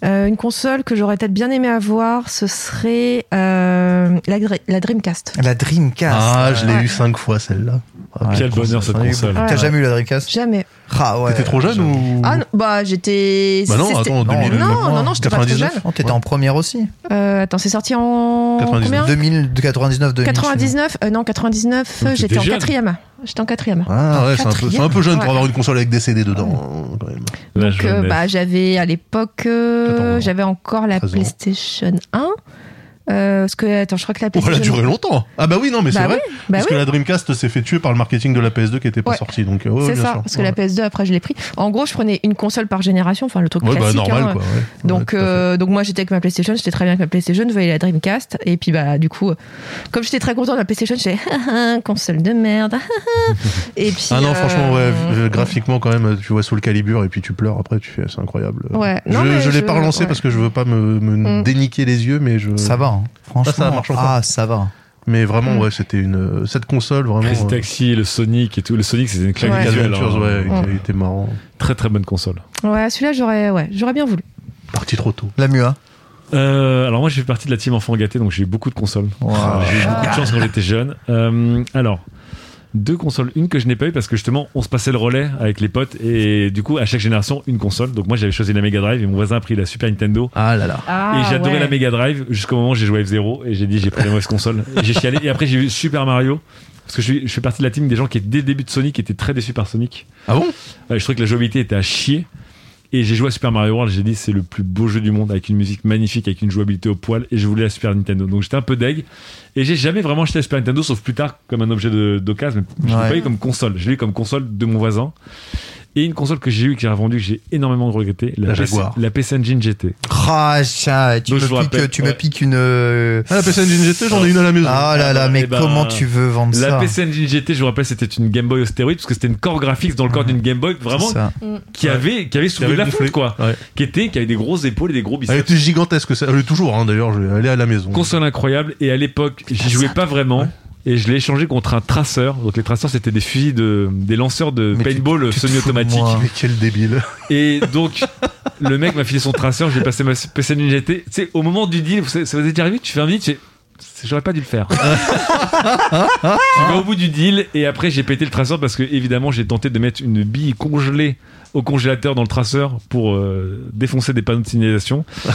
Speaker 3: euh, une console que j'aurais peut-être bien aimé avoir, ce serait euh, la, Dre- la Dreamcast.
Speaker 1: la Dreamcast.
Speaker 4: Ah, je l'ai
Speaker 3: Ouais.
Speaker 4: eu cinq fois celle-là. Ah,
Speaker 2: Quel
Speaker 4: console,
Speaker 2: bonheur cette
Speaker 4: ça.
Speaker 1: T'en as eu
Speaker 2: console.
Speaker 1: beaucoup. T'as
Speaker 3: Ouais.
Speaker 1: jamais eu la Dreamcast
Speaker 3: Jamais.
Speaker 1: Ah ouais.
Speaker 4: T'étais trop jeune ou
Speaker 3: Ah non, bah j'étais.
Speaker 4: Bah non,
Speaker 3: c'était-
Speaker 4: attends, 2000,
Speaker 3: non,
Speaker 4: maintenant,
Speaker 3: non, non, j'étais pas trop
Speaker 4: 99.
Speaker 3: jeune.
Speaker 1: Oh, t'étais en première aussi.
Speaker 3: Euh, attends, c'est sorti en.
Speaker 4: 99.
Speaker 3: Combien
Speaker 1: 2000, 99, 2000.
Speaker 3: 99 euh, Non, 99, euh,
Speaker 2: Donc,
Speaker 3: j'étais
Speaker 2: t'étais
Speaker 3: en
Speaker 2: jeune.
Speaker 3: quatrième. J'étais en quatrième.
Speaker 4: Ah ouais, c'est un, peu, c'est un peu jeune pour
Speaker 3: Ouais.
Speaker 4: avoir une console avec des CD dedans. hein, quand même.
Speaker 2: La
Speaker 3: Donc, euh,
Speaker 2: jeunesse.
Speaker 3: bah, j'avais à l'époque, euh,
Speaker 4: Attends,
Speaker 3: j'avais encore la
Speaker 4: 13 ans.
Speaker 3: PlayStation 1. Euh, parce que, attends, je crois que la
Speaker 4: Oh, elle a
Speaker 3: PlayStation.
Speaker 4: duré longtemps. Ah bah oui, non, mais
Speaker 3: Bah
Speaker 4: c'est
Speaker 3: oui,
Speaker 4: vrai.
Speaker 3: bah
Speaker 4: parce
Speaker 3: oui.
Speaker 4: que la Dreamcast s'est fait tuer par le marketing de la PS2 qui était pas
Speaker 3: Ouais.
Speaker 4: sortie. Donc, euh, ouais,
Speaker 3: C'est
Speaker 4: bien
Speaker 3: ça,
Speaker 4: sûr.
Speaker 3: parce que la PS2, après, je l'ai pris. En gros, je prenais une console par génération, enfin, le truc
Speaker 4: Ouais, bah
Speaker 3: classique.
Speaker 4: normal
Speaker 3: hein.
Speaker 4: quoi. ouais. Ouais,
Speaker 3: Donc,
Speaker 4: tout à fait.
Speaker 3: euh, donc moi j'étais avec ma PlayStation, j'étais très bien avec ma PlayStation, je voyais la Dreamcast et puis bah du coup, euh, comme j'étais très content de la PlayStation, j'étais *laughs* Ah, ah, console de merde. ah, ah.
Speaker 4: *laughs*
Speaker 3: et puis
Speaker 4: Ah non,
Speaker 3: euh,
Speaker 4: franchement, ouais, euh, graphiquement quand même, tu vois sous le calibre et puis tu pleures après, tu fais, ah, c'est incroyable.
Speaker 3: Ouais.
Speaker 4: Je,
Speaker 3: Non, mais
Speaker 4: je l'ai
Speaker 3: je-
Speaker 4: pas relancé
Speaker 3: ouais.
Speaker 4: parce que je veux pas me, me
Speaker 3: Mm.
Speaker 4: déniquer les yeux, mais je.
Speaker 1: Ça va, hein. franchement.
Speaker 4: Ça, ça marche encore.
Speaker 1: Ah, ça va.
Speaker 4: Mais vraiment,
Speaker 3: Mm.
Speaker 4: ouais, c'était une cette console vraiment.
Speaker 2: Crazy
Speaker 4: euh,
Speaker 2: Taxi, le Sonic et tout. Le Sonic, c'était une claque
Speaker 3: Ouais. Mm.
Speaker 2: visuelle.
Speaker 4: Adventures,
Speaker 2: hein.
Speaker 4: ouais,
Speaker 3: Ouais.
Speaker 4: qui était marrant.
Speaker 2: Très très bonne console.
Speaker 3: Ouais, celui-là j'aurais ouais, j'aurais bien voulu.
Speaker 4: Parti trop tôt.
Speaker 1: La MUA.
Speaker 2: Euh, alors moi j'ai fait partie de la team enfant gâté donc j'ai eu beaucoup de consoles. Ah.
Speaker 1: Wow.
Speaker 2: J'ai eu
Speaker 3: Ah.
Speaker 2: beaucoup de chance quand j'étais jeune. Euh, alors deux consoles, une que je n'ai pas eu parce que justement on se passait le relais avec les potes et du coup à chaque génération une console. Donc moi j'avais choisi la Mega Drive et mon voisin a pris la Super Nintendo.
Speaker 4: Ah là là.
Speaker 3: Ah,
Speaker 2: et j'adorais la Mega Drive jusqu'au moment où j'ai joué à F0 et j'ai dit j'ai pris la mauvaise console. Et j'ai chialé et après j'ai eu Super Mario parce que je, suis- je fais partie de la team des gens qui dès le début de Sonic étaient très déçus par Sonic.
Speaker 4: Ah bon
Speaker 2: Ouais, je trouvais que la jouabilité était à chier. Et j'ai joué à Super Mario World, j'ai dit c'est le plus beau jeu du monde, avec une musique magnifique, avec une jouabilité au poil, et je voulais la Super Nintendo. Donc j'étais un peu deg. Et j'ai jamais vraiment acheté la Super Nintendo, sauf plus tard comme un objet de- d'occasion, mais je l'ai
Speaker 1: Ouais.
Speaker 2: pas eu comme console. Je l'ai eu comme console de mon voisin. Et une console que j'ai eue, que j'ai revendue, que j'ai énormément regretté,
Speaker 4: La
Speaker 2: PC,
Speaker 4: Jaguar.
Speaker 2: la PC Engine GT.
Speaker 1: Ah, ça, tu,
Speaker 2: Donc, je
Speaker 1: me
Speaker 2: vous
Speaker 1: piques,
Speaker 2: rappelle,
Speaker 1: tu
Speaker 2: ouais.
Speaker 1: me piques une. euh,
Speaker 4: Ah, la PC Engine GT, j'en ai une à la maison.
Speaker 1: Ah là là,
Speaker 2: Eh
Speaker 1: mais
Speaker 2: ben,
Speaker 1: comment tu veux vendre
Speaker 2: La
Speaker 1: ça
Speaker 2: PC Engine GT, je vous rappelle, c'était une Game Boy au stéroïde, parce que c'était une core graphique dans le corps d'une Game Boy, vraiment,
Speaker 1: C'est ça.
Speaker 2: qui avait, qui avait soulevé
Speaker 4: avait
Speaker 2: la
Speaker 4: gonflé.
Speaker 2: foule, quoi.
Speaker 4: Ouais.
Speaker 2: Qui était, qui avait des grosses épaules et des gros
Speaker 1: Ah
Speaker 2: biceps.
Speaker 4: Elle était gigantesque, ça. elle est toujours hein, d'ailleurs, je- elle est à la maison.
Speaker 2: console incroyable et à l'époque j'y jouais pas vraiment et je l'ai échangé contre un traceur. Donc les traceurs c'était des fusils de des lanceurs de
Speaker 1: Mais tu-
Speaker 2: paintball
Speaker 1: tu te
Speaker 2: semi-automatiques.
Speaker 1: fous de moi.
Speaker 4: Mais quel débile.
Speaker 2: Et donc le mec m'a filé son traceur, j'ai passé ma spéciale nuit GT. Tu sais au moment du deal, vous savez- ça vous est déjà arrivé, tu fais un deal, tu fais, C'est- j'aurais pas dû le
Speaker 4: *laughs*
Speaker 2: faire. je vais au bout du deal et après j'ai pété le traceur parce que évidemment j'ai tenté de mettre une bille congelée au congélateur dans le traceur pour euh, défoncer des panneaux de signalisation.
Speaker 4: *laughs*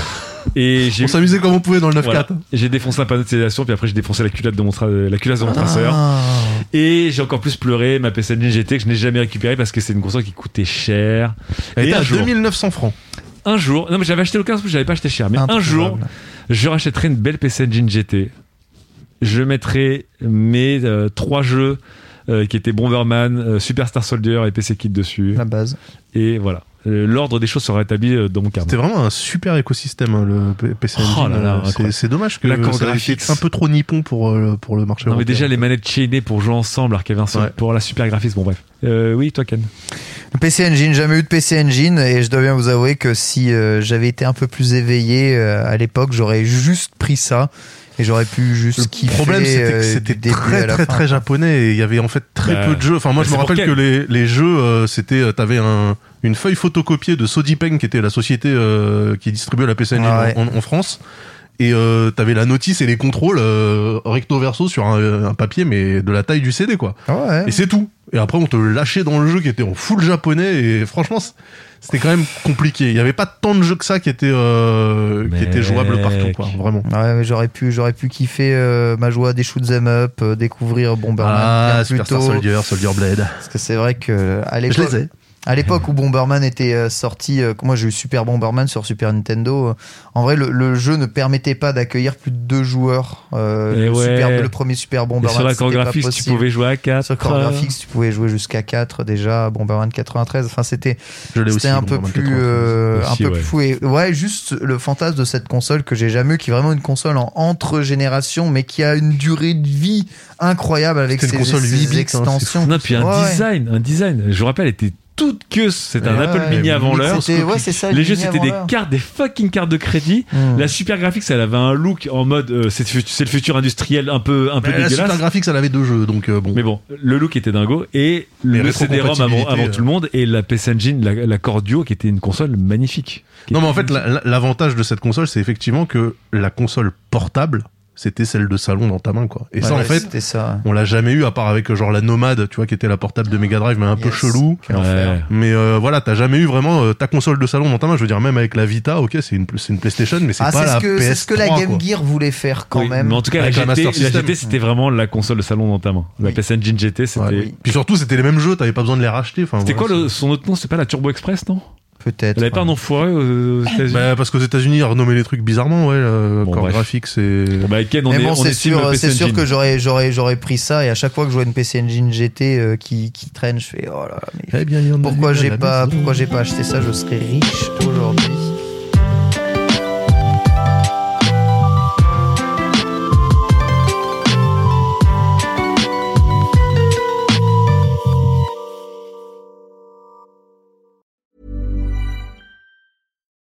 Speaker 2: Et j'ai
Speaker 4: *laughs* On s'amusait comme on pouvait dans le 9-4.
Speaker 2: voilà. J'ai défoncé un panneau de signalisation, puis après j'ai défoncé la culotte de mon, tra- la culasse de mon traceur.
Speaker 1: Ah.
Speaker 2: Et j'ai encore plus pleuré ma PSN GT que je n'ai jamais récupérée parce que c'est une console qui coûtait cher.
Speaker 4: Elle
Speaker 2: Et
Speaker 4: était
Speaker 2: un
Speaker 4: à
Speaker 2: jour,
Speaker 4: 2900 francs.
Speaker 2: un jour, non mais j'avais acheté le 15 parce que j'avais pas acheté cher, mais un
Speaker 1: Improbable.
Speaker 2: jour, je rachèterai une belle PC Engine GT. Je mettrai mes euh, trois jeux euh, qui étaient Bomberman, euh, Superstar Soldier et PC Kit dessus.
Speaker 1: La base.
Speaker 2: Et voilà. Euh, L'ordre des choses sera établi euh, dans mon carnet.
Speaker 4: C'était vraiment un super écosystème, hein, le P- PC
Speaker 2: Oh
Speaker 4: Engine.
Speaker 2: là là,
Speaker 4: Euh, c'est-
Speaker 2: incroyable.
Speaker 4: C'est dommage que
Speaker 2: L'accord
Speaker 4: ça ait
Speaker 2: graphique.
Speaker 4: été un peu trop nippon pour, euh, pour le marché
Speaker 2: Non mais
Speaker 4: européen.
Speaker 2: déjà les manettes chaînées pour jouer ensemble, alors qu'il y avait un seul-
Speaker 4: Ouais.
Speaker 2: pour la super graphisme, bon bref. Euh, oui, toi Ken
Speaker 1: Le PC Engine, jamais eu de PC Engine et je dois bien vous avouer que si euh, j'avais été un peu plus éveillé euh, à l'époque, j'aurais juste pris ça et j'aurais pu juste
Speaker 4: Le
Speaker 1: kiffer.
Speaker 4: problème, c'était que
Speaker 1: euh,
Speaker 4: c'était
Speaker 1: du début à
Speaker 4: très
Speaker 1: la
Speaker 4: très
Speaker 1: fin.
Speaker 4: très japonais et il y avait en fait très
Speaker 2: Bah,
Speaker 4: peu de jeux. Enfin, moi,
Speaker 2: bah,
Speaker 4: je me
Speaker 2: c'est pour
Speaker 4: rappelle
Speaker 2: quel
Speaker 4: que les, les jeux, euh, c'était, euh, t'avais un, une feuille photocopiée de Sodipeng, qui était la société euh, qui distribuait la PC Engine
Speaker 1: Ah ouais.
Speaker 4: en, en France. Et euh, t'avais la notice et les contrôles euh, recto verso sur un, un papier, mais de la taille du CD, quoi.
Speaker 1: Ah ouais.
Speaker 4: Et c'est tout. Et après, on te lâchait dans le jeu qui était en full japonais. Et franchement, c- c'était quand même compliqué. Il n'y avait pas tant de jeux que ça qui étaient, euh, qui étaient
Speaker 2: Mec.
Speaker 4: jouables partout, quoi. Vraiment.
Speaker 1: Ouais, mais j'aurais pu, j'aurais pu kiffer euh, ma joie des shoot 'em up, euh, découvrir Bomberman bien plus tôt.
Speaker 4: Ah, Soldier Blade.
Speaker 1: Parce que c'est vrai que euh, à
Speaker 4: Je
Speaker 1: l'époque,
Speaker 4: les ai.
Speaker 1: à l'époque où Bomberman était euh, sorti, euh, que moi j'ai eu Super Bomberman sur Super Nintendo. euh, en vrai, le, le jeu ne permettait pas d'accueillir plus de deux joueurs. euh,
Speaker 2: Eh
Speaker 1: le,
Speaker 2: ouais.
Speaker 1: super- le premier Super
Speaker 2: Et
Speaker 1: Bomberman.
Speaker 2: sur la
Speaker 1: c'était pas
Speaker 2: chorégraphie, tu
Speaker 1: possible.
Speaker 2: pouvais jouer à 4.
Speaker 1: Sur Core Graphics, tu pouvais jouer jusqu'à 4 déjà, Bomberman 93. Enfin, c'était
Speaker 4: Je l'ai aussi.
Speaker 1: c'était un
Speaker 4: mon
Speaker 1: peu
Speaker 4: Roman
Speaker 1: plus
Speaker 4: 93.
Speaker 1: euh, un
Speaker 2: Aussi,
Speaker 1: peu
Speaker 2: ouais.
Speaker 1: plus fou et ouais, juste le fantasme de cette console que j'ai jamais eu qui est vraiment une console en entre générations mais qui a une durée de vie incroyable avec ses,
Speaker 4: C'était une console
Speaker 1: ses
Speaker 4: 8 bits, hein,
Speaker 1: extensions.
Speaker 2: Non, puis un
Speaker 1: Ouais, ouais.
Speaker 2: design, un design. Je vous rappelle, elle était toute queue. C'était un
Speaker 1: Ouais,
Speaker 2: Apple
Speaker 1: ouais.
Speaker 2: Mini avant
Speaker 1: C'était-
Speaker 2: l'heure.
Speaker 1: ouais, c'est ça,
Speaker 2: Les
Speaker 1: le
Speaker 2: jeux,
Speaker 1: mini
Speaker 2: c'était
Speaker 1: avant
Speaker 2: des
Speaker 1: l'heure.
Speaker 2: cartes, des fucking cartes de crédit.
Speaker 1: Hmm.
Speaker 2: La super graphique, elle avait un look en mode, euh, c'est tu sais, le futur industriel un peu, un peu
Speaker 4: Mais Bah, La
Speaker 2: dégueulasse.
Speaker 4: Super Graphics, elle avait deux jeux, donc euh, bon.
Speaker 2: Mais bon, le look était dingo et le,
Speaker 4: Mais
Speaker 2: CD-ROM avant,
Speaker 4: rétrocompatibilité,
Speaker 2: avant
Speaker 4: euh.
Speaker 2: tout le monde et la PS Engine, la, la Cordio, qui était une console magnifique.
Speaker 1: bah,
Speaker 2: Qui
Speaker 4: non, mais en
Speaker 2: était
Speaker 4: fait, la- la- l'avantage de cette console, c'est effectivement que la console portable, c'était celle de salon dans ta main, quoi. Et ça,
Speaker 1: Ouais,
Speaker 4: en fait,
Speaker 1: c'était ça.
Speaker 4: on l'a jamais eu, à part avec euh, genre la Nomade, tu vois, qui était la portable de Mega Drive, mais un peu
Speaker 1: Yes.
Speaker 4: chelou.
Speaker 1: Quel enfer.
Speaker 2: Ouais.
Speaker 4: Mais euh, voilà, t'as jamais eu vraiment euh, ta console de salon dans ta main. Je veux dire, même avec la Vita, ok, c'est une, c'est une PlayStation, mais c'est
Speaker 1: Ah,
Speaker 4: pas
Speaker 1: c'est ce
Speaker 4: la
Speaker 1: que c'est
Speaker 4: PS3.
Speaker 1: ce que la Game
Speaker 4: quoi.
Speaker 1: Gear voulait faire quand
Speaker 2: Oui,
Speaker 1: même.
Speaker 2: Mais en tout cas, la
Speaker 4: Avec la
Speaker 2: GT,
Speaker 4: Master
Speaker 2: la
Speaker 4: System.
Speaker 2: GT, c'était vraiment la console de salon dans ta main. La
Speaker 1: Oui.
Speaker 2: PS Engine GT, c'était.
Speaker 1: Ouais, oui.
Speaker 4: Puis surtout, c'était les mêmes jeux, t'avais pas besoin de les racheter. Enfin,
Speaker 2: C'était
Speaker 4: voilà,
Speaker 2: quoi le- son autre nom C'était pas la Turbo Express, non
Speaker 1: peut-être.
Speaker 2: Elle avait pas un nom foireux aux, aux
Speaker 4: c'est-
Speaker 2: États-Unis
Speaker 4: bah, parce qu'aux États-Unis, ils renommaient les trucs bizarrement, ouais. euh, Le
Speaker 2: Bon,
Speaker 4: corps
Speaker 2: bref.
Speaker 4: graphique, c'est.
Speaker 2: Bon, bah, Ken, on
Speaker 1: Mais
Speaker 2: est,
Speaker 1: bon,
Speaker 2: on
Speaker 1: c'est
Speaker 2: est team
Speaker 1: sûr,
Speaker 2: PC
Speaker 1: c'est sûr
Speaker 2: Engine.
Speaker 1: que j'aurais, j'aurais, j'aurais pris ça et à chaque fois que je vois une PC Engine GT euh, qui, qui traîne, je fais oh là là, mais
Speaker 4: Eh bien, il y en a
Speaker 1: pourquoi
Speaker 4: eu à
Speaker 1: j'ai
Speaker 4: la
Speaker 1: pas,
Speaker 4: maison.
Speaker 1: pourquoi j'ai pas acheté ça Je serais riche aujourd'hui.